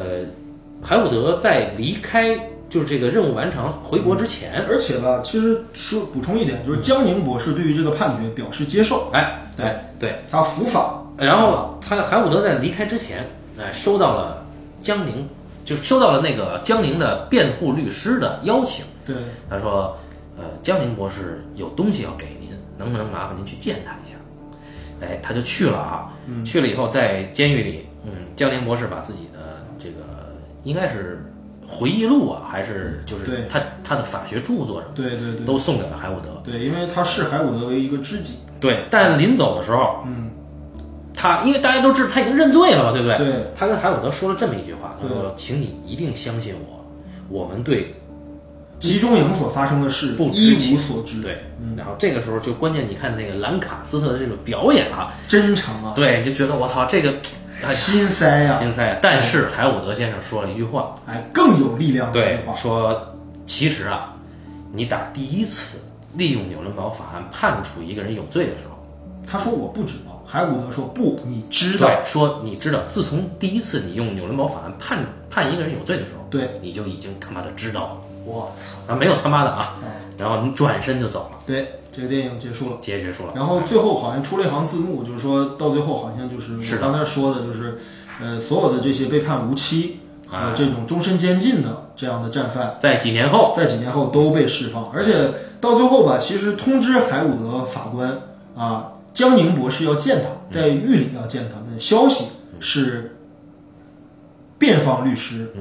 Speaker 1: 海伍德在离开就是这个任务完成回国之前，
Speaker 2: 而且吧，其实说补充一点，就是江宁博士对于这个判决表示接受，
Speaker 1: 哎，对对，
Speaker 2: 他伏法，
Speaker 1: 然后他海伍德在离开之前，哎，收到了江宁，就收到了那个江宁的辩护律师的邀请。
Speaker 2: 对，
Speaker 1: 他说：“呃，江宁博士有东西要给您，能不能麻烦您去见他一下？”哎，他就去了啊。
Speaker 2: 嗯
Speaker 1: 去了以后，在监狱里，嗯，江宁博士把自己的这个应该是回忆录啊，还是就是
Speaker 2: 对
Speaker 1: 他他的法学著作什么
Speaker 2: 对对
Speaker 1: 的，
Speaker 2: 对
Speaker 1: 都送给了海伍德。
Speaker 2: 对，因为他视海伍德为一个知己，
Speaker 1: 对，但临走的时候，嗯，他因为大家都知道他已经认罪了嘛，对不对？
Speaker 2: 对
Speaker 1: 他跟海伍德说了这么一句话，他
Speaker 2: 对
Speaker 1: 说：“请你一定相信我，我们对
Speaker 2: 集中营所发生的事
Speaker 1: 不知
Speaker 2: 一
Speaker 1: 情
Speaker 2: 无所知，
Speaker 1: 对。”
Speaker 2: 嗯
Speaker 1: 然后这个时候就关键，你看那个兰卡斯特的这种表演啊，
Speaker 2: 真诚啊，
Speaker 1: 对，你就觉得我操这 个，哎呀，
Speaker 2: 心塞呀、
Speaker 1: 心塞。但是海伍德先生说了一句话，
Speaker 2: 哎，更有力量的一
Speaker 1: 对
Speaker 2: 句，话，
Speaker 1: 说其实啊，你打第一次利用纽伦堡法案判处一个人有罪的时候，
Speaker 2: 他说我不知道，海伍德说不，你知道，
Speaker 1: 对，说你知道，自从第一次你用纽伦堡法案判判一个人有罪的时候，
Speaker 2: 对，
Speaker 1: 你就已经他妈的知道了，
Speaker 2: 我操，
Speaker 1: 啊，没有他妈的啊，
Speaker 2: 哎
Speaker 1: 然后你转身就走了，
Speaker 2: 对，这个电影结束了。
Speaker 1: 结结束了。
Speaker 2: 然后最后好像出了一行字幕，就是说到最后好像就是
Speaker 1: 是
Speaker 2: 我
Speaker 1: 的
Speaker 2: 刚才说的，就是呃所有的这些被判无期和这种终身监禁的这样的战犯，
Speaker 1: 在几年后，
Speaker 2: 在几年后都被释放，而且到最后吧，其实通知海伍德法官啊，江宁博士要见
Speaker 1: 嗯
Speaker 2: 他，在狱里要见他的消息是辩方律师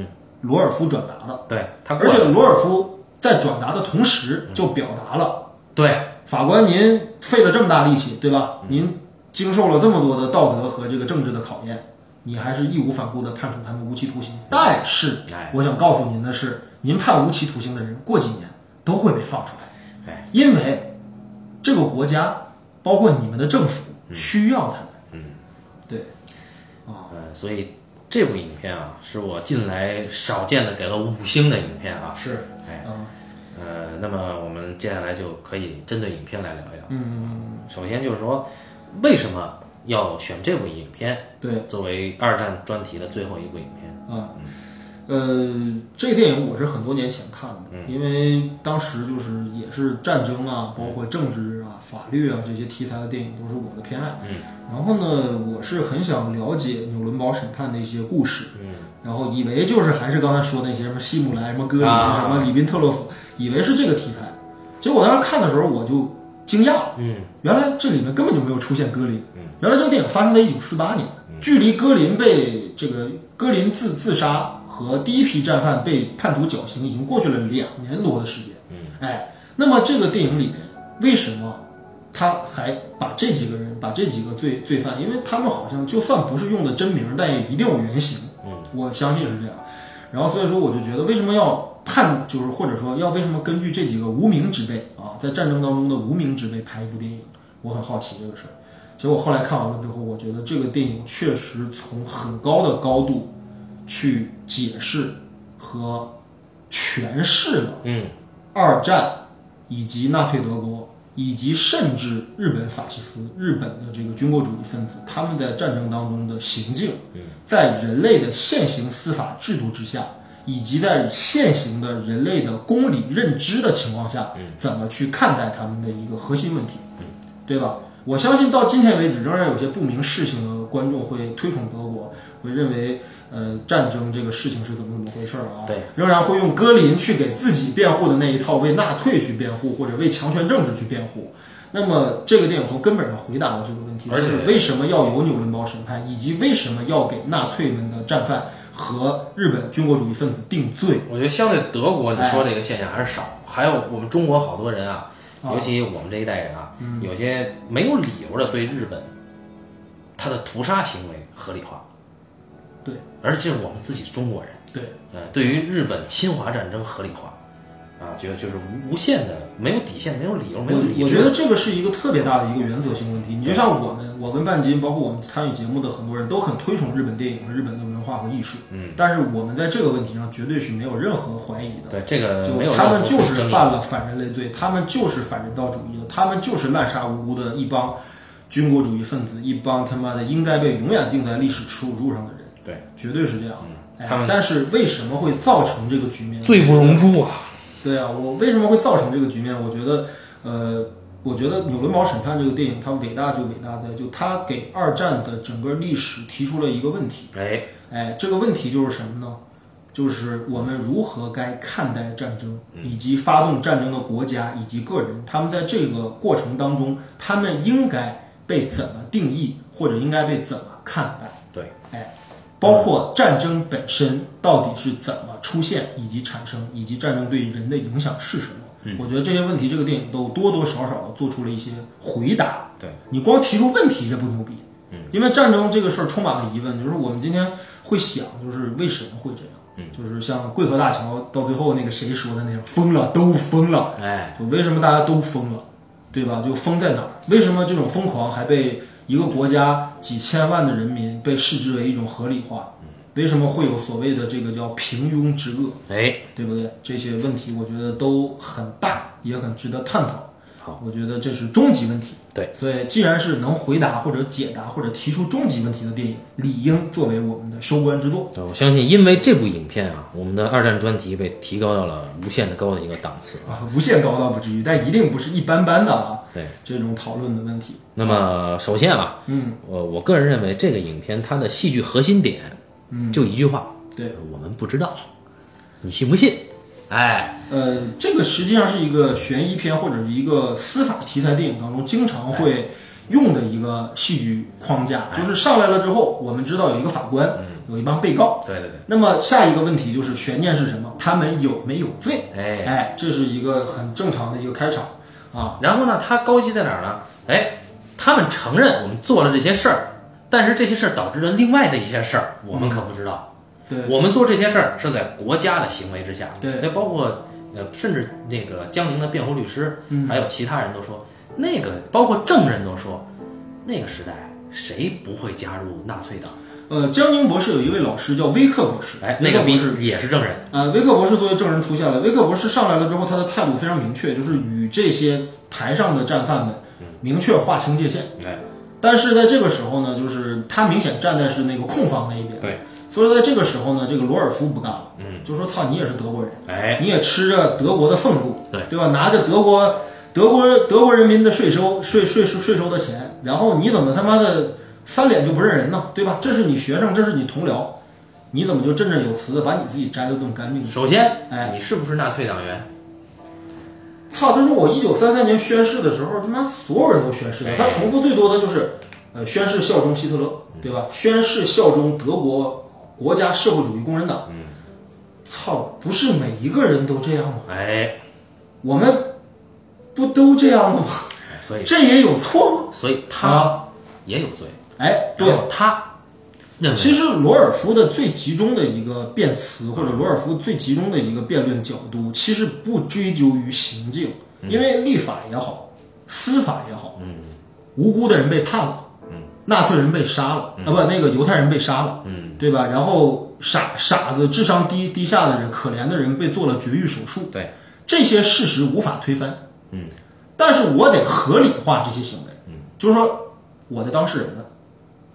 Speaker 2: 罗尔夫转达的，
Speaker 1: 对嗯他过
Speaker 2: 而
Speaker 1: 来
Speaker 2: 且罗尔夫在转达的同时就表达了。
Speaker 1: 对
Speaker 2: 法官，您费了这么大力气，对吧？
Speaker 1: 嗯
Speaker 2: 您经受了这么多的道德和这个政治的考验，你还是义无反顾地判处他们无期徒刑。但是
Speaker 1: 哎，
Speaker 2: 我想告诉您的是，您判无期徒刑的人，过几年都会被放出
Speaker 1: 哎
Speaker 2: 来，因为这个国家，包括你们的政府，需要他们。嗯，对，
Speaker 1: 呃，所以这部影片啊，是我近来少见的给了五星的影片啊。
Speaker 2: 是，
Speaker 1: 哎，
Speaker 2: 嗯，
Speaker 1: 呃，那么我们接下来就可以针对影片来聊一聊。嗯，首先就是说，为什么要选这部影片
Speaker 2: 对，
Speaker 1: 作为二战专题的最后一部影片？
Speaker 2: 啊，呃，这个电影我是很多年前看的，
Speaker 1: 嗯
Speaker 2: 因为当时就是也是战争啊，包
Speaker 1: 嗯
Speaker 2: 括政治啊、法律啊这些题材的电影都是我的偏爱。
Speaker 1: 嗯，
Speaker 2: 然后呢，我是很想了解纽伦堡审判的一些故事，
Speaker 1: 嗯，
Speaker 2: 然后以为就是还是刚才说那些什么希姆莱、什么戈里、
Speaker 1: 啊
Speaker 2: 什么里宾特洛甫，以为是这个题材，结果当时看的时候我就惊讶了。
Speaker 1: 嗯，
Speaker 2: 原来这里面根本就没有出现戈林。原来这个电影发生在一九四八年，距离戈林被这个戈林自自杀和第一批战犯被判处绞刑已经过去了两年多的时间。哎，那么这个电影里面为什么他还把这几个人，把这几个罪罪犯，因为他们好像就算不是用的真名，但也一定有原型。
Speaker 1: 嗯，
Speaker 2: 我相信是这样。然后所以说，我就觉得为什么要判，就是或者说要为什么根据这几个无名之辈啊，在战争当中的无名之辈拍一部电影，我很好奇这个事儿。结果后来看完了之后，我觉得这个电影确实从很高的高度去解释和诠释了
Speaker 1: 嗯
Speaker 2: 二战以及纳粹德国。以及甚至日本法西斯、日本的这个军国主义分子，他们在战争当中的行径，在人类的现行司法制度之下，以及在现行的人类的公理认知的情况下，怎么去看待他们的一个核心问题，对吧？我相信到今天为止，仍然有些不明事情的观众会推崇德国，会认为，呃，战争这个事情是怎么怎么回事儿啊？
Speaker 1: 对，
Speaker 2: 仍然会用戈林去给自己辩护的那一套为纳粹去辩护，或者为强权政治去辩护。那么这个电影从根本上回答了这个问题，
Speaker 1: 而且
Speaker 2: 就是为什么要有纽伦堡审判，以及为什么要给纳粹们的战犯和日本军国主义分子定罪。
Speaker 1: 我觉得相对德国，你
Speaker 2: 哎
Speaker 1: 说这个现象还是少。还有我们中国好多人啊，
Speaker 2: 哦
Speaker 1: 尤其我们这一代人啊，
Speaker 2: 嗯
Speaker 1: 有些没有理由的对日本他的屠杀行为合理化，
Speaker 2: 对
Speaker 1: 而这是我们自己中国人，
Speaker 2: 对，
Speaker 1: 呃，对于日本侵华战争合理化，啊，觉得就是无无限的，没有底线，没有理由，没有
Speaker 2: 我
Speaker 1: 理
Speaker 2: 我觉
Speaker 1: 智。
Speaker 2: 得这个是一个特别大的一个原则性问题。你就像我们，我跟半斤，包括我们参与节目的很多人都很推崇日本电影和日本的文化和艺术，
Speaker 1: 嗯，
Speaker 2: 但是我们在这个问题上绝对是没有任何怀疑的。
Speaker 1: 对这个呃没有
Speaker 2: 就
Speaker 1: 任
Speaker 2: 他
Speaker 1: 何
Speaker 2: 们就
Speaker 1: 可以
Speaker 2: 是
Speaker 1: 争议
Speaker 2: 犯了反人类罪，他们就是反人道主义的，他们就是滥杀无辜的一帮军国主义分子，一帮他妈的应该被永远钉在历史耻辱柱上的人，
Speaker 1: 对，嗯
Speaker 2: 绝对是这样的。哎
Speaker 1: 他们
Speaker 2: 但是为什么会造成这个局面？
Speaker 1: 诛啊！
Speaker 2: 对啊，我为什么会造成这个局面？我觉得，呃，我觉得《纽伦堡审判》这个电影，它伟大就伟大在就它给二战的整个历史提出了一个问题。
Speaker 1: 哎，
Speaker 2: 哎，这个问题就是什么呢？就是我们如何该看待战争，以及发动战争的国家以及个人，他们在这个过程当中，他们应该被怎么定义，或者应该被怎么看待？
Speaker 1: 对，
Speaker 2: 哎，包括战争本身到底是怎么出现以及产生，以及战争对人的影响是什么。
Speaker 1: 嗯
Speaker 2: 我觉得这些问题，这个电影都多多少少的做出了一些回答。
Speaker 1: 对，
Speaker 2: 你光提出问题，这不牛逼。
Speaker 1: 嗯，
Speaker 2: 因为战争这个事儿充满了疑问，就是我们今天会想，就是为什么会这样？
Speaker 1: 嗯，
Speaker 2: 就是像桂河大桥到最后那个谁说的那样，疯了，都疯了。
Speaker 1: 哎，
Speaker 2: 就为什么大家都疯了，对吧？就疯在哪儿？为什么这种疯狂还被一个国家几千万的人民被视之为一种合理化？为什么会有所谓的这个叫平庸之恶，
Speaker 1: 哎，
Speaker 2: 对不对？这些问题我觉得都很大，也很值得探讨。
Speaker 1: 好，
Speaker 2: 我觉得这是终极问题。
Speaker 1: 对，
Speaker 2: 所以既然是能回答或者解答或者提出终极问题的电影，理应作为我们的收官之作。
Speaker 1: 对，我相信，因为这部影片啊，我们的二战专题被提高到了无限的高的一个档次啊。
Speaker 2: 啊，无限高倒不至于，但一定不是一般般的啊。
Speaker 1: 对，
Speaker 2: 这种讨论的问题，
Speaker 1: 那么首先啊，
Speaker 2: 嗯，
Speaker 1: 我我个人认为这个影片它的戏剧核心点，嗯，就一句话，
Speaker 2: 对，
Speaker 1: 我们不知道，你信不信？哎，
Speaker 2: 呃，这个实际上是一个悬疑片或者是一个司法题材电影当中经常
Speaker 1: 哎
Speaker 2: 会用的一个戏剧框架，就是上来了之后，我们知道有一个法官，
Speaker 1: 嗯
Speaker 2: 有一帮被告。
Speaker 1: 对对对，
Speaker 2: 那么下一个问题就是悬念是什么？他们有没有罪？
Speaker 1: 哎，
Speaker 2: 哎，这是一个很正常的一个开场啊。
Speaker 1: 然后呢，它高级在哪儿呢？哎，他们承认我们做了这些事儿，但是这些事儿导致了另外的一些事儿，我们可不知道。
Speaker 2: 对，
Speaker 1: 我们做这些事儿是在国家的行为之下，
Speaker 2: 对
Speaker 1: 那包括呃，甚至那个江宁的辩护律师，
Speaker 2: 嗯
Speaker 1: 还有其他人都说，那个包括证人都说，那个时代谁不会加入纳粹党？
Speaker 2: 呃，江宁博士有一位老师叫威克博士，
Speaker 1: 哎，那
Speaker 2: 威
Speaker 1: 个
Speaker 2: 克博
Speaker 1: 逼
Speaker 2: 士
Speaker 1: 也是证人，
Speaker 2: 呃，威克博士作为证人出现了。威克博士上来了之后，他的态度非常明确，就是与这些台上的战犯们
Speaker 1: 嗯
Speaker 2: 明确划清界限。
Speaker 1: 哎，
Speaker 2: 但是在这个时候呢，就是他明显站在是那个控方那一边，
Speaker 1: 对，
Speaker 2: 所以在这个时候呢，这个罗尔夫不干了，
Speaker 1: 嗯，
Speaker 2: 就说操，你也是德国人，
Speaker 1: 哎，
Speaker 2: 你也吃着德国的俸禄，
Speaker 1: 对
Speaker 2: 对吧？拿着德国德国德国人民的税收税税税税收的钱，然后你怎么他妈的翻脸就不认人呢？对吧？这是你学生，这是你同僚，你怎么就振振有词的把你自己摘得这么干净呢？
Speaker 1: 首先，
Speaker 2: 哎
Speaker 1: 你是不是纳粹党员？
Speaker 2: 操，他说我一九三三年宣誓的时候，他妈所有人都宣誓了
Speaker 1: 哎，
Speaker 2: 他重复最多的就是，呃，宣誓效忠希特勒，对
Speaker 1: 嗯
Speaker 2: 吧？宣誓效忠德国国家社会主义工人党。
Speaker 1: 嗯
Speaker 2: 操，不是每一个人都这样吗？
Speaker 1: 哎，
Speaker 2: 我们不都这样了吗？
Speaker 1: 哎所以
Speaker 2: 这也有错吗？
Speaker 1: 所以他
Speaker 2: 啊
Speaker 1: 也有罪，
Speaker 2: 哎，
Speaker 1: 然
Speaker 2: 对，
Speaker 1: 后他认为
Speaker 2: 其实罗尔夫的最集中的一个辩词，或者罗尔夫最集中的一个辩论角度，其实不追究于行径，因为立法也好，司法也好，嗯，无辜的人嗯被判了，嗯，纳粹人被杀了，啊不，那个犹太人被杀了，
Speaker 1: 嗯，
Speaker 2: 对吧？然后傻傻子、智商低低下的人、可怜的人被做了绝育手术，
Speaker 1: 对，
Speaker 2: 这些事实无法推翻。
Speaker 1: 嗯，
Speaker 2: 但是我得合理化这些行为。嗯，就是说我的当事人呢，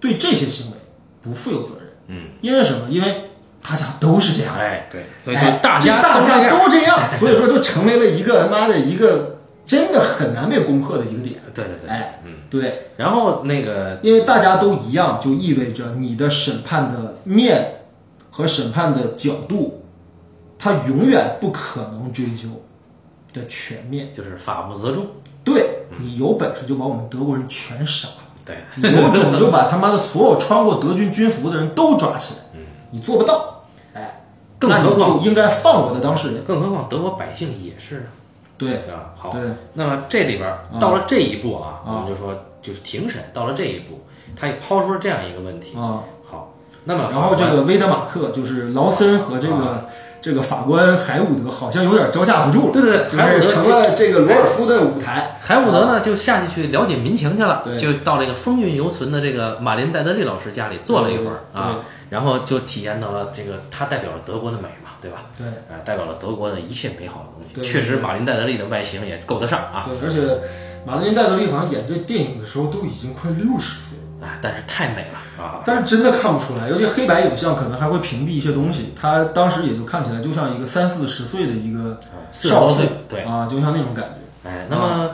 Speaker 2: 对这些行为不负有责任。
Speaker 1: 嗯，
Speaker 2: 因为什么？因为大家都是这样。
Speaker 1: 哎，对，所以说
Speaker 2: 哎，
Speaker 1: 大家
Speaker 2: 这大
Speaker 1: 都这
Speaker 2: 家
Speaker 1: 样，哎
Speaker 2: 都这样，所以说就成为了一个他妈的一个真的很难被攻克的一个点。
Speaker 1: 对对嗯对，
Speaker 2: 哎，对，
Speaker 1: 然后那个
Speaker 2: 因为大家都一样，就意味着你的审判的面和审判的角度，它永远不可能追究的全面。
Speaker 1: 就是法不责众，
Speaker 2: 对
Speaker 1: 嗯
Speaker 2: 你有本事就把我们德国人全杀了。
Speaker 1: 对，
Speaker 2: 你有种就把他妈的所有穿过德军军服的人都抓起来，
Speaker 1: 嗯
Speaker 2: 你做不到，哎，
Speaker 1: 更
Speaker 2: 那
Speaker 1: 何
Speaker 2: 你
Speaker 1: 况
Speaker 2: 就应该放我的当事人。
Speaker 1: 更何况德国百姓也是啊，
Speaker 2: 对，
Speaker 1: 啊，好
Speaker 2: 对，嗯
Speaker 1: 那么这里边儿到了这一步啊，我们就说就是庭审到了这一步，他也抛出了这样一个问题，
Speaker 2: 啊，
Speaker 1: 好，那么
Speaker 2: 然后这个威德马克就是劳森和这
Speaker 1: 啊
Speaker 2: 个这个法官海伍德好像有点招架不住了，
Speaker 1: 对对对
Speaker 2: 就
Speaker 1: 海伍德
Speaker 2: 是成了这个罗尔夫的舞台。
Speaker 1: 海伍德呢就下去去了解民情去了，
Speaker 2: 嗯对
Speaker 1: 就到这个风韵犹存的这个马林戴德利老师家里坐了一会儿
Speaker 2: 嗯对
Speaker 1: 啊，然后就体验到了这个他代表了德国的美嘛，对吧？
Speaker 2: 对
Speaker 1: 啊，代表了德国的一切美好的东
Speaker 2: 对
Speaker 1: 西。确实，马林戴德利的外形也够得上啊，
Speaker 2: 对，而且马德琳戴德利好像演这电影的时候都已经快六十岁了。
Speaker 1: 啊，但是太美了啊！
Speaker 2: 但是真的看不出来，尤其黑白影像可能还会屏蔽一些东西。他当时也就看起来就像一个三四十岁的一个
Speaker 1: 四十多
Speaker 2: 少妇
Speaker 1: 岁，对
Speaker 2: 啊，就像那种感觉。
Speaker 1: 哎，那么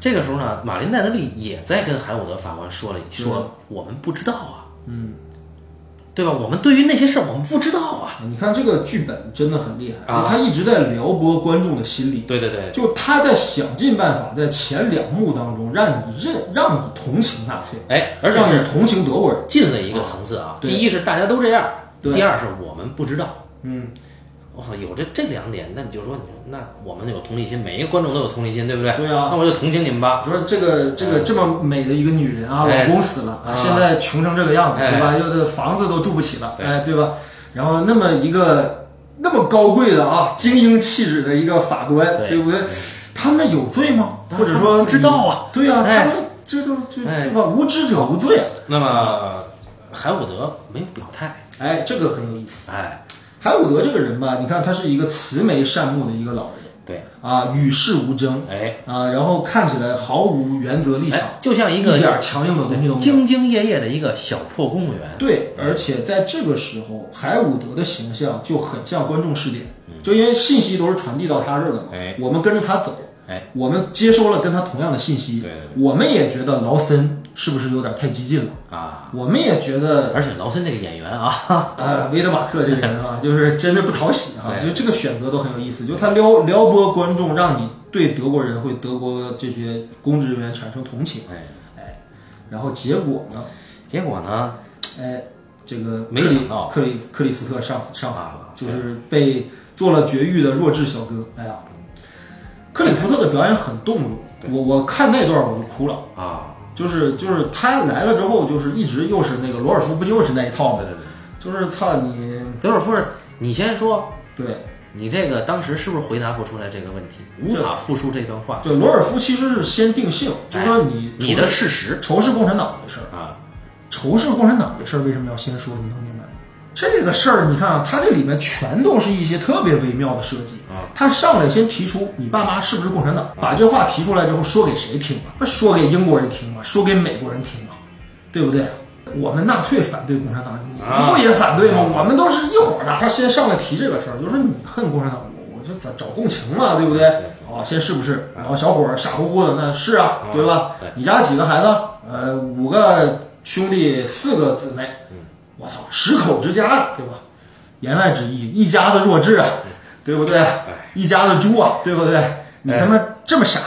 Speaker 1: 这个时候呢，马林戴德利也在跟海伍德法官说了，说我们不知道啊，
Speaker 2: 嗯，
Speaker 1: 对吧？我们对于那些事儿我们不知道啊。
Speaker 2: 你看这个剧本真的很厉害，
Speaker 1: 啊
Speaker 2: 他一直在撩拨观众的心理，
Speaker 1: 对对对，
Speaker 2: 就他在想尽办法在前两幕当中让你认让你同情纳粹，
Speaker 1: 哎，而且
Speaker 2: 让
Speaker 1: 是
Speaker 2: 你同情德国人。
Speaker 1: 进了一个层次啊。
Speaker 2: 对
Speaker 1: 第一是大家都这样，
Speaker 2: 对
Speaker 1: 第二是我们不知道。
Speaker 2: 嗯，
Speaker 1: 哇、有这这两点，那你就说，你说那我们有同理心，每一个观众都有同理心，对不对？
Speaker 2: 对啊
Speaker 1: 那我就同情你们吧。
Speaker 2: 你说这个这个这么美的一个女人啊，
Speaker 1: 哎
Speaker 2: 老公死了，
Speaker 1: 啊
Speaker 2: 现在穷成这个样子，
Speaker 1: 哎
Speaker 2: 对吧？又这房子都住不起了，
Speaker 1: 对
Speaker 2: 哎，对吧？然后那么一个那么高贵的啊，精英气质的一个法官，
Speaker 1: 对
Speaker 2: 对不对？他们有罪吗？
Speaker 1: 啊
Speaker 2: 或者说
Speaker 1: 他们不知道啊？
Speaker 2: 对呀，
Speaker 1: 哎
Speaker 2: 他们这都这
Speaker 1: 哎
Speaker 2: 对吧？无知者无罪啊！
Speaker 1: 那么海伍德没有表态，
Speaker 2: 哎，这个很有意思。
Speaker 1: 哎，
Speaker 2: 海伍德这个人吧，你看他是一个慈眉善目的一个老人
Speaker 1: 对，
Speaker 2: 啊，与世无争
Speaker 1: 哎，
Speaker 2: 啊，然后看起来毫无原则立场，
Speaker 1: 哎，就像一
Speaker 2: 一
Speaker 1: 个
Speaker 2: 点强硬的东西都没有。
Speaker 1: 兢兢业业的一个小破公务员，
Speaker 2: 对，而且在这个时候，海伍德的形象就很像观众视点，就因为信息都是传递到他这儿的嘛
Speaker 1: 嗯哎。
Speaker 2: 我们跟着他走，
Speaker 1: 哎，
Speaker 2: 我们接收了跟他同样的信息
Speaker 1: 对对，
Speaker 2: 我们也觉得劳森是不是有点太激进了？
Speaker 1: 啊，
Speaker 2: 我们也觉得，
Speaker 1: 而且劳森这个演员啊，
Speaker 2: 呃，维德马克这个人啊，就是真的不讨喜啊，
Speaker 1: 对
Speaker 2: 就这个选择都很有意思，就他撩撩拨观众，让你对德国人会德国这些公职人员产生同情，
Speaker 1: 哎，
Speaker 2: 然后结果呢，
Speaker 1: 结果呢，
Speaker 2: 哎，这个
Speaker 1: 没
Speaker 2: 克里
Speaker 1: 想到
Speaker 2: 克里克里夫特上上法
Speaker 1: 啊
Speaker 2: 了，就是被做了绝育的弱智小哥。哎呀，克里夫特的表演很动容，我我看那段我就哭了。
Speaker 1: 啊，
Speaker 2: 就是就是他来了之后，就是一直又是那个罗尔夫，不又是那一套
Speaker 1: 对
Speaker 2: 吗？
Speaker 1: 对对，
Speaker 2: 就是操你，
Speaker 1: 德尔夫人，你先说，
Speaker 2: 对，
Speaker 1: 你这个当时是不是回答不出来这个问题，无法复述这段话？
Speaker 2: 对，罗尔夫其实是先定性，就说你
Speaker 1: 哎你的事实
Speaker 2: 仇视共产党这事儿，
Speaker 1: 啊，
Speaker 2: 仇视共产党这事儿为什么要先说？你能明白吗？这个事儿，你看啊，它这里面全都是一些特别微妙的设计
Speaker 1: 啊。
Speaker 2: 他上来先提出你爸妈是不是共产党，把这话提出来之后，说给谁听啊？那说给英国人听吗？说给美国人听吗？对不对？啊我们纳粹反对共产党，你
Speaker 1: 啊
Speaker 2: 们不也反对吗？
Speaker 1: 啊
Speaker 2: 我们都是一伙儿的。嗯他先上来提这个事儿，就说你恨共产党，我我就找找共情嘛，对不对？啊，先是不是？然后小伙儿傻乎乎的，那是啊，对吧
Speaker 1: 嗯对？
Speaker 2: 你家几个孩子？呃，五个兄弟，四个姊妹。
Speaker 1: 嗯
Speaker 2: 我操，十口之家，对吧？言外之意，一家子弱智啊，
Speaker 1: 嗯
Speaker 2: 对不对？
Speaker 1: 哎
Speaker 2: 一家子猪啊，对不对？你他妈这么傻，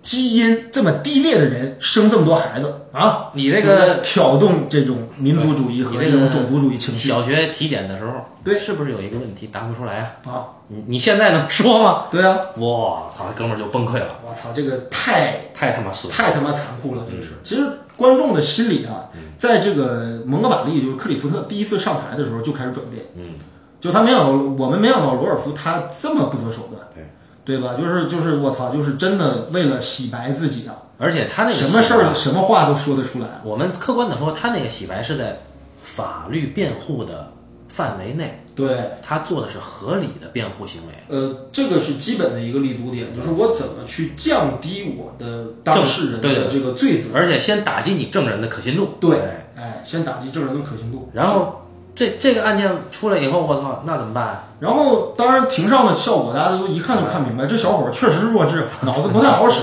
Speaker 2: 基因这么低劣的人生这么多孩子啊！
Speaker 1: 你这
Speaker 2: 对不对
Speaker 1: 个
Speaker 2: 挑动这种民族主义
Speaker 1: 你
Speaker 2: 和
Speaker 1: 这
Speaker 2: 这
Speaker 1: 个
Speaker 2: 种种族主义情绪
Speaker 1: 小学体检的时候，
Speaker 2: 对
Speaker 1: 是不是有一个问题答不出来啊？
Speaker 2: 啊！
Speaker 1: 你你现在能说吗？
Speaker 2: 对啊，
Speaker 1: 我操，哥们儿就崩溃了，
Speaker 2: 我操，这个太
Speaker 1: 太他妈损了。
Speaker 2: 太他妈残
Speaker 1: 嗯
Speaker 2: 酷了，这个事。其实观众的心理啊，在这个蒙哥马利就是克里夫特第一次上台的时候就开始转变，
Speaker 1: 嗯，
Speaker 2: 就他没想到，我们没想到罗尔夫他这么不择手段，
Speaker 1: 对
Speaker 2: 对吧？就是就是我操，就是真的为了洗白自己啊，
Speaker 1: 而且他那个
Speaker 2: 什么事
Speaker 1: 洗
Speaker 2: 儿
Speaker 1: 白？
Speaker 2: 什么话都说得出来啊。
Speaker 1: 我们客观的说，他那个洗白是在法律辩护的范围内，
Speaker 2: 对，
Speaker 1: 他做的是合理的辩护行为。
Speaker 2: 呃，这个是基本的一个立足点，就是我怎么去降低我的当事人
Speaker 1: 正对
Speaker 2: 的
Speaker 1: 对
Speaker 2: 这个罪责。
Speaker 1: 而且先打击你证人的可信度。
Speaker 2: 对
Speaker 1: 哎，
Speaker 2: 哎，先打击证人的可信度。
Speaker 1: 然后这这个案件出来以后，我操，那怎么办啊？
Speaker 2: 然后，当然庭上的效果大家都一看就看明白，这小伙儿确实是弱智，脑子不太好使，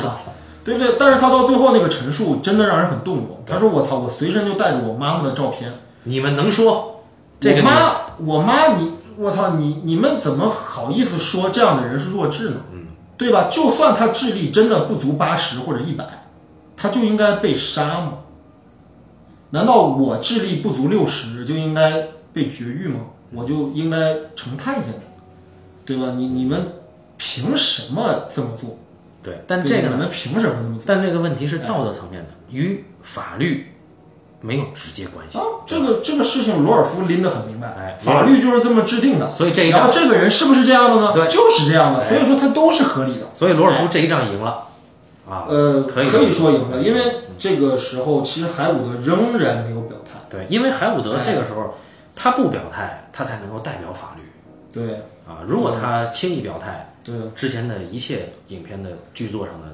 Speaker 2: 对不对？但是他到最后那个陈述真的让人很动容。他说：“我操，我随身就带着我妈妈的照片，
Speaker 1: 你们能说这个
Speaker 2: 我
Speaker 1: 你？
Speaker 2: 妈，我妈你，我操你，你们怎么好意思说这样的人是弱智呢？
Speaker 1: 嗯
Speaker 2: 对吧？就算他智力真的不足八十或者一百，他就应该被杀吗？难道我智力不足六十就应该被绝育吗？我就应该成太监吗？对吧？你你们凭什么这么做？
Speaker 1: 对，但
Speaker 2: 对
Speaker 1: 这
Speaker 2: 吧
Speaker 1: 个
Speaker 2: 你
Speaker 1: 呢？
Speaker 2: 们凭什么这哎么
Speaker 1: 但这个问题是道德层面的，与法律没有直接关系
Speaker 2: 做？。啊，这个这个事情罗尔夫拎得很明白，
Speaker 1: 哎
Speaker 2: 法律就是这么制定的。
Speaker 1: 所以这一
Speaker 2: 然
Speaker 1: 仗
Speaker 2: 后，这个人是不是这样的呢？
Speaker 1: 对哎
Speaker 2: 就是这样的，所以说他都是合理的。
Speaker 1: 所以罗尔
Speaker 2: 哎
Speaker 1: 夫这一仗赢了啊。
Speaker 2: 呃，
Speaker 1: 可以
Speaker 2: 说赢了，因为这个时候其实海伍德仍然没有表态。
Speaker 1: 对，因为海伍
Speaker 2: 哎
Speaker 1: 德这个时候他不表态，他才能够代表法律
Speaker 2: 对
Speaker 1: 啊。如
Speaker 2: 嗯
Speaker 1: 果他轻易表态，
Speaker 2: 对，
Speaker 1: 之前的一切影片的剧作上的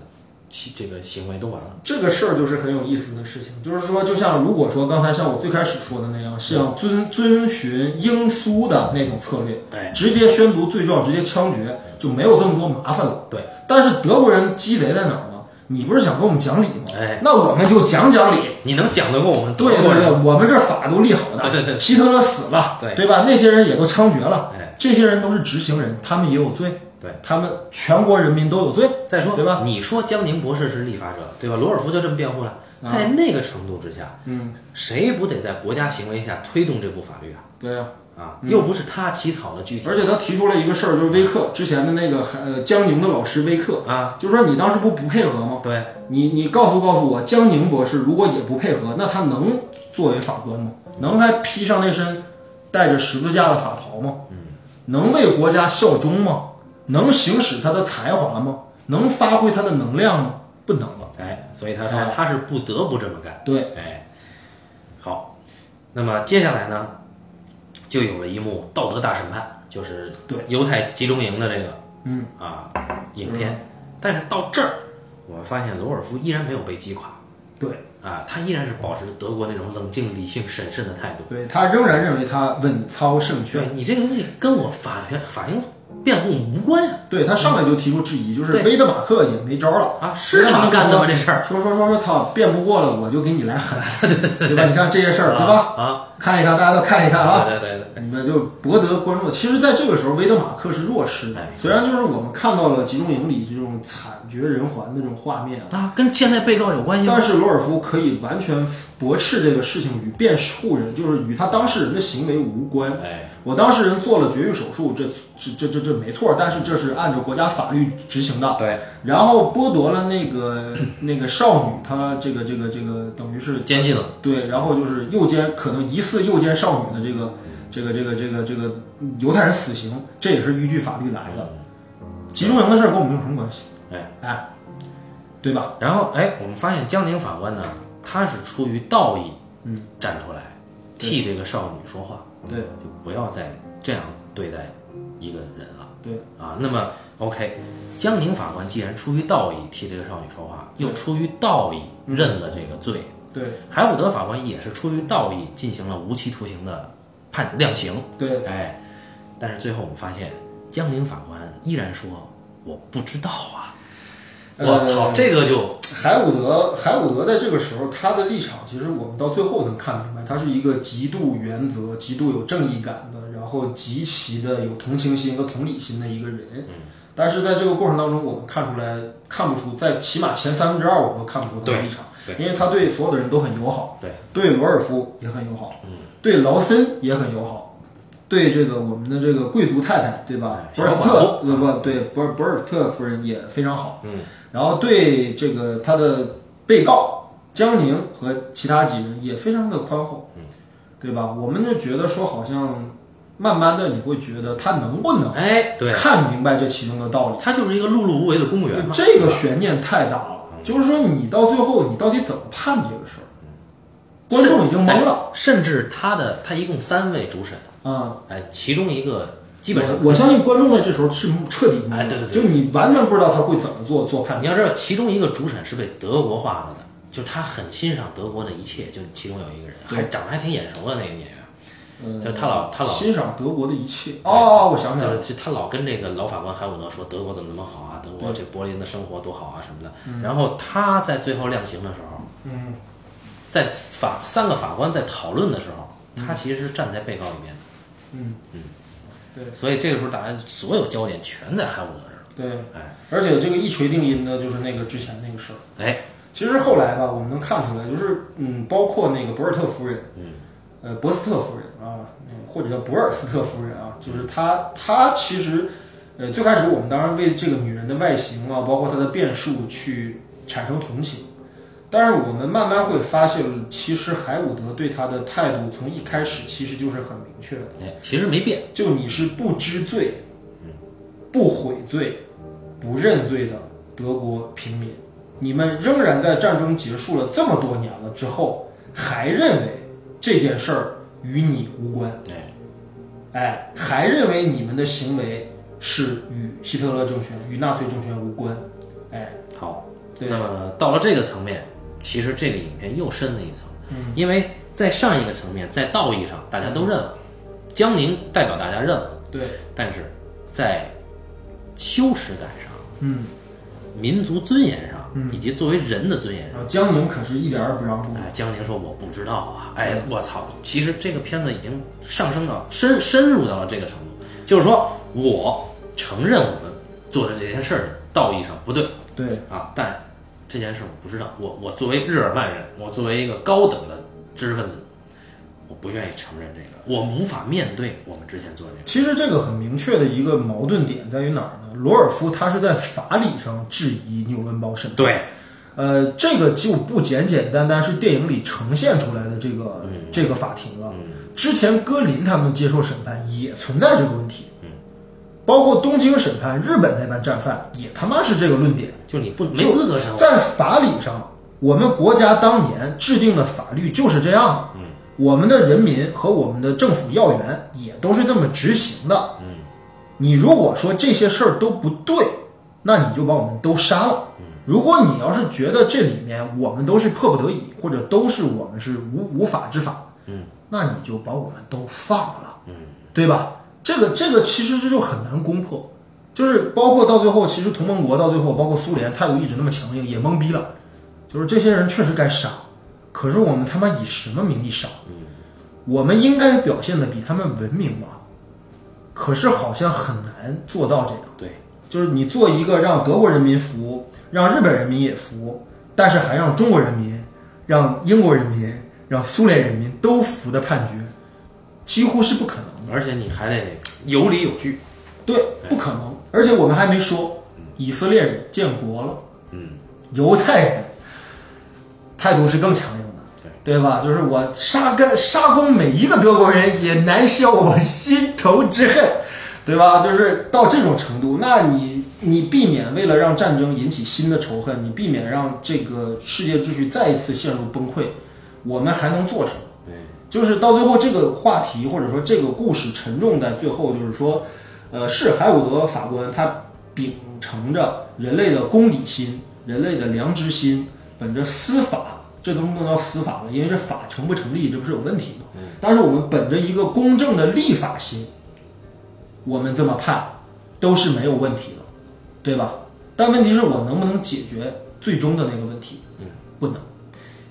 Speaker 1: 其这个行为都完了。
Speaker 2: 这个事儿就是很有意思的事情，就是说，就像如果说刚才像我最开始说的那样，是要遵遵循英苏的那种策略，
Speaker 1: 哎，
Speaker 2: 直接宣读罪状，直接枪决，就没有这么多麻烦了。
Speaker 1: 对，
Speaker 2: 但是德国人鸡贼在哪儿呢？你不是想跟我们讲理吗？
Speaker 1: 哎
Speaker 2: 那我们就讲讲理。
Speaker 1: 你能讲得过我们德
Speaker 2: 对
Speaker 1: 国
Speaker 2: 对对
Speaker 1: 人？，
Speaker 2: 我们这法都立好的，
Speaker 1: 对对对
Speaker 2: 希特勒死了，
Speaker 1: 对
Speaker 2: 吧？那些人也都枪决了，
Speaker 1: 哎，
Speaker 2: 这些人都是执行人，他们也有罪，
Speaker 1: 对
Speaker 2: 他们全国人民都有罪，
Speaker 1: 再说
Speaker 2: 对吧？？
Speaker 1: 你说江宁博士是立法者，对吧？罗尔夫就这么辩护了，
Speaker 2: 啊
Speaker 1: 在那个程度之下，
Speaker 2: 嗯，
Speaker 1: 谁不得在国家行为下推动这部法律啊？
Speaker 2: 对啊。
Speaker 1: 啊，又不是他起草的具体
Speaker 2: 而且他提出了一个事儿，就是威克之前的那个呃江宁的老师威克，
Speaker 1: 啊，
Speaker 2: 就说你当时不不配合吗？
Speaker 1: 对，
Speaker 2: 你你告诉告诉我，江宁博士如果也不配合，那他能作为法官吗？能还披上那身带着十字架的法袍吗？嗯，能为国家效忠吗？能行使他的才华吗？能发挥他的能量吗？不能了。
Speaker 1: 哎，所以他说
Speaker 2: 哎
Speaker 1: 他是不得不这么干。
Speaker 2: 对，
Speaker 1: 哎，好，那么接下来呢，就有了一幕道德大审判，就是
Speaker 2: 对
Speaker 1: 犹太集中营的这个
Speaker 2: 嗯
Speaker 1: 啊影片。但是到这儿，我们发现罗尔夫依然没有被击垮
Speaker 2: 对，
Speaker 1: 啊，他依然是保持德国那种冷静、理性、审慎的态度。
Speaker 2: 对他仍然认为他稳操胜券。
Speaker 1: 对你这个东西跟我法院法庭辩护无关呀、
Speaker 2: 对他上来就提出质疑，就是
Speaker 1: 对
Speaker 2: 威德马克也没招了
Speaker 1: 啊是他们干的吗这事儿
Speaker 2: 说说说说，操，辩不过了，我就给你来狠， 对吧？你看这些事儿，对吧？
Speaker 1: 啊，
Speaker 2: 看一看，大家都看一看啊。
Speaker 1: 对对对对。
Speaker 2: 你们就博得关注。其实，在这个时候，威德马克是弱势的
Speaker 1: 哎。
Speaker 2: 虽然就是我们看到了集中营里这种惨绝人寰的这种画面啊，
Speaker 1: 啊，跟现在被告有关系吗？
Speaker 2: 但是罗尔夫可以完全驳斥这个事情与辩护人，就是与他当事人的行为无关。
Speaker 1: 哎，
Speaker 2: 我当事人做了绝育手术，这这这这这没错，但是这是按照国家法律执行的。
Speaker 1: 对，
Speaker 2: 然后剥夺了那个那个少女，她这个这个这个等于是
Speaker 1: 监禁了。
Speaker 2: 对，然后就是诱奸，可能疑似诱奸少女的这个这个这个这个这个犹太人死刑，这也是依据法律来的。集中营的事儿跟我们有什么关系？
Speaker 1: 哎
Speaker 2: 哎，对吧？
Speaker 1: 然后哎，我们发现江宁法官呢，他是出于道义，嗯，站出来替这个少女说话，
Speaker 2: 对
Speaker 1: 就不要再这样对待一个人了
Speaker 2: 对
Speaker 1: 啊。那么 OK，江宁法官既然出于道义替这个少女说话，又出于道义认了这个罪，
Speaker 2: 对
Speaker 1: 海伍德法官也是出于道义进行了无期徒刑的判量刑。
Speaker 2: 对，
Speaker 1: 哎，但是最后我们发现江宁法官依然说我不知道啊，我操，
Speaker 2: 呃
Speaker 1: 这个就
Speaker 2: 海伍德，海伍德在这个时候他的立场，其实我们到最后能看明白，他是一个极度原则、极度有正义感的，然后极其的有同情心和同理心的一个人。
Speaker 1: 嗯
Speaker 2: 但是在这个过程当中，我们看出来看不出，在起码前三分之二，我们都看不出他的立场，
Speaker 1: 对
Speaker 2: 因为他对所有的人都很友好，
Speaker 1: 对嗯
Speaker 2: 对罗尔夫也很友好，对劳森也很友好，对这个我们的这个贵族太太，对吧
Speaker 1: 哎？
Speaker 2: 博尔福
Speaker 1: 小寡
Speaker 2: 特，呃不对，博尔博尔福特夫人也非常好，
Speaker 1: 嗯，
Speaker 2: 然后对这个他的被告江宁和其他几人也非常的宽厚，嗯，对吧？我们就觉得说，好像慢慢的你会觉得他能不能
Speaker 1: 哎，对，
Speaker 2: 看明白这其中的道理？
Speaker 1: 他就是一个碌碌无为的公务员嘛。
Speaker 2: 这个悬念太大了，
Speaker 1: 嗯
Speaker 2: 就是说你到最后你到底怎么判这个事儿？观众已经懵了。
Speaker 1: 哎甚至他的他一共三位主审，
Speaker 2: 啊，
Speaker 1: 哎，其中一个基本上
Speaker 2: 我我相信观众在这时候是彻底懵的
Speaker 1: 哎对对对
Speaker 2: 就你完全不知道他会怎么做做判断。
Speaker 1: 你要知道，其中一个主审是被德国化了的，就是他很欣赏德国的一切，就是其中有一个人还长得还挺眼熟的那个演员，
Speaker 2: 嗯
Speaker 1: 就是他啊老他老
Speaker 2: 欣赏德国的一切。哦哦，我想起来了，
Speaker 1: 就是他老跟这个老法官海伍德说德国怎么怎么好啊，德国这柏林的生活多好啊什么的。然后他在最后量刑的时候，
Speaker 2: 嗯，
Speaker 1: 在法三个法官在讨论的时候，他其实是站在被告一边的。
Speaker 2: 嗯
Speaker 1: 嗯，
Speaker 2: 对
Speaker 1: 所以这个时候大家所有焦点全在海伍德这儿。
Speaker 2: 对，
Speaker 1: 哎
Speaker 2: 而且这个一锤定音呢，就是那个之前那个事儿。
Speaker 1: 哎，
Speaker 2: 其实后来吧，我们能看出来，就是嗯，包括那个博尔特夫人，
Speaker 1: 嗯，
Speaker 2: 呃，博斯特夫人啊，嗯或者叫博尔斯特夫人
Speaker 1: 嗯
Speaker 2: 啊，就是她，她其实，呃，最开始我们当然为这个女人的外形啊，包括她的变数去产生同情，但是我们慢慢会发现，其实海伍德对她的态度从一开始其实就是很明确的。
Speaker 1: 哎，其实没变。
Speaker 2: 就你是不知罪、不悔罪、不认罪的德国平民，你们仍然在战争结束了这么多年了之后，还认为这件事儿与你无关，
Speaker 1: 哎，
Speaker 2: 哎，还认为你们的行为是与希特勒政权、与纳粹政权无关，哎，
Speaker 1: 好，
Speaker 2: 对
Speaker 1: 那么到了这个层面，其实这个影片又深了一层，
Speaker 2: 嗯
Speaker 1: 因为在上一个层面，在道义上大家都认了，
Speaker 2: 嗯
Speaker 1: 江宁代表大家认了，
Speaker 2: 对，
Speaker 1: 但是在羞耻感上、
Speaker 2: 嗯，
Speaker 1: 民族尊严上，以及作为人的尊严上。
Speaker 2: 然后江宁可是一点儿也不让步，
Speaker 1: 哎，江宁说我不知道啊！哎，我操！其实这个片子已经上升到深深入到了这个程度，就是说我承认我们做的这件事儿道义上不对，
Speaker 2: 对，
Speaker 1: 啊，但这件事我不知道。我我作为日耳曼人，我作为一个高等的知识分子，我不愿意承认这个，我无法面对我们之前做的这个。
Speaker 2: 其实这个很明确的一个矛盾点在于哪儿呢？罗尔夫他是在法理上质疑纽伦堡审判。
Speaker 1: 对，
Speaker 2: 呃，这个就不简简单单是电影里呈现出来的这个、
Speaker 1: 嗯
Speaker 2: 这个法庭了。之前戈林他们接受审判也存在这个问题，
Speaker 1: 嗯
Speaker 2: 包括东京审判日本那班战犯也他妈是这个论点，
Speaker 1: 就你不没
Speaker 2: 就
Speaker 1: 资格生活。
Speaker 2: 在法理上，我们国家当年制定的法律就是这样的，
Speaker 1: 嗯
Speaker 2: 我们的人民和我们的政府要员也都是这么执行的。
Speaker 1: 嗯，
Speaker 2: 你如果说这些事儿都不对，那你就把我们都杀了。如果你要是觉得这里面我们都是迫不得已，或者都是我们是无无法之法，
Speaker 1: 嗯，
Speaker 2: 那你就把我们都放了，
Speaker 1: 嗯，
Speaker 2: 对吧？这个这个其实这就很难攻破，就是包括到最后，其实同盟国到最后，包括苏联态度一直那么强硬，也懵逼了，就是这些人确实该杀，可是我们他妈以什么名义杀？我们应该表现的比他们文明吧，可是好像很难做到这样。
Speaker 1: 对，
Speaker 2: 就是你做一个让德国人民服，让日本人民也服，但是还让中国人民、让英国人民、让苏联人民都服的判决，几乎是不可能的。
Speaker 1: 而且你还得有理有据。
Speaker 2: 对，不可能。而且我们还没说，以色列人建国了，
Speaker 1: 嗯，
Speaker 2: 犹太人态度是更强硬的，对吧？就是我杀个杀光每一个德国人，也难消我心头之恨，对吧？就是到这种程度，那你你避免为了让战争引起新的仇恨，你避免让这个世界秩序再一次陷入崩溃，我们还能做什么？
Speaker 1: 对，
Speaker 2: 就是到最后这个话题或者说这个故事沉重在最后，就是说，呃，是海伍德法官他秉承着人类的公理心、人类的良知心，本着司法，这都不能叫司法了，因为这法成不成立，这不是有问题吗？但是我们本着一个公正的立法心，我们这么判都是没有问题的，对吧？但问题是我能不能解决最终的那个问题？嗯，不能。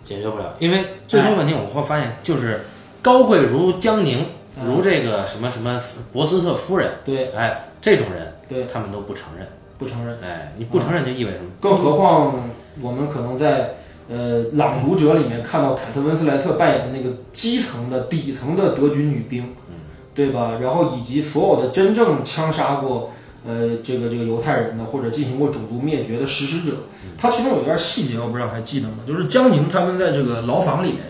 Speaker 1: 解决不了，因为最终问题我们会发现就是高贵如江宁，如这个什么什么博斯特夫人，
Speaker 2: 对，
Speaker 1: 哎，这种人，
Speaker 2: 对
Speaker 1: 他们都不承认。
Speaker 2: 不承认。
Speaker 1: 哎，你不承认就意味着什么？
Speaker 2: 更何况我们可能在呃《朗读者》里面看到凯特温斯莱特扮演的那个基层的底层的德军女兵，对吧？然后以及所有的真正枪杀过呃这个这个犹太人的或者进行过种族灭绝的实施者，他其中有一段细节，我不知道还记得吗？就是江宁他们在这个牢房里面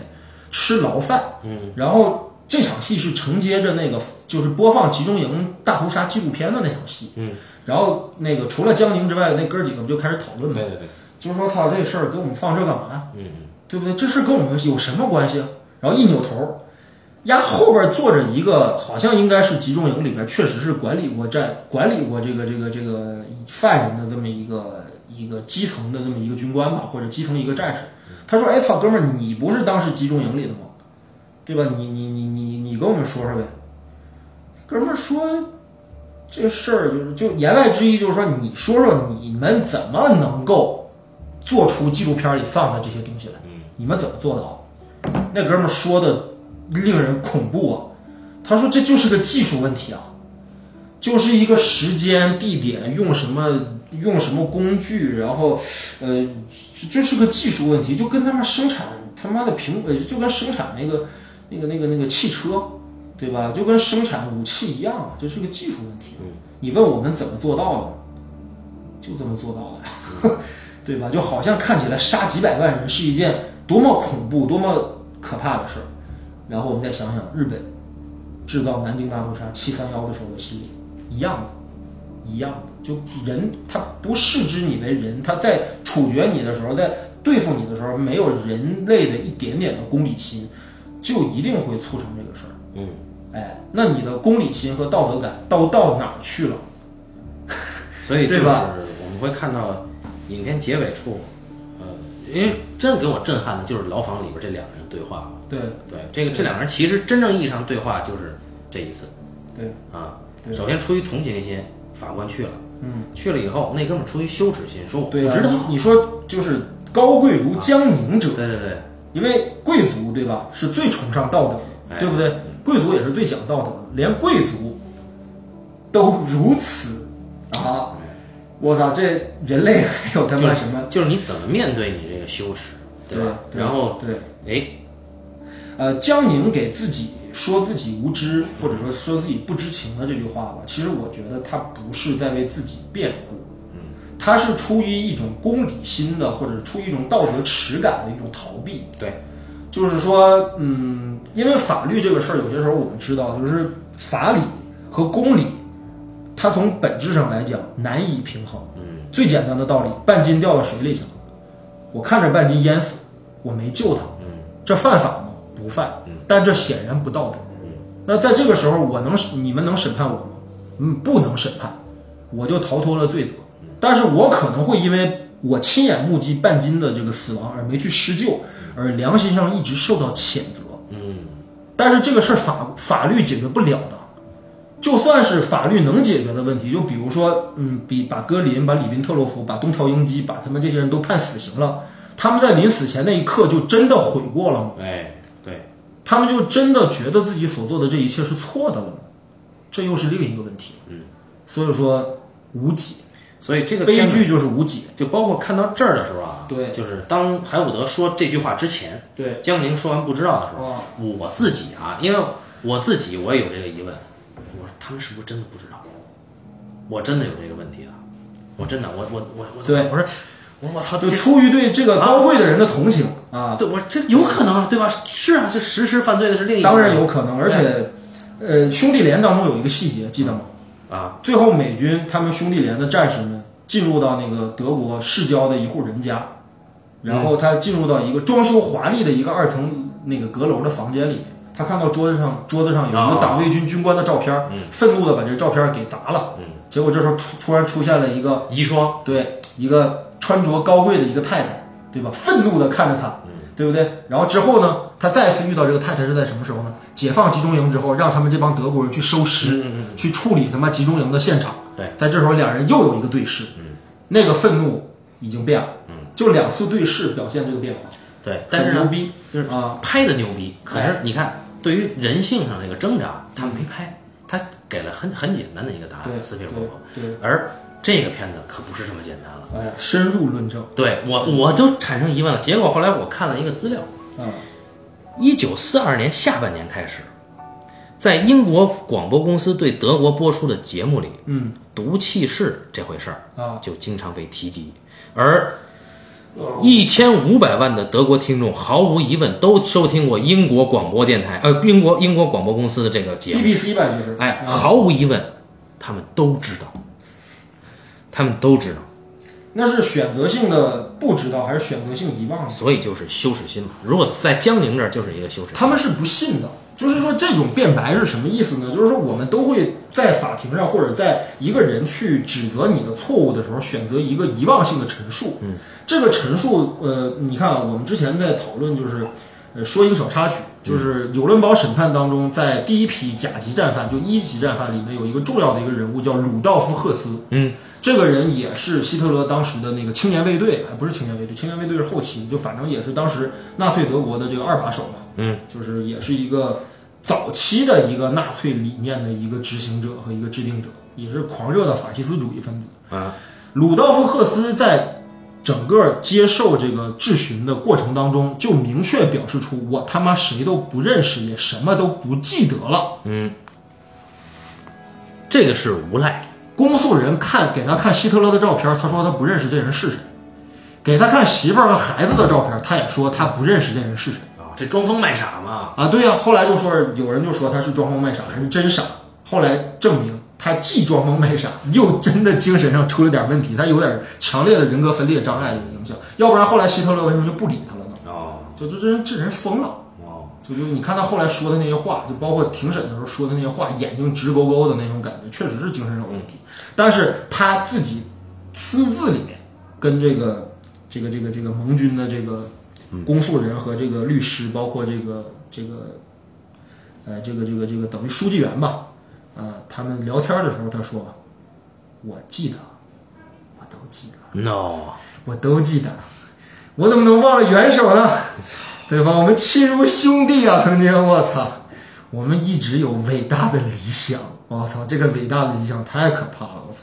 Speaker 2: 吃牢饭，
Speaker 1: 嗯，
Speaker 2: 然后这场戏是承接着那个就是播放集中营大屠杀纪录片的那场戏，
Speaker 1: 嗯，
Speaker 2: 然后那个除了江宁之外，那哥儿几个不就开始讨论吗？
Speaker 1: 对对对，
Speaker 2: 就是说操这事儿给我们放这干嘛呀？
Speaker 1: 嗯，
Speaker 2: 对不对？这事儿跟我们有什么关系啊？然后一扭头，压后边坐着一个，好像应该是集中营里边确实是管理过战、管理过这个这个这个犯人的这么一个一个基层的这么一个军官吧，或者基层一个战士。
Speaker 1: 嗯
Speaker 2: 他说：“哎操，哥们儿，你不是当时集中营里的吗？对吧？你你你你你跟我们说说呗。”哥们儿说：“这事儿就是就言外之意就是说，你说说你们怎么能够做出纪录片里放的这些东西来？你们怎么做到的？”啊那哥们儿说的令人恐怖啊！他说这就是个技术问题啊，就是一个时间、地点，用什么用什么工具，然后，呃，就就是个技术问题，就跟他妈生产他妈的苹果，就跟生产那个那个那个那个汽车，对吧？就跟生产武器一样啊，这是个技术问题。你问我们怎么做到的？就这么做到的呀，对吧？就好像看起来杀几百万人是一件多么恐怖、多么可怕的事儿。然后我们再想想日本制造南京大屠杀七三幺的时候的心理，一样的，一样的。就人他不视之你为人，他在处决你的时候，在对付你的时候，没有人类的一点点的公理心，就一定会促成这个事儿。
Speaker 1: 嗯，
Speaker 2: 哎，那你的公理心和道德感都到哪儿去了？
Speaker 1: 所以
Speaker 2: 对吧？
Speaker 1: 我们会看到影片结尾处，呃，因为真给我震撼的就是牢房里边这两个人对话了。
Speaker 2: 对
Speaker 1: 对，这个这两个人其实真正意义上对话就是这一次
Speaker 2: 对，
Speaker 1: 啊。
Speaker 2: 对
Speaker 1: 首先出于同情心，法官去了，
Speaker 2: 嗯，
Speaker 1: 去了以后，那哥们儿出于羞耻心，说我不
Speaker 2: 对呀、啊
Speaker 1: 知道。
Speaker 2: 你你说就是高贵如江宁者，
Speaker 1: 对对对，
Speaker 2: 因为贵族对吧，是最崇尚道德
Speaker 1: 哎
Speaker 2: 的，对不对？贵族也是最讲道德的，连贵族都如此啊！我操，这人类还有他
Speaker 1: 就
Speaker 2: 妈
Speaker 1: 是
Speaker 2: 什么？
Speaker 1: 就是你怎么面对你这个羞耻，
Speaker 2: 对啊
Speaker 1: 吧？
Speaker 2: 对
Speaker 1: 然后，
Speaker 2: 对，
Speaker 1: 哎，
Speaker 2: 呃，江宁给自己说自己无知，或者说说自己不知情的这句话吧，其实我觉得他不是在为自己辩护，嗯，他是出于一种公理心的，或者出于一种道德耻感的一种逃避，
Speaker 1: 对，
Speaker 2: 就是说，嗯，因为法律这个事儿，有些时候我们知道，就是法理和公理，它从本质上来讲难以平衡。
Speaker 1: 嗯，
Speaker 2: 最简单的道理，半斤掉到水里去了，我看着半斤淹死，我没救他，
Speaker 1: 嗯，
Speaker 2: 这犯法吗？不犯，但这显然不道德。那在这个时候，我能你们能审判我吗？嗯，不能审判，我就逃脱了罪责。但是我可能会因为我亲眼目击半斤的这个死亡而没去施救，而良心上一直受到谴责。
Speaker 1: 嗯，
Speaker 2: 但是这个事儿法法律解决不了的，就算是法律能解决的问题，就比如说，嗯，比把戈林、把里宾特洛夫、把东条英机、把他们这些人都判死刑了，他们在临死前那一刻就真的悔过了吗？
Speaker 1: 哎，对，
Speaker 2: 他们就真的觉得自己所做的这一切是错的了吗？这又是另一个问题。嗯，所以说无解，
Speaker 1: 所以这个
Speaker 2: 悲
Speaker 1: 片子
Speaker 2: 剧就是无解。
Speaker 1: 就包括看到这儿的时候啊，
Speaker 2: 对
Speaker 1: 就是当海伍德说这句话之前，
Speaker 2: 对，
Speaker 1: 江宁说完不知道的时候，
Speaker 2: 啊，
Speaker 1: 我自己啊，因为我自己我也有这个疑问，我说他们是不是真的不知道？我真的有这个问题啊！我真的，我我我我，
Speaker 2: 对
Speaker 1: 我说，我说我操，
Speaker 2: 就
Speaker 1: 这
Speaker 2: 出于对这个高贵的人的同情啊，
Speaker 1: 对我这有可能啊，对吧？是啊，这实施犯罪的是另一个，
Speaker 2: 当然有可能。而且，呃，兄弟连当中有一个细节，记得吗？
Speaker 1: 啊，
Speaker 2: 最后美军他们兄弟连的战士们进入到那个德国市郊的一户人家，然后他进入到一个装修华丽的一个二层那个阁楼的房间里面，他看到桌子上桌子上有一
Speaker 1: 啊
Speaker 2: 个党卫军军官的照片，愤怒的把这个照片给砸了。
Speaker 1: 嗯
Speaker 2: 结果这时候突突然出现了一个
Speaker 1: 遗孀，
Speaker 2: 对一个穿着高贵的一个太太，对吧？愤怒的看着他，
Speaker 1: 嗯
Speaker 2: 对不对？然后之后呢，他再次遇到这个太太是在什么时候呢？解放集中营之后，让他们这帮德国人去收尸，去处理他妈集中营的现场。
Speaker 1: 嗯对，嗯
Speaker 2: 在这时候两人又有一个对视，那个愤怒已经变了，就两次对视表现这个变化，
Speaker 1: 对，嗯但是呢
Speaker 2: 很牛逼
Speaker 1: 就是
Speaker 2: 啊！
Speaker 1: 拍的牛逼，可是
Speaker 2: 哎
Speaker 1: 你看，对于人性上这个挣扎，他没拍，他给了很很简单的一个答案，
Speaker 2: 嗯对
Speaker 1: 斯皮尔伯格。
Speaker 2: 对对，
Speaker 1: 而这个片子可不是这么简单了，
Speaker 2: 哎呀，深入论证
Speaker 1: 对我我都产生疑问了。结果后来我看了一个资料，
Speaker 2: 啊，
Speaker 1: 一九四二年下半年开始，在英国广播公司对德国播出的节目里，
Speaker 2: 嗯
Speaker 1: 毒气室这回事儿
Speaker 2: 啊
Speaker 1: 就经常被提及，而一千五百万的德国听众毫无疑问都收听过英国广播电台，呃，英国英国广播公司的这个节目，
Speaker 2: ，BBC 吧就是，
Speaker 1: 哎，
Speaker 2: 啊
Speaker 1: 毫无疑问，他们都知道，他们都知道，
Speaker 2: 那是选择性的不不知道还是选择性遗忘了。
Speaker 1: 所以就是羞耻心嘛。如果在江宁这儿，就是一个羞耻心。
Speaker 2: 他们是不信的。就是说，这种辩白是什么意思呢？就是说，我们都会在法庭上或者在一个人去指责你的错误的时候，选择一个遗忘性的陈述。嗯，这个陈述，呃，你看啊，我们之前在讨论，就是，呃，说一个小插曲，就是纽伦堡审判当中，在第一批甲级战犯，就一级战犯里面有一个重要的一个人物叫鲁道夫·赫斯。
Speaker 1: 嗯，
Speaker 2: 这个人也是希特勒当时的那个青年卫队，哎，不是青年卫队，青年卫队是后期，就反正也是当时纳粹德国的这个二把手嘛。
Speaker 1: 嗯，
Speaker 2: 就是也是一个早期的一个纳粹理念的一个执行者和一个制定者，也是狂热的法西斯主义分子。
Speaker 1: 啊，
Speaker 2: 鲁道夫·赫斯在整个接受这个质询的过程当中，就明确表示出我他妈谁都不认识，也什么都不记得了。
Speaker 1: 嗯，这个是无赖。
Speaker 2: 公诉人看给他看希特勒的照片，他说他不认识这人是谁；给他看媳妇儿和孩子的照片，他也说他不认识这人是谁。
Speaker 1: 啊，这装疯卖傻嘛，
Speaker 2: 啊，对呀、后来就说有人就说他是装疯卖傻，还是真傻。后来证明他既装疯卖傻，又真的精神上出了点问题，他有点强烈的人格分裂障碍的影响。要不然后来希特勒为什么就不理他了呢？
Speaker 1: 哦
Speaker 2: 就就这人这人疯了。
Speaker 1: 哦，
Speaker 2: 就就是你看他后来说的那些话，就包括庭审的时候说的那些话，眼睛直勾勾的那种感觉，确实是精神上有问题。但是他自己私自里面跟这个这个这个这个盟军的这个公诉人和这个律师，包括这个这个呃这个这个这个等于书记员吧，呃，他们聊天的时候他说：“我记得，我都记得。”
Speaker 1: no，
Speaker 2: 我都记得，我怎么能忘了元首呢？对吧？我们亲如兄弟啊，曾经，我操，我们一直有伟大的理想，我操，这个伟大的理想太可怕了，我操，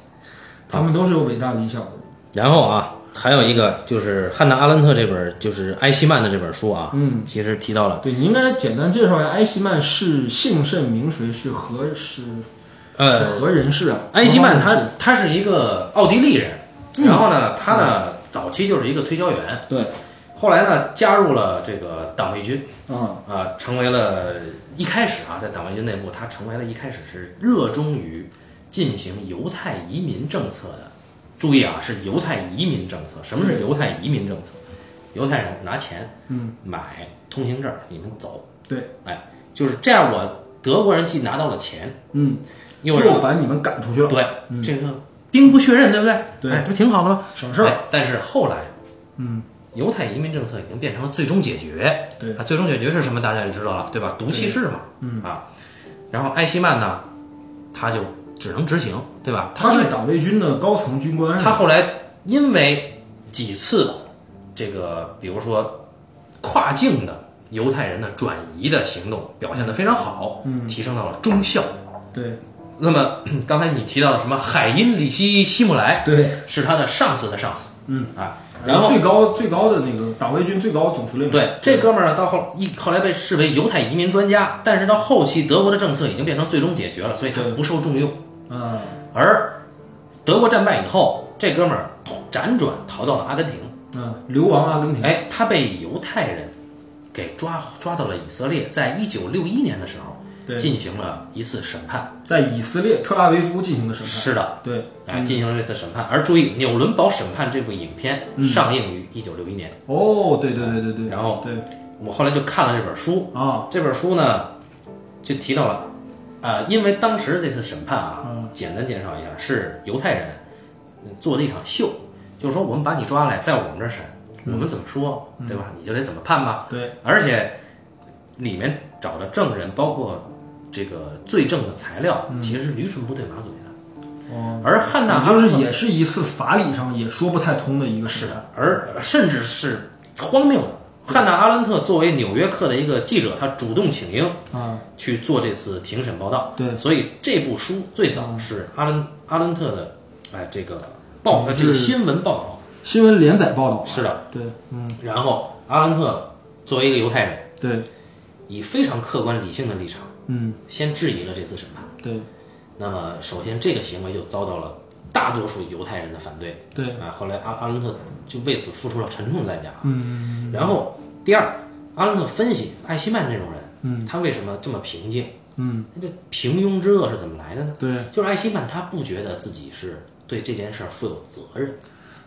Speaker 2: 他们都是有伟大理想的人。
Speaker 1: 然后啊，还有一个就是汉娜·阿伦特这本就是埃希曼的这本书啊，
Speaker 2: 嗯，
Speaker 1: 其实提到了，
Speaker 2: 对你应该简单介绍一下，埃希曼是姓甚名谁，是何是
Speaker 1: 呃，
Speaker 2: 是何人士啊？
Speaker 1: 埃希曼
Speaker 2: 何方人
Speaker 1: 他
Speaker 2: 士
Speaker 1: 他是嗯一个奥地利人，然后呢，他呢早期就是一个推销员，
Speaker 2: 对
Speaker 1: 后来呢加入了这个党卫军
Speaker 2: 啊，
Speaker 1: 啊、成为了一开始啊在党卫军内部，他成为了一开始是热衷于进行犹太移民政策的。注意啊，是犹太移民政策。什么是犹太移民政策？犹太人拿钱，
Speaker 2: 嗯，
Speaker 1: 买通行证，你们走。
Speaker 2: 对，
Speaker 1: 哎，就是这样。我德国人既拿到了钱，
Speaker 2: 嗯，
Speaker 1: 又让
Speaker 2: 又把你们赶出去了，
Speaker 1: 对，嗯这个兵不血刃，对不对？
Speaker 2: 对
Speaker 1: 哎，不挺好的吗？
Speaker 2: 省事儿
Speaker 1: 哎。但是后来，嗯，犹太移民政策已经变成了最终解决。
Speaker 2: 对
Speaker 1: 啊，最终解决是什么？大家也知道了，对吧？毒气室嘛，嗯啊。然后埃希曼呢，他就只能执行，对吧？
Speaker 2: 他是党卫军的高层军官，是
Speaker 1: 他
Speaker 2: 吧
Speaker 1: 后来因为几次这个，比如说跨境的犹太人的转移的行动表现得非常好，嗯，提升到了中校。
Speaker 2: 对
Speaker 1: 那么 刚才你提到的什么海因里希·希姆莱，
Speaker 2: 对，
Speaker 1: 是他的上司的上司，
Speaker 2: 嗯
Speaker 1: 啊，然后
Speaker 2: 最高最高的那个党卫军最高总司令，
Speaker 1: 对这哥们儿呢，到后一后来被视为犹太移民专家，但是到后期德国的政策已经变成最终解决了，所以他
Speaker 2: 对
Speaker 1: 不受重用。
Speaker 2: 啊，
Speaker 1: 而德国战败以后，这哥们儿辗转逃到了阿根廷，
Speaker 2: 嗯，流亡阿根廷，
Speaker 1: 哎，他被犹太人给抓抓到了以色列，在一九六一年的时候
Speaker 2: 对
Speaker 1: 进行了一次审判。
Speaker 2: 在以色列特拉维夫进行的审判。嗯
Speaker 1: 是的，
Speaker 2: 对，
Speaker 1: 哎，进行了这次审判。而注意，《纽伦堡审判》这部影片上映于一九六一年，
Speaker 2: 哦，对对对对嗯对，
Speaker 1: 然后
Speaker 2: 对
Speaker 1: 我后来就看了这本书，
Speaker 2: 啊，
Speaker 1: 这本书呢，就提到了，呃，因为当时这次审判啊，
Speaker 2: 嗯
Speaker 1: 简单介绍一下，是犹太人呃做的一场秀，就是说我们把你抓来，在我们这儿审，
Speaker 2: 嗯
Speaker 1: 我们怎么说，对吧？你就得怎么判吧。
Speaker 2: 对
Speaker 1: 而且里面找的证人，包括这个罪证的材料，其实驴唇不对马嘴的。
Speaker 2: 哦，
Speaker 1: 而汉娜
Speaker 2: 也
Speaker 1: 阿
Speaker 2: 嗯就
Speaker 1: 伦特
Speaker 2: 是也是一次法理上也说不太通的一个
Speaker 1: 是
Speaker 2: 时代。
Speaker 1: 的，而甚至是荒谬的。汉娜·阿伦特作为《纽约客》的一个记者，他主动请缨
Speaker 2: 啊，
Speaker 1: 去做这次庭审报道。
Speaker 2: 对
Speaker 1: 所以这部书最早是阿伦阿伦特的，哎，这个报呃
Speaker 2: 嗯
Speaker 1: 这个
Speaker 2: 是
Speaker 1: 新闻报道
Speaker 2: 新闻连载报道
Speaker 1: 是的。
Speaker 2: 对，嗯，
Speaker 1: 然后阿伦特作为一个犹太人，
Speaker 2: 对，
Speaker 1: 以非常客观理性的立场，
Speaker 2: 嗯，
Speaker 1: 先质疑了这次审判。
Speaker 2: 对，
Speaker 1: 那么，首先这个行为就遭到了大多数犹太人的反对。
Speaker 2: 对，
Speaker 1: 啊，后来阿阿伦特就为此付出了沉重的代价。嗯，然后第二，阿伦特分析艾希曼这种人，嗯，他为什么这么平静？嗯，这平庸之恶是怎么来的呢？
Speaker 2: 对，
Speaker 1: 就是艾希曼他不觉得自己是对这件事儿负有责任，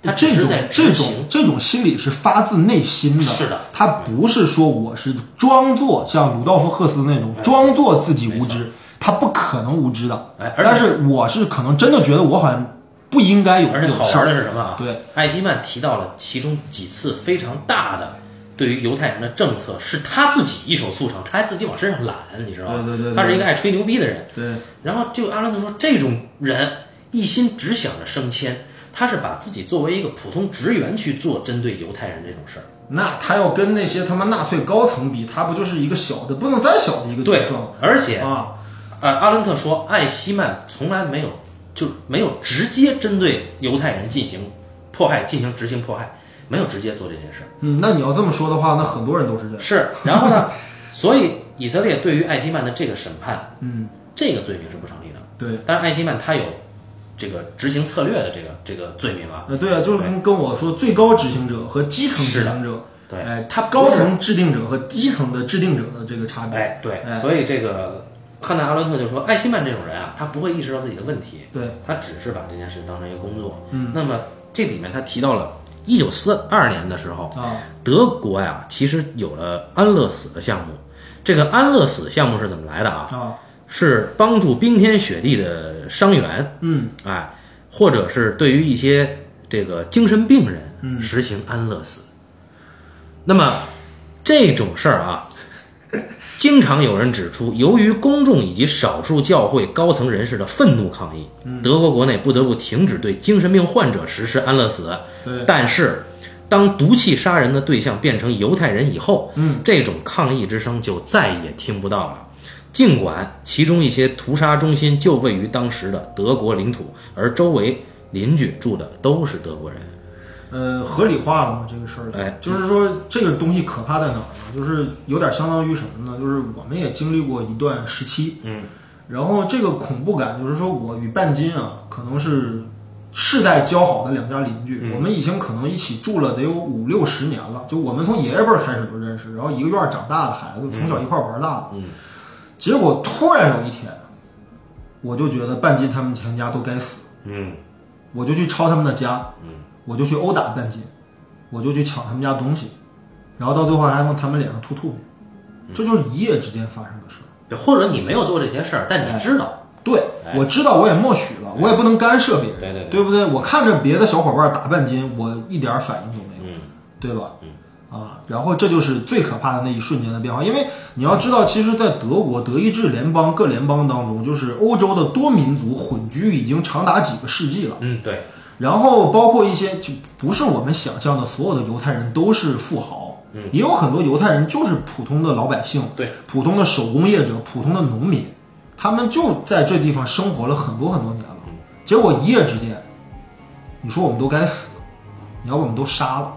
Speaker 1: 他只
Speaker 3: 这
Speaker 1: 是
Speaker 3: 种
Speaker 1: 在
Speaker 3: 这
Speaker 1: 执
Speaker 3: 种
Speaker 1: 行。
Speaker 3: 这种心理是发自内心的，
Speaker 1: 是的
Speaker 3: 他不是说我是装作像鲁道夫·赫斯那
Speaker 1: 哎
Speaker 3: 种装作自己无知，他不可能无知的。
Speaker 1: 哎而且
Speaker 3: 但是我是可能真的觉得我好像不应该有
Speaker 1: 而
Speaker 3: 这
Speaker 1: 且
Speaker 3: 种
Speaker 1: 好
Speaker 3: 事
Speaker 1: 玩的
Speaker 3: 儿。
Speaker 1: 是什么啊？
Speaker 3: 对，
Speaker 1: 艾希曼提到了其中几次非常大的对于犹太人的政策，是他自己一手促成，他还自己往身上揽，你知道吗？
Speaker 2: 对对对对
Speaker 1: 他是一个爱吹牛逼的人。
Speaker 2: 对，
Speaker 1: 然后就阿兰德说，这种人一心只想着升迁，他是把自己作为一个普通职员去做针对犹太人这种事儿。
Speaker 2: 那他要跟那些他妈纳粹高层比，他不就是一个小的不能再小的一个
Speaker 1: 对
Speaker 2: 角色吗？，
Speaker 1: 而且
Speaker 2: 啊，
Speaker 1: 呃，阿伦特说，艾希曼从来没有就没有直接针对犹太人进行迫害，进行执行迫害，没有直接做这件事儿。
Speaker 2: 嗯，那你要这么说的话，那很多人都是这样。
Speaker 1: 是，然后呢， 所以以色列对于艾希曼的这个审判，
Speaker 2: 嗯，
Speaker 1: 这个罪名是不成立的。
Speaker 2: 对，
Speaker 1: 但是艾希曼他有这个执行策略的这个这个罪名啊，
Speaker 2: 呃，对啊，就是跟跟我说最高执行者和基层执
Speaker 1: 是的
Speaker 2: 行者，
Speaker 1: 对
Speaker 2: 哎，
Speaker 1: 他不
Speaker 2: 高
Speaker 1: 是
Speaker 2: 层制定者和低层的制定者的这个差别，
Speaker 1: 哎，对，
Speaker 2: 哎
Speaker 1: 所以这个汉娜·阿伦特就说，艾希曼这种人啊，他不会意识到自己的问题，
Speaker 2: 对，
Speaker 1: 他只是把这件事当成一个工作。嗯，那么这里面他提到了一九四二年的时候，
Speaker 2: 啊，
Speaker 1: 德国呀，其实有了安乐死的项目。这个安乐死项目是怎么来的啊？
Speaker 2: 啊，
Speaker 1: 是帮助冰天雪地的伤员，
Speaker 2: 嗯，
Speaker 1: 哎，或者是对于一些这个精神病人实行安乐死。那么这种事儿啊，经常有人指出，由于公众以及少数教会高层人士的愤怒抗议，德国国内不得不停止对精神病患者实施安乐死。
Speaker 2: 对，
Speaker 1: 但是，当毒气杀人的对象变成犹太人以后，嗯，这种抗议之声就再也听不到了。尽管其中一些屠杀中心就位于当时的德国领土，而周围邻居住的都是德国人。
Speaker 2: 呃，合理化了嘛这个事儿，
Speaker 1: 哎，
Speaker 2: 就是说这个东西可怕在哪儿呢？就是有点相当于什么呢？就是我们也经历过一段时期，
Speaker 1: 嗯，
Speaker 2: 然后这个恐怖感就是说我与半斤啊，可能是世代交好的两家邻
Speaker 1: 嗯
Speaker 2: 居，我们已经可能一起住了得有五六十年了，就我们从爷爷辈儿开始就认识，然后一个院儿长大的孩子，从小一块儿玩儿大的，
Speaker 1: 嗯
Speaker 2: 结果突然有一天，我就觉得半斤他们全家都该死，
Speaker 1: 嗯
Speaker 2: 我就去抄他们的家，
Speaker 1: 嗯
Speaker 2: 我就去殴打半斤，我就去抢他们家东西，然后到最后还往他们脸上吐吐沫，
Speaker 1: 嗯
Speaker 2: 这就是一夜之间发生的事儿。
Speaker 1: 对，或者你没有做这些事儿，但你知道，
Speaker 2: 对，我知道，我也默许了，我也不能干涉别人，
Speaker 1: 哎对对对
Speaker 2: 不对？我看着别的小伙伴打半斤，我一点儿反应都没有，
Speaker 1: 嗯，
Speaker 2: 对吧？啊，然后这就是最可怕的那一瞬间的变化，因为你要知道，其实，在德国德意志联邦各联邦当中，就是欧洲的多民族混居已经长达几个世纪了。
Speaker 1: 嗯，对，
Speaker 2: 然后包括一些就不是我们想象的所有的犹太人都是富豪，也有很多犹太人就是普通的老百姓，
Speaker 1: 对，
Speaker 2: 普通的手工业者、普通的农民，他们就在这地方生活了很多很多年了，结果一夜之间，你说我们都该死，你要把我们都杀了，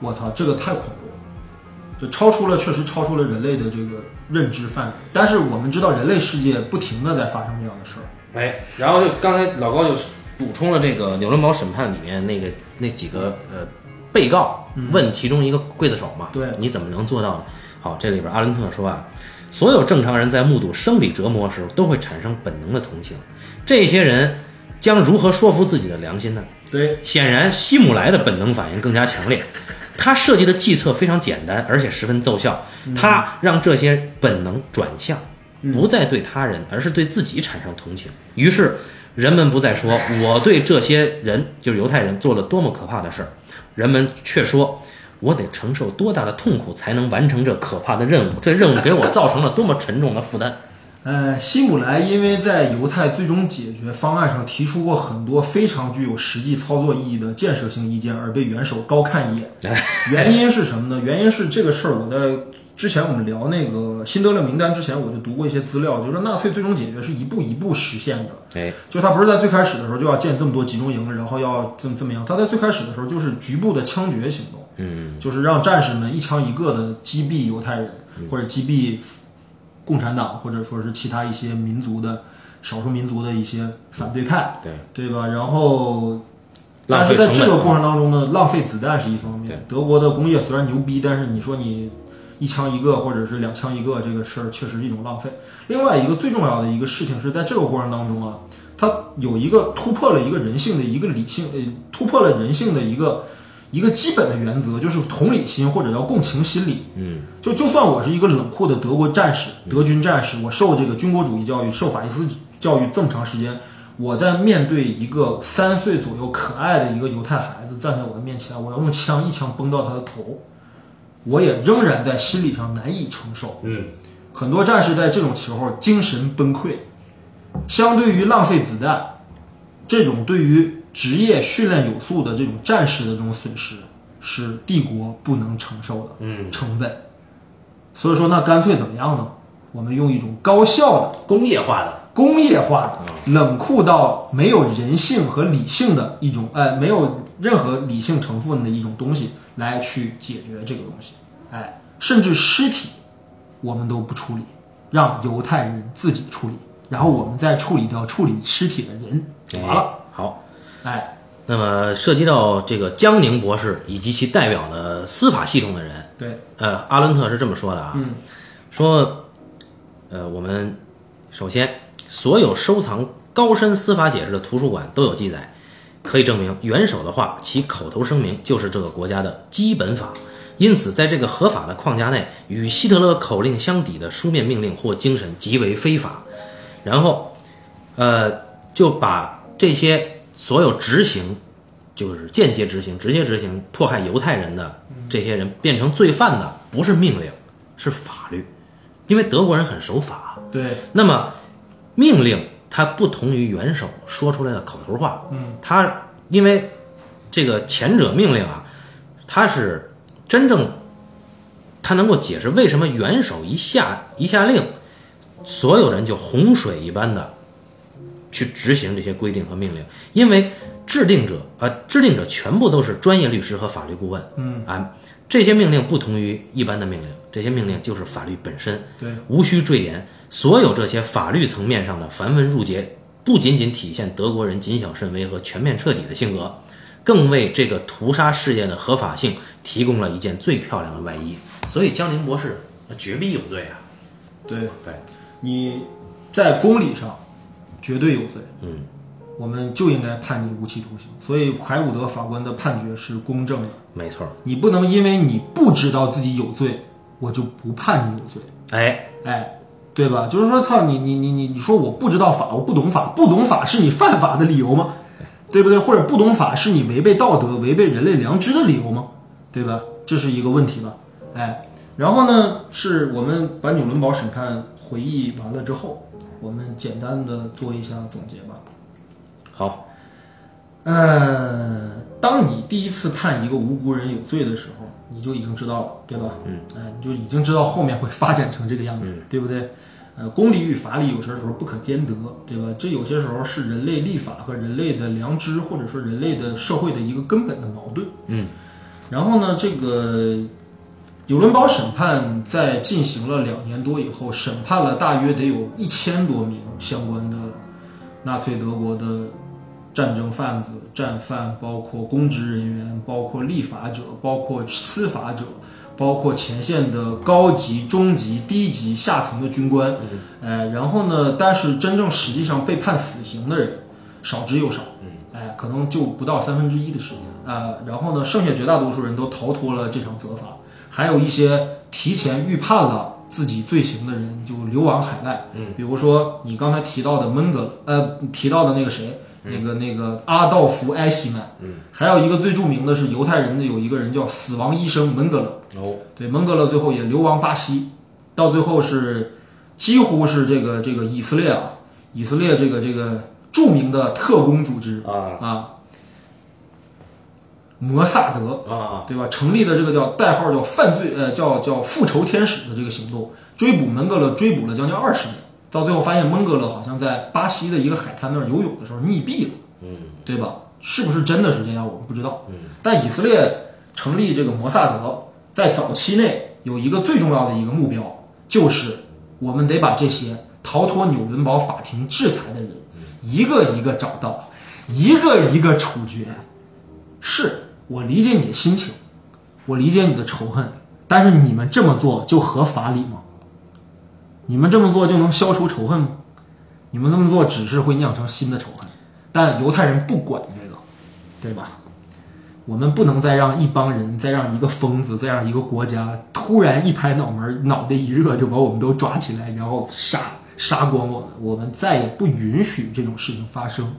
Speaker 2: 我操，这个太恐怖了，这超出了确实超出了人类的这个认知范围，但是我们知道人类世界不停的在发生这样的事儿，
Speaker 1: 哎，然后就刚才老高就补充了这个纽伦堡审判里面那个那几个呃被告问其中一个刽子手嘛，
Speaker 2: 对
Speaker 1: 你怎么能做到呢？好，这里边阿伦特说啊，所有正常人在目睹生理折磨时候都会产生本能的同情，这些人将如何说服自己的良心呢？
Speaker 2: 对，
Speaker 1: 显然，希姆莱的本能反应更加强烈。他设计的计策非常简单，而且十分奏效。他让这些本能转向，不再对他人，而是对自己产生同情。于是，人们不再说我对这些人，就是犹太人做了多么可怕的事儿，人们却说。我得承受多大的痛苦才能完成这可怕的任务？这任务给我造成了多么沉重的负担！
Speaker 2: 呃，希姆莱因为在犹太最终解决方案上提出过很多非常具有实际操作意义的建设性意见，而被元首高看一眼。原因是什么呢？原因是这个事儿，我在之前我们聊那个《辛德勒名单》之前，我就读过一些资料，就是说纳粹最终解决是一步一步实现的。
Speaker 1: 哎，
Speaker 2: 就他不是在最开始的时候就要建这么多集中营，然后要这么这么样，他在最开始的时候就是局部的枪决行动，
Speaker 1: 嗯，
Speaker 2: 就是让战士们一枪一个的击毙犹太人，
Speaker 1: 嗯
Speaker 2: 或者击毙共产党，或者说是其他一些民族的少数民族的一些反对派，
Speaker 1: 对，
Speaker 2: 对吧？然后，但
Speaker 1: 浪费
Speaker 2: 是
Speaker 1: 成
Speaker 2: 在
Speaker 1: 本啊
Speaker 2: 这个过程当中呢，浪费子弹是一方
Speaker 1: 对
Speaker 2: 面。德国的工业虽然牛逼，但是你说你一枪一个或者是两枪一个这个事儿，确实是一种浪费。另外一个最重要的一个事情是在这个过程当中啊，它有一个突破了一个人性的一个理性，呃，突破了人性的一个一个基本的原则，就是同理心或者叫共情心理。
Speaker 1: 嗯
Speaker 2: 就就算我是一个冷酷的德国战士、德军战士，我受这个军国主义教育、受法西斯教育这么长时间，我在面对一个三岁左右可爱的一个犹太孩子站在我的面前，我要用枪一枪崩到他的头，我也仍然在心理上难以承受。
Speaker 1: 嗯
Speaker 2: 很多战士在这种时候精神崩溃。相对于浪费子弹，这种对于职业训练有素的这种战士的这种损失，是帝国不能承受的
Speaker 1: 嗯，
Speaker 2: 成本。所以说，那干脆怎么样呢？我们用一种高效的、
Speaker 1: 工业化的，
Speaker 2: 工业化的、
Speaker 1: 嗯
Speaker 2: 冷酷到没有人性和理性的一种，哎，没有任何理性成分的一种东西来去解决这个东西，哎，甚至尸体我们都不处理，让犹太人自己处理，然后我们再处理掉处理尸体的人，完了，
Speaker 1: 哎。好，
Speaker 2: 哎，
Speaker 1: 那么涉及到这个江宁博士以及其代表的司法系统的人，
Speaker 2: 对，
Speaker 1: 呃，阿伦特是这么说的啊，
Speaker 2: 嗯
Speaker 1: 说，呃，我们首先所有收藏高深司法解释的图书馆都有记载，可以证明元首的话，其口头声明就是这个国家的基本法。因此，在这个合法的框架内，与希特勒口令相抵的书面命令或精神极为非法。然后，呃，就把这些所有执行，就是间接执行、直接执行迫害犹太人的这些人变成罪犯的，不是命令，是法律，因为德国人很守法。
Speaker 2: 对，
Speaker 1: 那么，命令它不同于元首说出来的口头话，
Speaker 2: 嗯，
Speaker 1: 它因为这个前者命令啊，它是真正它能够解释为什么元首一下一下令，所有人就洪水一般的去执行这些规定和命令，因为制定者呃制定者全部都是专业律师和法律顾问，嗯啊，这些命令不同于一般的命令，这些命令就是法律本身，
Speaker 2: 对，
Speaker 1: 无需赘言，所有这些法律层面上的繁文缛节，不仅仅体现德国人谨小慎微和全面彻底的性格，更为这个屠杀事件的合法性提供了一件最漂亮的外衣。所以江宁博士呃绝逼有罪啊！
Speaker 2: 对，
Speaker 1: 对，
Speaker 2: 你在公理上绝对有罪，
Speaker 1: 嗯，
Speaker 2: 我们就应该判你无期徒刑。所以海伍德法官的判决是公正的。
Speaker 1: 没错儿。
Speaker 2: 你不能因为你不知道自己有罪，我就不判你有罪，
Speaker 1: 哎，
Speaker 2: 哎，对吧？就是说，操你你你你你说我不知道法，我不懂法，不懂法是你犯法的理由吗？对不对？或者不懂法是你违背道德、违背人类良知的理由吗？对吧？这是一个问题吧？哎，然后呢，是我们把纽伦堡审判回忆完了之后，我们简单的做一下总结吧。
Speaker 1: 好，
Speaker 2: 呃，当你第一次判一个无辜人有罪的时候，你就已经知道了，对吧？嗯，哎、你就已经知道后面会发展成这个样子，对不对？呃，公理与法理有些时候不可兼得，对吧？这有些时候是人类立法和人类的良知，或者说人类的社会的一个根本的矛盾。
Speaker 1: 嗯，
Speaker 2: 然后呢，这个纽伦堡审判在进行了两年多以后，审判了大约得有一千多名相关的纳粹德国的战争贩子、战犯，包括公职人员，包括立法者，包括司法者，包括前线的高级、中级、低级、下层的军官。呃，然后呢，但是真正实际上被判死刑的人少之又少。哎，可能就不到三分之一的时间啊、然后呢，剩下绝大多数人都逃脱了这场责罚，还有一些提前预判了自己罪行的人就流亡海外。嗯，比如说你刚才提到的蒙德，呃，提到的那个谁，那个那个阿道夫·埃希曼。嗯，还有一个最著名的是犹太人的有一个人叫死亡医生门格勒。
Speaker 1: 哦，
Speaker 2: 对，蒙格勒最后也流亡巴西，到最后是几乎是这个这个以色列啊，以色列这个这个著名的特工组织
Speaker 1: 啊
Speaker 2: 啊，摩萨德，
Speaker 1: 啊，
Speaker 2: 对吧？成立的这个叫代号叫犯罪呃叫叫复仇天使的这个行动，追捕蒙哥勒，追捕了将近二十年，到最后发现蒙哥勒好像在巴西的一个海滩那儿游泳的时候溺毙了，
Speaker 1: 嗯，
Speaker 2: 对吧？是不是真的是这样，我们不知道。嗯，但以色列成立这个摩萨德，在早期内有一个最重要的一个目标，就是我们得把这些逃脱纽伦堡法庭制裁的人，一个一个找到，一个一个处决。是我理解你的心情，我理解你的仇恨，但是你们这么做就合法理吗？你们这么做就能消除仇恨吗？你们这么做只是会酿成新的仇恨。但犹太人不管这个，对吧？我们不能再让一帮人，再让一个疯子，再让一个国家突然一拍脑门儿，脑袋一热就把我们都抓起来，然后杀杀光我们。我们再也不允许这种事情发生。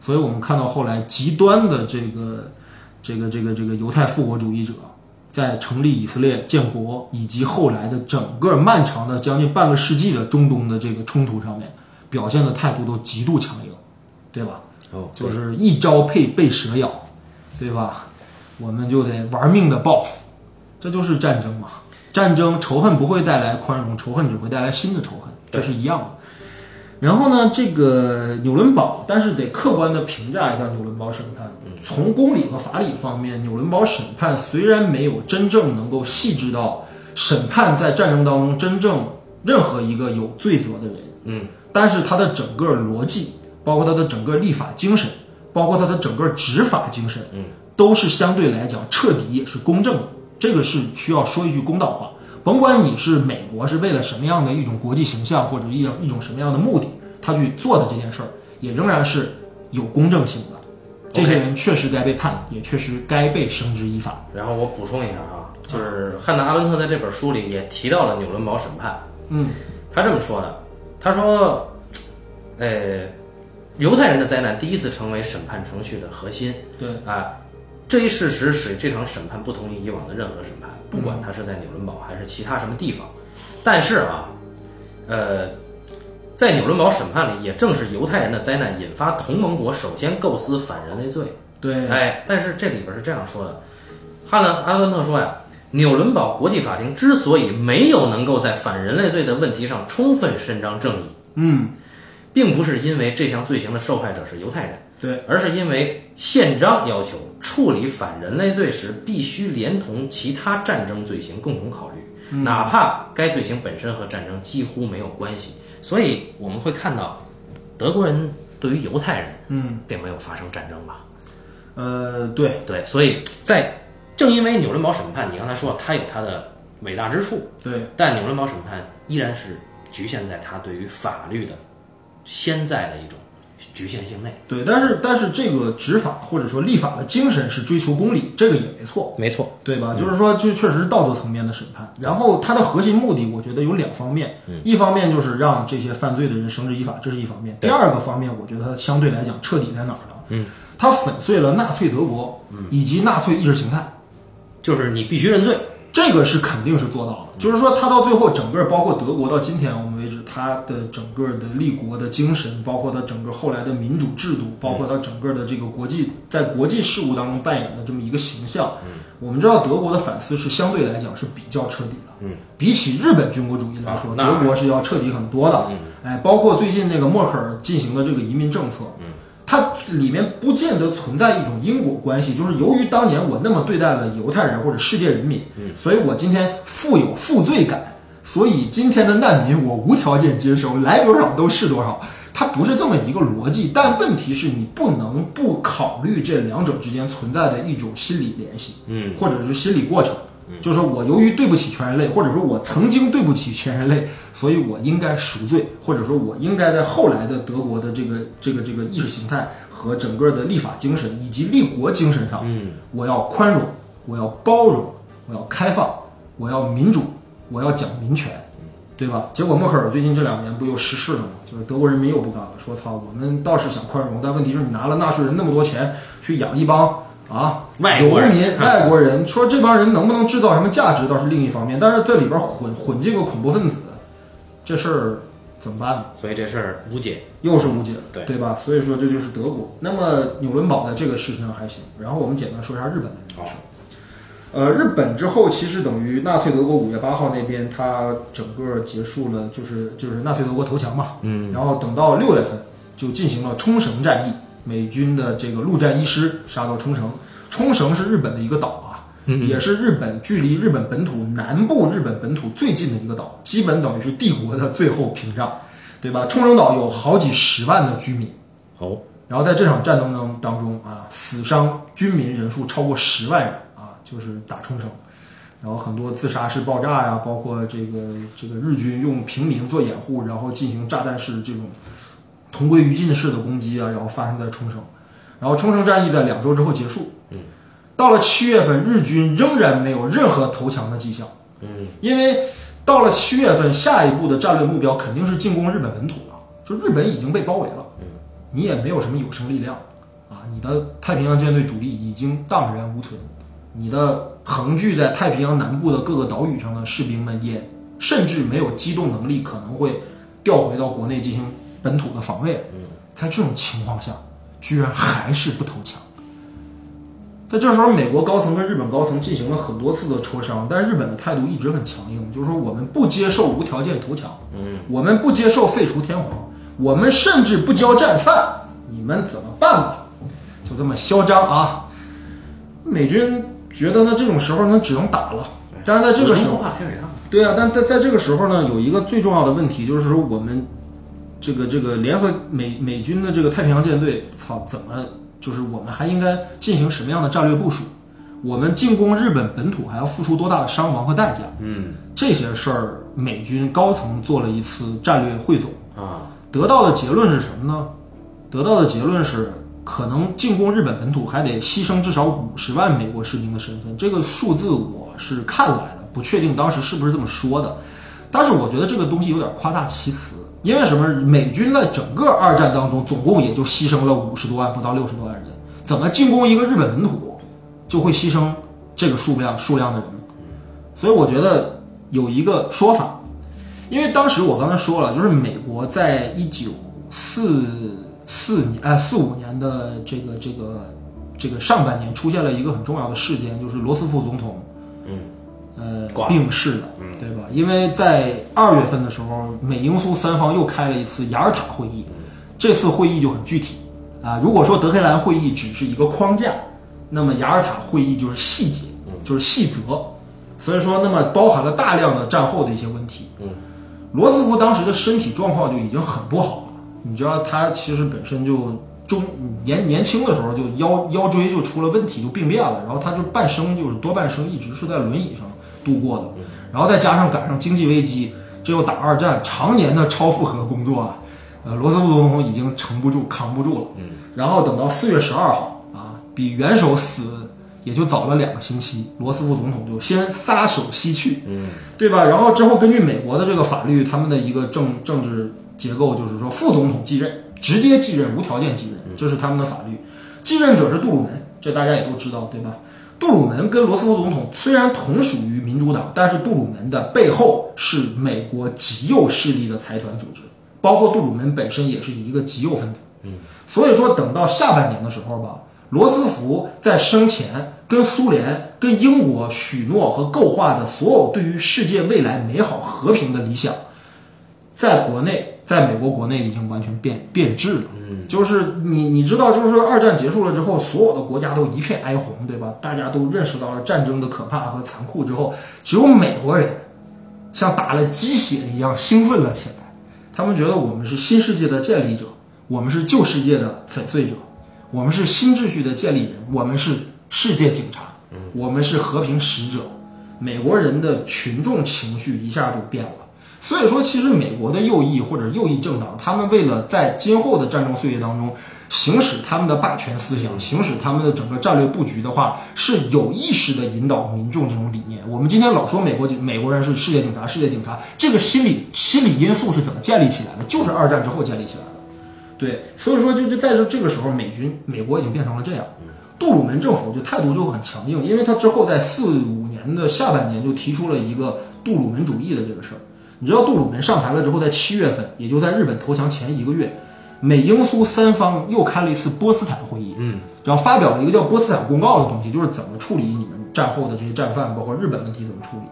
Speaker 2: 所以我们看到后来极端的这个这个这个这个犹太复国主义者，在成立以色列建国以及后来的整个漫长的将近半个世纪的中东的这个冲突上面，表现的态度都极度强硬，对吧？
Speaker 1: 哦
Speaker 2: 就是一朝被被蛇咬，对吧？我们就得玩命的报复，这就是战争嘛。战争仇恨不会带来宽容，仇恨只会带来新的仇恨，这是一样的。然后呢，这个纽伦堡，但是得客观的评价一下纽伦堡审判。从公理和法理方面，纽伦堡审判虽然没有真正能够细致到审判在战争当中真正任何一个有罪责的人，
Speaker 1: 嗯，
Speaker 2: 但是它的整个逻辑，包括它的整个立法精神，包括它的整个执法精神，
Speaker 1: 嗯，
Speaker 2: 都是相对来讲彻底也是公正的。这个是需要说一句公道话，甭管你是美国是为了什么样的一种国际形象或者一种一种什么样的目的，他去做的这件事儿，也仍然是有公正性的。这些人确实该被判，也确实该被绳之以法。
Speaker 1: 然后我补充一下啊，就是汉娜·阿伦特在这本书里也提到了纽伦堡审判。
Speaker 2: 嗯，
Speaker 1: 他这么说的，他说，呃，犹太人的灾难第一次成为审判程序的核心
Speaker 2: 对，
Speaker 1: 啊，这一事实使这场审判不同于以往的任何审判，不管它是在纽伦堡还是其他什么地方。但是啊，呃，在纽伦堡审判里，也正是犹太人的灾难引发同盟国首先构思反人类罪。
Speaker 2: 对，
Speaker 1: 哎，但是这里边是这样说的，哈兰阿伦特说呀，纽伦堡国际法庭之所以没有能够在反人类罪的问题上充分伸张正义，
Speaker 2: 嗯，
Speaker 1: 并不是因为这项罪行的受害者是犹太人，
Speaker 2: 对，
Speaker 1: 而是因为宪章要求处理反人类罪时必须连同其他战争罪行共同考虑，
Speaker 2: 嗯
Speaker 1: 哪怕该罪行本身和战争几乎没有关系。所以我们会看到，德国人对于犹太人，
Speaker 2: 嗯，
Speaker 1: 并没有发生战争吧。
Speaker 2: 呃，对，
Speaker 1: 对，所以在正因为纽伦堡审判，你刚才说了它有它的伟大之处，
Speaker 2: 对，
Speaker 1: 但纽伦堡审判依然是局限在它对于法律的现在的一种局限性内。
Speaker 2: 对，但是但是这个执法或者说立法的精神是追求公理，这个也没错。
Speaker 1: 没错，
Speaker 2: 对吧？就是说，这确实是道德层面的审判。然后它的核心目的，我觉得有两方面，一方面就是让这些犯罪的人绳之以法，这是一方面；第二个方面，我觉得它相对来讲彻底在哪儿呢？嗯，它粉碎了纳粹德国以及纳粹意识形态，
Speaker 1: 就是你必须认罪。
Speaker 2: 这个是肯定是做到的。就是说，它到最后整个包括德国到今天我们为止，它的整个的立国的精神，包括它整个后来的民主制度，
Speaker 1: 嗯
Speaker 2: 包括它整个的这个国际在国际事务当中扮演的这么一个形象，
Speaker 1: 嗯
Speaker 2: 我们知道德国的反思是相对来讲是比较彻底的。
Speaker 1: 嗯，
Speaker 2: 比起日本军国主义来说，
Speaker 1: 啊那
Speaker 2: 德国是要彻底很多的。哎，包括最近那个默克尔进行的这个移民政策，
Speaker 1: 嗯，
Speaker 2: 它里面不见得存在一种因果关系，就是由于当年我那么对待了犹太人或者世界人民，嗯，所以我今天负有负罪感，所以今天的难民我无条件接收，来多少都是多少。它不是这么一个逻辑，但问题是你不能不考虑这两者之间存在的一种心理联系。
Speaker 1: 嗯，
Speaker 2: 或者是心理过程，就是说我由于对不起全人类，或者说我曾经对不起全人类，所以我应该赎罪，或者说我应该在后来的德国的这个这个这个意识形态和整个的立法精神以及立国精神上，
Speaker 1: 嗯，
Speaker 2: 我要宽容，我要包容，我要开放，我要民主，我要讲民权。对吧？结果默克尔最近这两年不又失势了吗？就是德国人民又不干了，说操，我们倒是想宽容，但问题是你拿了纳税人那么多钱去养一帮啊
Speaker 1: 外
Speaker 2: 游
Speaker 1: 国人
Speaker 2: 民、外国人，说这帮人能不能制造什么价值倒是另一方面，但是这里边混混这个恐怖分子，这事儿怎么办呢？
Speaker 1: 所以这事儿无解。
Speaker 2: 又是无解了，
Speaker 1: 对
Speaker 2: 吧？所以说这就是德国。那么纽伦堡在这个事情上还行，然后我们简单说一下日本的这个事儿。呃，日本之后其实等于纳粹德国五月八号那边，它整个结束了，就是就是纳粹德国投降嘛，
Speaker 1: 嗯，
Speaker 2: 然后等到六月份就进行了冲绳战役，美军的这个陆战一师杀到冲绳，冲绳是日本的一个岛啊，也是日本距离日本本土南部日本本土最近的一个岛，基本等于是帝国的最后屏障，对吧？冲绳岛有好几十万的居民，
Speaker 1: 哦，
Speaker 2: 然后在这场战争当当中啊，死伤军民人数超过十万人啊，就是打冲绳，然后很多自杀式爆炸呀、包括这个这个日军用平民做掩护，然后进行炸弹式这种同归于尽式的攻击啊，然后发生在冲绳，然后冲绳战役在两周之后结束。
Speaker 1: 嗯，
Speaker 2: 到了七月份，日军仍然没有任何投降的迹象，
Speaker 1: 嗯
Speaker 2: 因为到了七月份，下一步的战略目标肯定是进攻日本本土了，就日本已经被包围了，你也没有什么有生力量啊，你的太平洋舰队主力已经荡然无存，你的横踞在太平洋南部的各个岛屿上的士兵们也甚至没有机动能力，可能会调回到国内进行本土的防卫了。在这种情况下，居然还是不投降。在这时候，美国高层跟日本高层进行了很多次的磋商，但日本的态度一直很强硬，就是说我们不接受无条件投降，
Speaker 1: 嗯，
Speaker 2: 我们不接受废除天皇，我们甚至不交战犯，你们怎么办吧？就这么嚣张啊！美军觉得呢，这种时候呢，只能打了。
Speaker 1: 嗯
Speaker 2: 但是在这个时候，
Speaker 1: 话开始让，
Speaker 2: 对啊，但在在这个时候呢，有一个最重要的问题，就是说我们这个这个联合美美军的这个太平洋舰队，操，怎么就是我们还应该进行什么样的战略部署？我们进攻日本本土还要付出多大的伤亡和代价？
Speaker 1: 嗯
Speaker 2: 这些事儿，美军高层做了一次战略汇总，
Speaker 1: 啊，
Speaker 2: 得到的结论是什么呢？得到的结论是，可能进攻日本本土还得牺牲至少五十万美国士兵的身份。这个数字我是看来的，不确定当时是不是这么说的。但是我觉得这个东西有点夸大其词，因为什么？美军在整个二战当中，总共也就牺牲了五十多万，不到六十多万人。怎么进攻一个日本本土，就会牺牲这个数量数量的人？所以我觉得有一个说法，因为当时我刚才说了，就是美国在一九四四年呃四五年的这个这个这个上半年出现了一个很重要的事件，就是罗斯福总统
Speaker 1: 嗯
Speaker 2: 呃
Speaker 1: 挂了嗯
Speaker 2: 病逝了，对吧？因为在二月份的时候，美英苏三方又开了一次雅尔塔会议，这次会议就很具体啊。如果说德黑兰会议只是一个框架，那么雅尔塔会议就是细节，
Speaker 1: 嗯
Speaker 2: 就是细则。所以说，那么包含了大量的战后的一些问题。
Speaker 1: 嗯，
Speaker 2: 罗斯福当时的身体状况就已经很不好了，你知道他其实本身就中年年轻的时候就腰腰椎就出了问题，就病变了，然后他就半生就是多半生一直是在轮椅上度过的，然后再加上赶上经济危机，这又打二战，常年的超负荷工作啊，呃，罗斯福总统已经撑不住、扛不住了。
Speaker 1: 嗯，
Speaker 2: 然后等到四月十二号啊，比元首死也就早了两个星期，罗斯福总统就先撒手西去。
Speaker 1: 嗯
Speaker 2: 对吧？然后之后根据美国的这个法律，他们的一个政政治结构就是说，副总统继任，直接继任，无条件继任，这是他们的法律。继任者是杜鲁门，这大家也都知道，对吧？杜鲁门跟罗斯福总统虽然同属于民主党，但是杜鲁门的背后是美国极右势力的财团组织，包括杜鲁门本身也是一个极右分子。所以说，等到下半年的时候吧，罗斯福在生前跟苏联、跟英国许诺和构画的所有对于世界未来美好和平的理想，在国内，在美国国内已经完全变变质了。
Speaker 1: 嗯
Speaker 2: 就是你你知道，就是说二战结束了之后，所有的国家都一片哀鸿，对吧？大家都认识到了战争的可怕和残酷之后，只有美国人像打了鸡血一样兴奋了起来。他们觉得我们是新世界的建立者，我们是旧世界的粉碎者，我们是新秩序的建立人，我们是世界警察，我们是和平使者。美国人的群众情绪一下就变了。所以说，其实美国的右翼或者右翼政党，他们为了在今后的战争岁月当中行使他们的霸权思想，行使他们的整个战略布局的话，是有意识的引导民众这种理念。我们今天老说美国警美国人是世界警察，世界警察，这个心理心理因素是怎么建立起来的？就是二战之后建立起来的。对，所以说就就在这这个时候，美军美国已经变成了这样。杜鲁门政府就态度就很强硬，因为他之后在四五年的下半年就提出了一个杜鲁门主义的这个事儿。你知道杜鲁门上台了之后，在七月份，也就在日本投降前一个月，美英苏三方又开了一次波茨坦会议，
Speaker 1: 嗯，
Speaker 2: 然后发表了一个叫波茨坦公告的东西，就是怎么处理你们战后的这些战犯，包括日本问题怎么处理。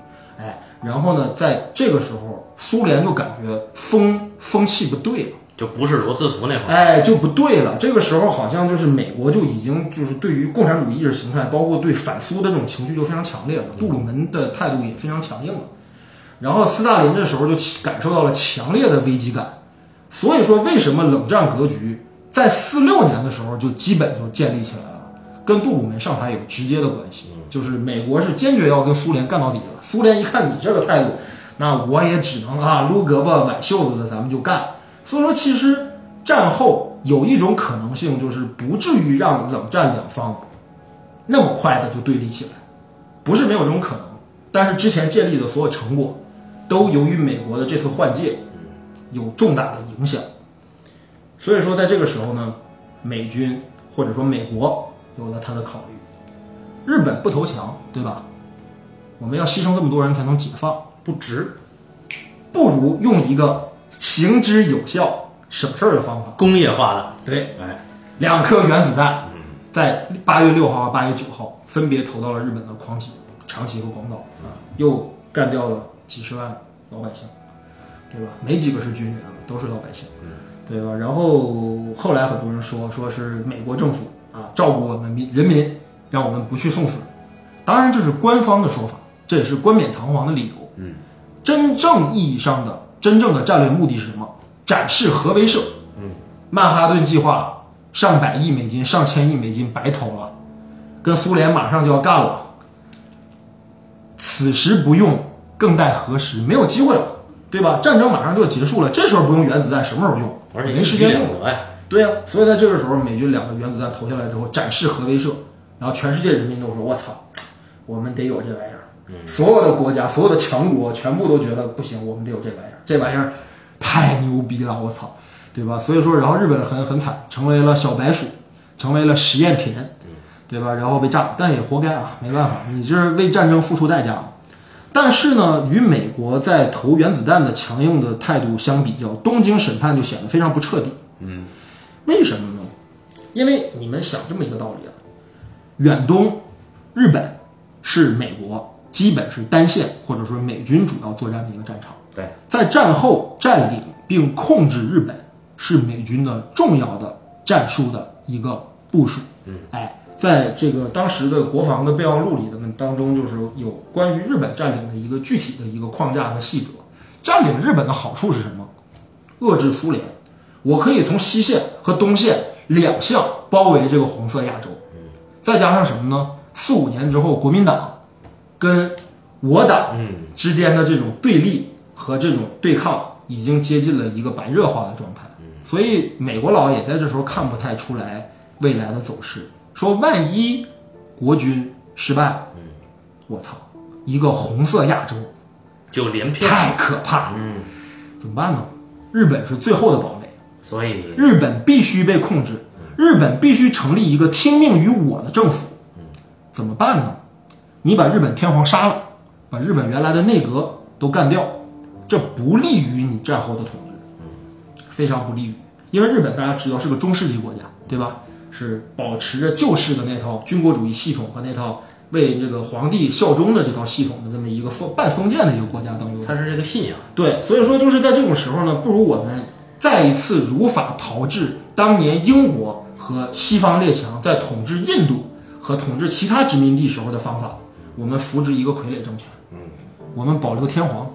Speaker 2: 哎，然后呢，在这个时候，苏联就感觉风风气不对了。
Speaker 1: 就不是罗斯福那会儿，
Speaker 2: 哎，就不对了。这个时候好像就是美国就已经就是对于共产主义意识形态，包括对反苏的这种情绪就非常强烈了。杜鲁门的态度也非常强硬了。然后斯大林这时候就起感受到了强烈的危机感，所以说为什么冷战格局在四六年的时候就基本就建立起来了，跟杜鲁门上台有直接的关系。就是美国是坚决要跟苏联干到底的。苏联一看你这个态度，那我也只能啊撸胳膊挽袖子的，咱们就干。所以说，其实战后有一种可能性，就是不至于让冷战两方那么快的就对立起来，不是没有这种可能。但是之前建立的所有成果，都由于美国的这次换届有重大的影响。所以说，在这个时候呢，美军或者说美国有了他的考虑。日本不投降，对吧？我们要牺牲这么多人才能解放，
Speaker 1: 不值，
Speaker 2: 不如用一个行之有效、省事儿的方法。
Speaker 1: 工业化的，
Speaker 2: 对，
Speaker 1: 哎，
Speaker 2: 两颗原子弹在八月六号和八月九号分别投到了日本的狂崎、长崎和广岛，又干掉了几十万老百姓，对吧？没几个是军人了，都是老百姓，对吧？然后后来很多人说，说是美国政府啊照顾我们民人民，让我们不去送死，当然这是官方的说法，这也是冠冕堂皇的理由。
Speaker 1: 嗯，
Speaker 2: 真正意义上的真正的战略目的是什么？展示核威慑。
Speaker 1: 嗯
Speaker 2: 曼哈顿计划上百亿美金、上千亿美金白投了，跟苏联马上就要干了。此时不用，更待何时？没有机会了，对吧？战争马上就要结束了，这时候不用原子弹，什么时候用？
Speaker 1: 而且
Speaker 2: 没
Speaker 1: 一
Speaker 2: 时
Speaker 1: 举
Speaker 2: 间用
Speaker 1: 两。得呀，
Speaker 2: 对呀、所以在这个时候，美军两个原子弹投下来之后，展示核威慑，然后全世界人民都说：“我操，我们得有这玩意儿。”所有的国家、所有的强国全部都觉得不行，我们得有这玩意儿，这玩意儿太牛逼了，我操，对吧？所以说，然后日本很很惨，成为了小白鼠，成为了实验品，对吧？然后被炸，但也活该啊，没办法，你这是为战争付出代价嘛。但是呢，与美国在投原子弹的强硬的态度相比较，东京审判就显得非常不彻底。为什么呢？因为你们想这么一个道理啊，远东、日本是美国基本是单线或者说美军主要作战的一个战场，
Speaker 1: 对，
Speaker 2: 在战后占领并控制日本是美军的重要的战术的一个部署。嗯，哎，在这个当时的国防的备忘录里的当中，就是有关于日本占领的一个具体的一个框架和细则。占领日本的好处是什么？遏制苏联，我可以从西线和东线两项包围这个红色亚洲。再加上什么呢？四五年之后，国民党跟我党
Speaker 1: 嗯，
Speaker 2: 之间的这种对立和这种对抗，已经接近了一个白热化的状态。所以美国佬也在这时候看不太出来未来的走势，说万一国军失败，我操，一个红色亚洲
Speaker 1: 就连篇，
Speaker 2: 太可怕了，
Speaker 1: 嗯，
Speaker 2: 怎么办呢？日本是最后的堡垒，
Speaker 1: 所以
Speaker 2: 日本必须被控制，日本必须成立一个听命于我的政府。怎么办呢？你把日本天皇杀了，把日本原来的内阁都干掉，这不利于你战后的统治，非常不利于。因为日本大家知道是个中世纪国家，对吧？是保持着旧式的那套军国主义系统和那套为这个皇帝效忠的这套系统的这么一个封半封建的一个国家当中，
Speaker 1: 它是这个信仰，
Speaker 2: 对，所以说就是在这种时候呢，不如我们再一次如法炮制当年英国和西方列强在统治印度和统治其他殖民地时候的方法，我们扶植一个傀儡政权，嗯，我们保留天皇，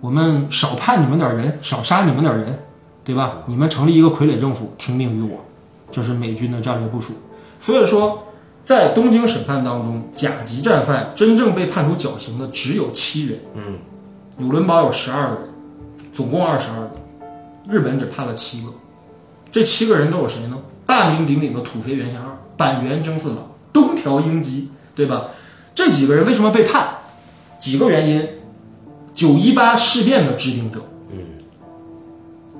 Speaker 2: 我们少判你们点儿人，少杀你们点儿人，对吧？你们成立一个傀儡政府，听命于我，这是美军的战略部署。所以说，在东京审判当中，甲级战犯真正被判处绞刑的只有七人。
Speaker 1: 嗯，
Speaker 2: 纽伦堡有十二个人，总共二十二个，日本只判了七个。这七个人都有谁呢？大名鼎鼎的土肥原贤二、板垣征四郎、东条英机，对吧？这几个人为什么被判？几个原因：九一八事变的制定者，嗯，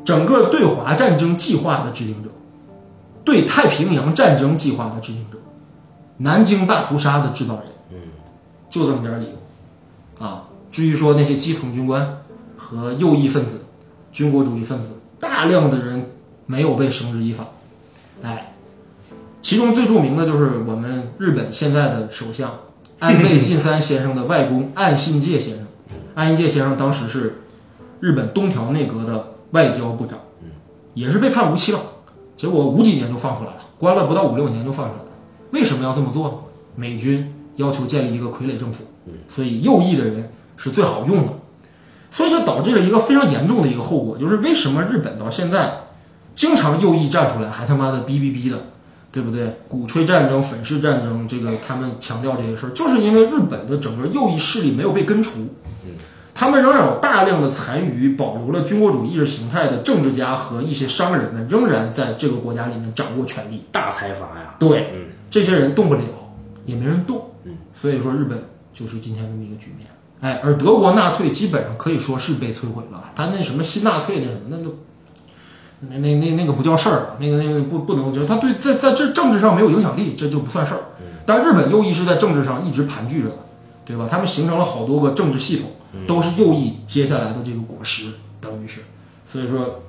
Speaker 2: 整个对华战争计划的制定者，对太平洋战争计划的制定者，南京大屠杀的制造人，嗯，就这么点儿理由。啊，至于说那些基层军官和右翼分子、军国主义分子，大量的人没有被绳之以法。哎，其中最著名的就是我们日本现在的首相安倍晋三先生的外公岸信介先生。岸信介先生当时是日本东条内阁的外交部长，也是被判无期了，结果五几年就放出来了，关了不到五六年就放出来了。为什么要这么做呢？美军要求建立一个傀儡政府，所以右翼的人是最好用的，所以就导致了一个非常严重的一个后果，就是为什么日本到现在经常右翼站出来还他妈的逼逼逼的，对不对？鼓吹战争、粉饰战争，这个他们强调这些事儿，就是因为日本的整个右翼势力没有被根除。他们仍然有大量的残余保留了军国主意识形态的政治家和一些商人呢，仍然在这个国家里面掌握权力。
Speaker 1: 大财阀呀，
Speaker 2: 对，
Speaker 1: 嗯
Speaker 2: 这些人动不了，也没人动。
Speaker 1: 嗯，
Speaker 2: 所以说日本就是今天这么一个局面。哎，而德国纳粹基本上可以说是被摧毁了，他那什么新纳粹那什么，那就那那那那个不叫事儿，那个那个不不能，就是他对在在这政治上没有影响力，这就不算事儿。
Speaker 1: 嗯
Speaker 2: 但日本右翼是在政治上一直盘踞着的，对吧？他们形成了好多个政治系统，
Speaker 1: 嗯
Speaker 2: 都是右翼接下来的这个果实，等于是，所以说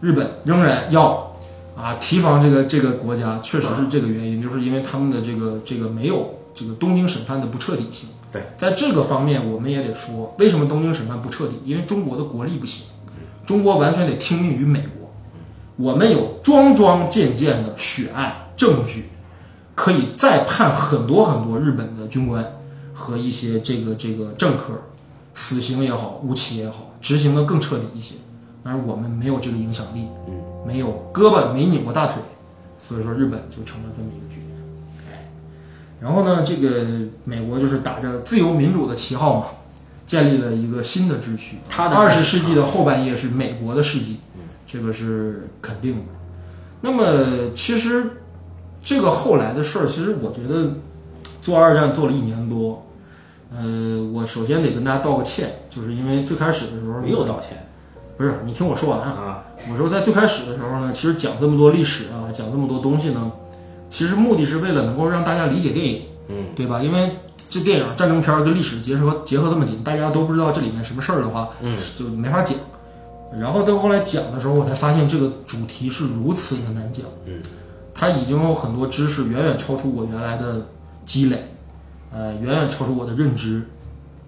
Speaker 2: 日本仍然要啊，提防这个这个国家确实是这个原因，就是因为他们的这个这个没有这个东京审判的不彻底性。
Speaker 1: 对，
Speaker 2: 在这个方面我们也得说，为什么东京审判不彻底？因为中国的国力不行，中国完全得听命于美国。我们有桩桩件件的血案证据，可以再判很多很多日本的军官和一些这个这个政客，死刑也好，无期也好，执行的更彻底一些。但是我们没有这个影响力，没有胳膊没拧过大腿，所以说日本就成了这么一个局面。哎，然后呢，这个美国就是打着自由民主的旗号嘛，建立了一个新的秩序。
Speaker 1: 它的
Speaker 2: 二十世纪的后半叶是美国的世纪，这个是肯定的。那么其实这个后来的事儿，其实我觉得做二战做了一年多。呃，我首先得跟大家道个歉，就是因为最开始的时候
Speaker 1: 没有道歉
Speaker 2: 不是你听我说完嗯啊，
Speaker 1: 啊，
Speaker 2: 我说在最开始的时候呢，其实讲这么多历史啊，讲这么多东西呢，其实目的是为了能够让大家理解电影，
Speaker 1: 嗯，
Speaker 2: 对吧？因为这电影战争片儿跟历史结合结合这么紧，大家都不知道这里面什么事儿的话，
Speaker 1: 嗯，
Speaker 2: 就没法讲。然后到后来讲的时候，我才发现这个主题是如此的难讲，
Speaker 1: 嗯，
Speaker 2: 它已经有很多知识远远超出我原来的积累，呃，远远超出我的认知，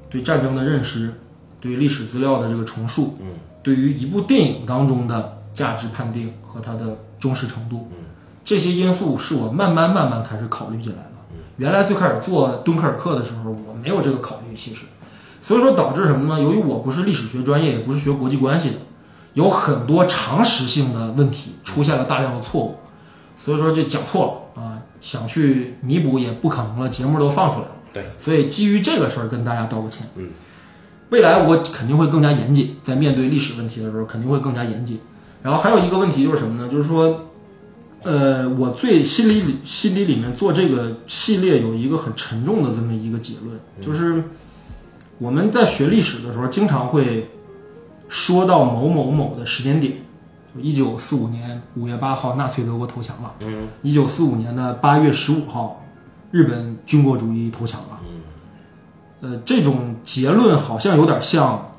Speaker 2: 对战争的认识，对历史资料的这个重述，
Speaker 1: 嗯，
Speaker 2: 对于一部电影当中的价值判定和它的忠实程度，
Speaker 1: 嗯，
Speaker 2: 这些因素是我慢慢慢慢开始考虑进来的。原来最开始做敦刻尔克的时候，我没有这个考虑，其实，所以说导致什么呢？由于我不是历史学专业，也不是学国际关系的，有很多常识性的问题出现了大量的错误，所以说这讲错了啊，想去弥补也不可能了，节目都放出来了。
Speaker 1: 对，
Speaker 2: 所以基于这个事儿跟大家道个歉。
Speaker 1: 嗯，
Speaker 2: 未来我肯定会更加严谨，在面对历史问题的时候肯定会更加严谨。然后还有一个问题就是什么呢？就是说，呃，我最心里里心里里面做这个系列有一个很沉重的这么一个结论，就是我们在学历史的时候经常会说到某某某的时间点。就一九四五年五月八号，纳粹德国投降了。
Speaker 1: 嗯，
Speaker 2: 一九四五年的八月十五号，日本军国主义投降了。呃，这种结论好像有点像，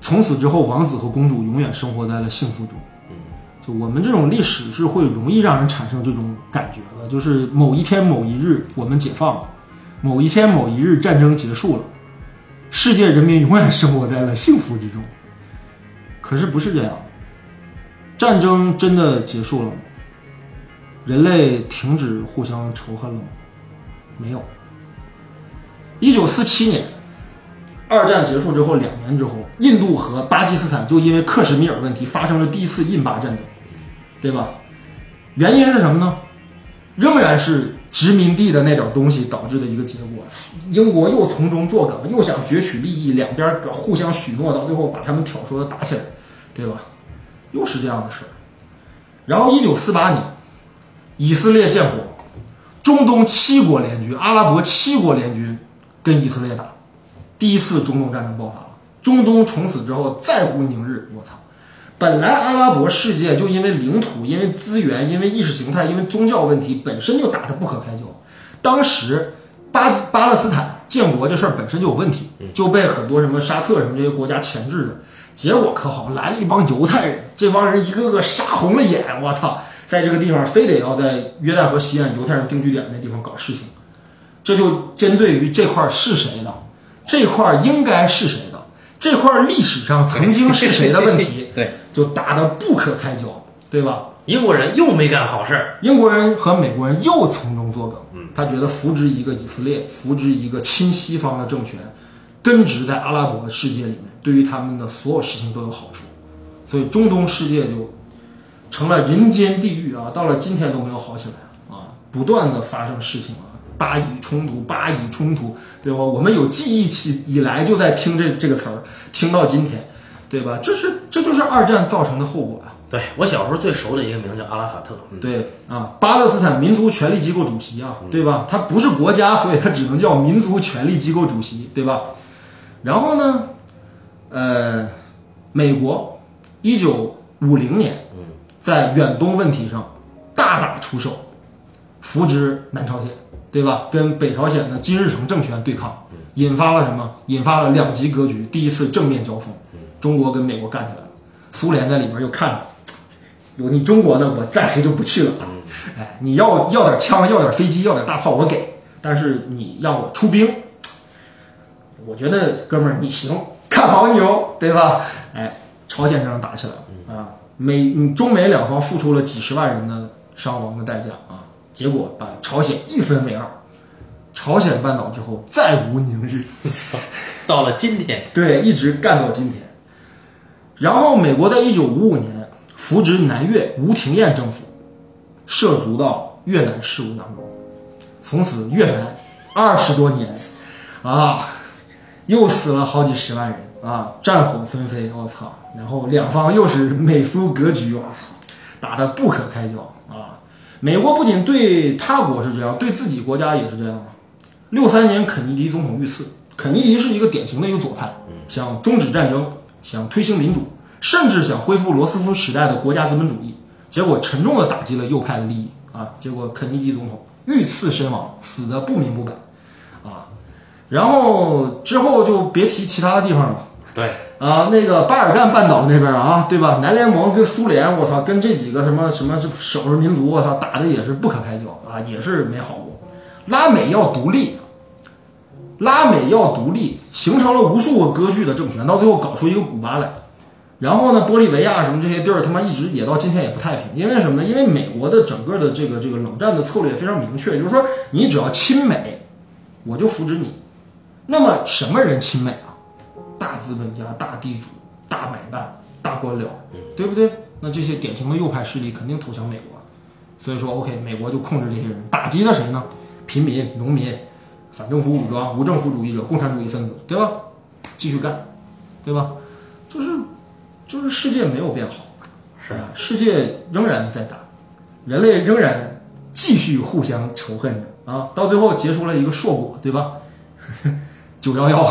Speaker 2: 从此之后王子和公主永远生活在了幸福中。
Speaker 1: 嗯
Speaker 2: 就我们这种历史是会容易让人产生这种感觉的，就是某一天某一日我们解放了，某一天某一日战争结束了，世界人民永远生活在了幸福之中。可是不是这样，战争真的结束了吗？人类停止互相仇恨了吗？没有。一九四七年，二战结束之后两年之后，印度和巴基斯坦就因为克什米尔问题发生了第一次印巴战争，对吧？原因是什么呢？仍然是殖民地的那点东西导致的一个结果。英国又从中作梗，又想攫取利益，两边儿互相许诺，到最后把他们挑唆的打起来，对吧？又是这样的事儿。然后，一九四八年，以色列建国，中东七国联军，阿拉伯七国联军跟以色列打，第一次中东战争爆发了。中东从此之后再无宁日，我操！本来阿拉伯世界就因为领土、因为资源、因为意识形态、因为宗教问题，本身就打得不可开交。当时巴基巴勒斯坦建国这事儿本身就有问题，就被很多什么沙特什么这些国家钳制的。结果可好，来了一帮犹太人，这帮人一个个杀红了眼，我操！在这个地方非得要在约旦河西岸犹太人定居点那地方搞事情，这就针对于这块儿是谁的，这块儿应该是谁的，这块儿历史上曾经是谁的问题，
Speaker 1: 对，
Speaker 2: 就打得不可开交，对吧？
Speaker 1: 英国人又没干好事儿，
Speaker 2: 英国人和美国人又从中作梗，他觉得扶植一个以色列，扶植一个亲西方的政权，根植在阿拉伯世界里面，对于他们的所有事情都有好处，所以中东世界就成了人间地狱啊！到了今天都没有好起来啊，不断的发生事情啊，巴以冲突，巴以冲突，对吧？我们有记忆起以来就在听这这个词儿，听到今天，对吧？这是这就是二战造成的后果啊！
Speaker 1: 对我小时候最熟的一个名叫阿拉法特，嗯
Speaker 2: 对啊，巴勒斯坦民族权力机构主席啊，对吧？他不是国家，所以他只能叫民族权力机构主席，对吧？然后呢，呃，美国一九五零年，在远东问题上大打出手，扶植南朝鲜，对吧？跟北朝鲜的金日成政权对抗，引发了什么？引发了两极格局，第一次正面交锋，中国跟美国干起来了，苏联在里边又看着。有你中国的，我暂时就不去了。哎，你要要点枪，要点飞机，要点大炮，我给。但是你让我出兵，我觉得哥们儿你行，看好你哦，对吧？哎，朝鲜这样打起来了啊，美嗯中美两方付出了几十万人的伤亡的代价啊，结果把朝鲜一分为二，朝鲜半岛之后再无宁日。
Speaker 1: 到了今天，
Speaker 2: 对，一直干到今天。然后美国在一九五五年扶植南越吴廷艳政府，涉足到越南事务当中，从此越南二十多年啊，又死了好几十万人啊，战火纷飞，我操！然后两方又是美苏格局，我操，打得不可开交啊！美国不仅对他国是这样，对自己国家也是这样啊。六三年肯尼迪总统遇刺，肯尼迪是一个典型的一个左派，想终止战争，想推行民主，甚至想恢复罗斯福时代的国家资本主义，结果沉重的打击了右派的利益啊！结果肯尼迪总统遇刺身亡，死的不明不白啊！然后之后就别提其他的地方了。
Speaker 1: 对，
Speaker 2: 啊，那个巴尔干半岛那边啊，对吧？南联盟跟苏联，我操，跟这几个什么什么少数民族，我操，打的也是不可开交啊，也是没好过。拉美要独立，啊拉美要独立，形成了无数个割据的政权，到最后搞出一个古巴来。然后呢，玻利维亚什么这些地儿，他妈一直也到今天也不太平，因为什么呢？因为美国的整个的这个这个冷战的策略非常明确，就是说你只要亲美，我就扶植你。那么什么人亲美啊？大资本家、大地主、大买办、大官僚，对不对？那这些典型的右派势力肯定投降美国，所以说 OK，美国就控制这些人，打击的谁呢？平民、农民、反政府武装、无政府主义者、共产主义分子，对吧？继续干，对吧？就是就是世界没有变好，
Speaker 1: 是
Speaker 2: 啊，世界仍然在打，人类仍然继续互相仇恨着啊，到最后结出了一个硕果，对吧？九幺幺，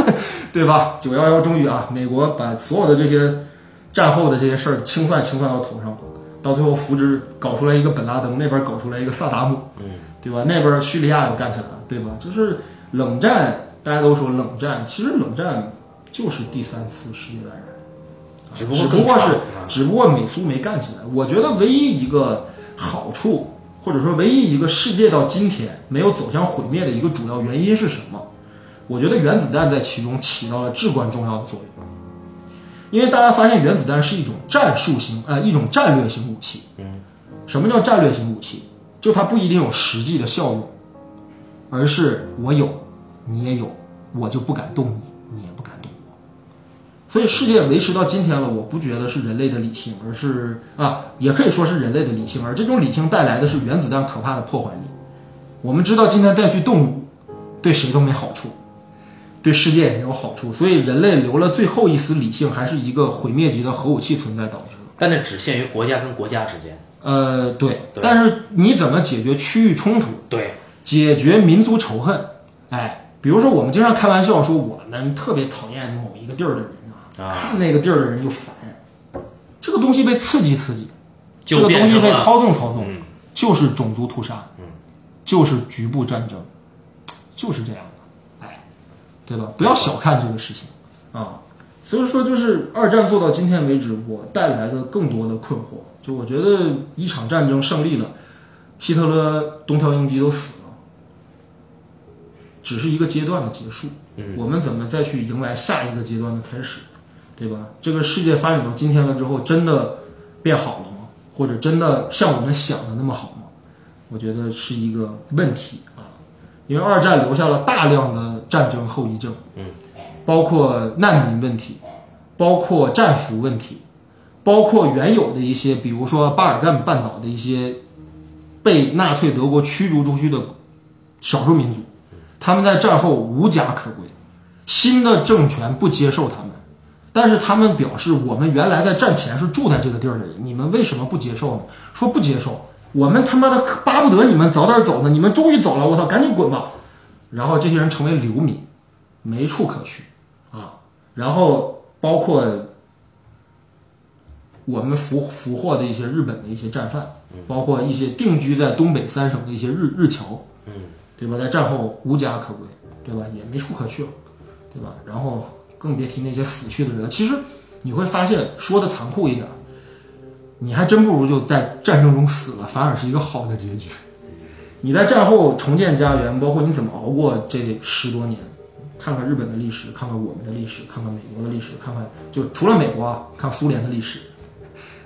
Speaker 2: 对吧？九幺幺终于啊，美国把所有的这些战后的这些事儿清算清算到头上，到最后扶植搞出来一个本拉登，那边搞出来一个萨达姆，
Speaker 1: 嗯，
Speaker 2: 对吧？那边叙利亚又干起来了，对吧？就是冷战，大家都说冷战，其实冷战就是第三次世界大战。
Speaker 1: 只不
Speaker 2: 只
Speaker 1: 过
Speaker 2: 不
Speaker 1: 更
Speaker 2: 过
Speaker 1: 长
Speaker 2: 是
Speaker 1: 啊，
Speaker 2: 只不过美苏没干起来。我觉得唯一一个好处，或者说唯一一个世界到今天没有走向毁灭的一个主要原因是什么？我觉得原子弹在其中起到了至关重要的作用，因为大家发现原子弹是一种战术型，呃，一种战略型武器。
Speaker 1: 嗯，
Speaker 2: 什么叫战略型武器？就它不一定有实际的效用，而是我有，你也有，我就不敢动你，你也不敢动我。所以世界维持到今天了，我不觉得是人类的理性，而是啊，也可以说是人类的理性，而这种理性带来的是原子弹可怕的破坏力。我们知道今天再去动武，对谁都没好处，对世界也没有好处，所以人类留了最后一丝理性，还是一个毁灭级的核武器存在导致的。
Speaker 1: 但这只限于国家跟国家之间。
Speaker 2: 呃，对，
Speaker 1: 对
Speaker 2: 但是你怎么解决区域冲突？
Speaker 1: 对，
Speaker 2: 解决民族仇恨。哎，比如说我们经常开玩笑说，我们特别讨厌某一个地儿的人
Speaker 1: 啊
Speaker 2: 啊，看那个地儿的人就烦。这个东西被刺激刺激，这
Speaker 1: 就
Speaker 2: 个
Speaker 1: 变
Speaker 2: 东西
Speaker 1: 成
Speaker 2: 被
Speaker 1: 了
Speaker 2: 操纵操纵，
Speaker 1: 嗯
Speaker 2: 就是种族屠杀，就是局部战争，就是这样的，哎，对吧？不要小看这个事情啊。所以说，就是二战做到今天为止，我带来的更多的困惑，就我觉得一场战争胜利了，希特勒、东条英机都死了，只是一个阶段的结束。
Speaker 1: 嗯
Speaker 2: 我们怎么再去迎来下一个阶段的开始，对吧？这个世界发展到今天了之后，真的变好了吗？或者真的像我们想的那么好吗？我觉得是一个问题啊，因为二战留下了大量的战争后遗症，
Speaker 1: 嗯，
Speaker 2: 包括难民问题，包括战俘问题，包括原有的一些，比如说巴尔干半岛的一些被纳粹德国驱逐出去的少数民族，他们在战后无家可归，新的政权不接受他们，但是他们表示我们原来在战前是住在这个地儿的人，你们为什么不接受呢？说不接受，我们他妈的巴不得你们早点走呢，你们终于走了，我操，赶紧滚吧！然后这些人成为流民，没处可去啊，然后包括我们俘俘获的一些日本的一些战犯，包括一些定居在东北三省的一些日日侨，嗯，对吧？在战后无家可归，对吧？也没处可去了，对吧？然后更别提那些死去的人了。其实你会发现，说的残酷一点，你还真不如就在战争中死了，反而是一个好的结局。你在战后重建家园，包括你怎么熬过这十多年，看看日本的历史，看看我们的历史，看看美国的历史，看看就除了美国啊，看苏联的历史，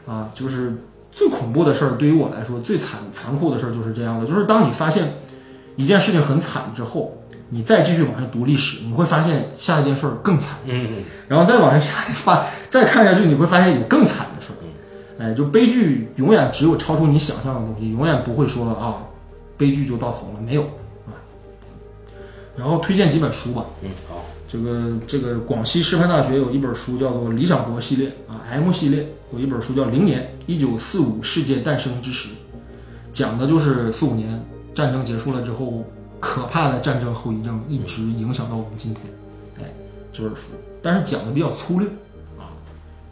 Speaker 2: 啊，就是最恐怖的事儿，对于我来说最残残酷的事儿就是这样的，就是当你发现一件事情很惨之后，你再继续往下读历史，你会发现下一件事儿更惨，
Speaker 1: 嗯，
Speaker 2: 然后再往下下一发再看下去，你会发现有更惨的事儿。哎，就悲剧永远只有超出你想象的东西，永远不会说啊，悲剧就到头了，没有啊。然后推荐几本书吧，
Speaker 1: 嗯，好，
Speaker 2: 这个这个广西师范大学有一本书叫做《理想国系列》啊，M 系列有一本书叫《零年：一九四五世界诞生之时》，讲的就是四五年战争结束了之后，可怕的战争后遗症一直影响到我们今天。哎，这本书，但是讲的比较粗略啊。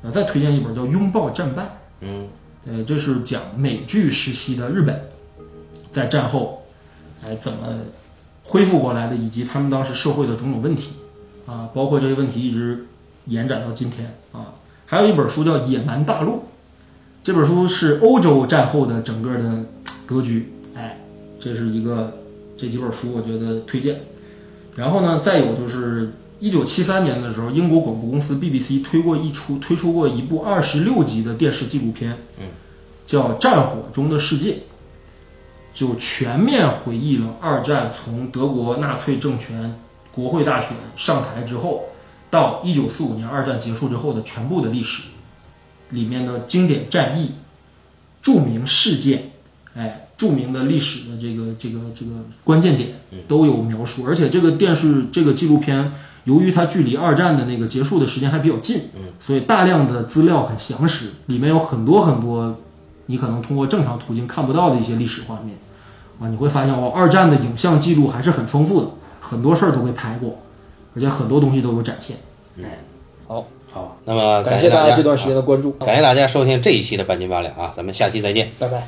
Speaker 2: 呃，再推荐一本叫《拥抱战败》，
Speaker 1: 嗯
Speaker 2: 呃，这是讲美剧时期的日本在战后，哎怎么恢复过来的，以及他们当时社会的种种问题啊，包括这些问题一直延展到今天啊。还有一本书叫《野蛮大陆》，这本书是欧洲战后的整个的格局，哎，这是一个这几本书我觉得推荐。然后呢，再有就是一九七三年的时候，英国广播公司 BBC 推过一出推出过一部二十六集的电视纪录片，
Speaker 1: 嗯，
Speaker 2: 叫《战火中的世界》，就全面回忆了二战从德国纳粹政权国会大选上台之后，到一九四五年二战结束之后的全部的历史，里面的经典战役、著名事件，哎，著名的历史的这个这个这个关键点都有描述，而且这个电视这个纪录片，由于它距离二战的那个结束的时间还比较近，所以大量的资料很详实，里面有很多很多你可能通过正常途径看不到的一些历史画面，啊，你会发现哦，二战的影像记录还是很丰富的，很多事儿都被拍过，而且很多东西都有展现。
Speaker 4: 好，
Speaker 1: 好，那么
Speaker 4: 感
Speaker 1: 谢
Speaker 4: 谢大
Speaker 1: 家
Speaker 4: 家这段时间的关注，
Speaker 1: 感谢大家收听这一期的半斤八两啊，咱们下期再见。
Speaker 4: 拜拜。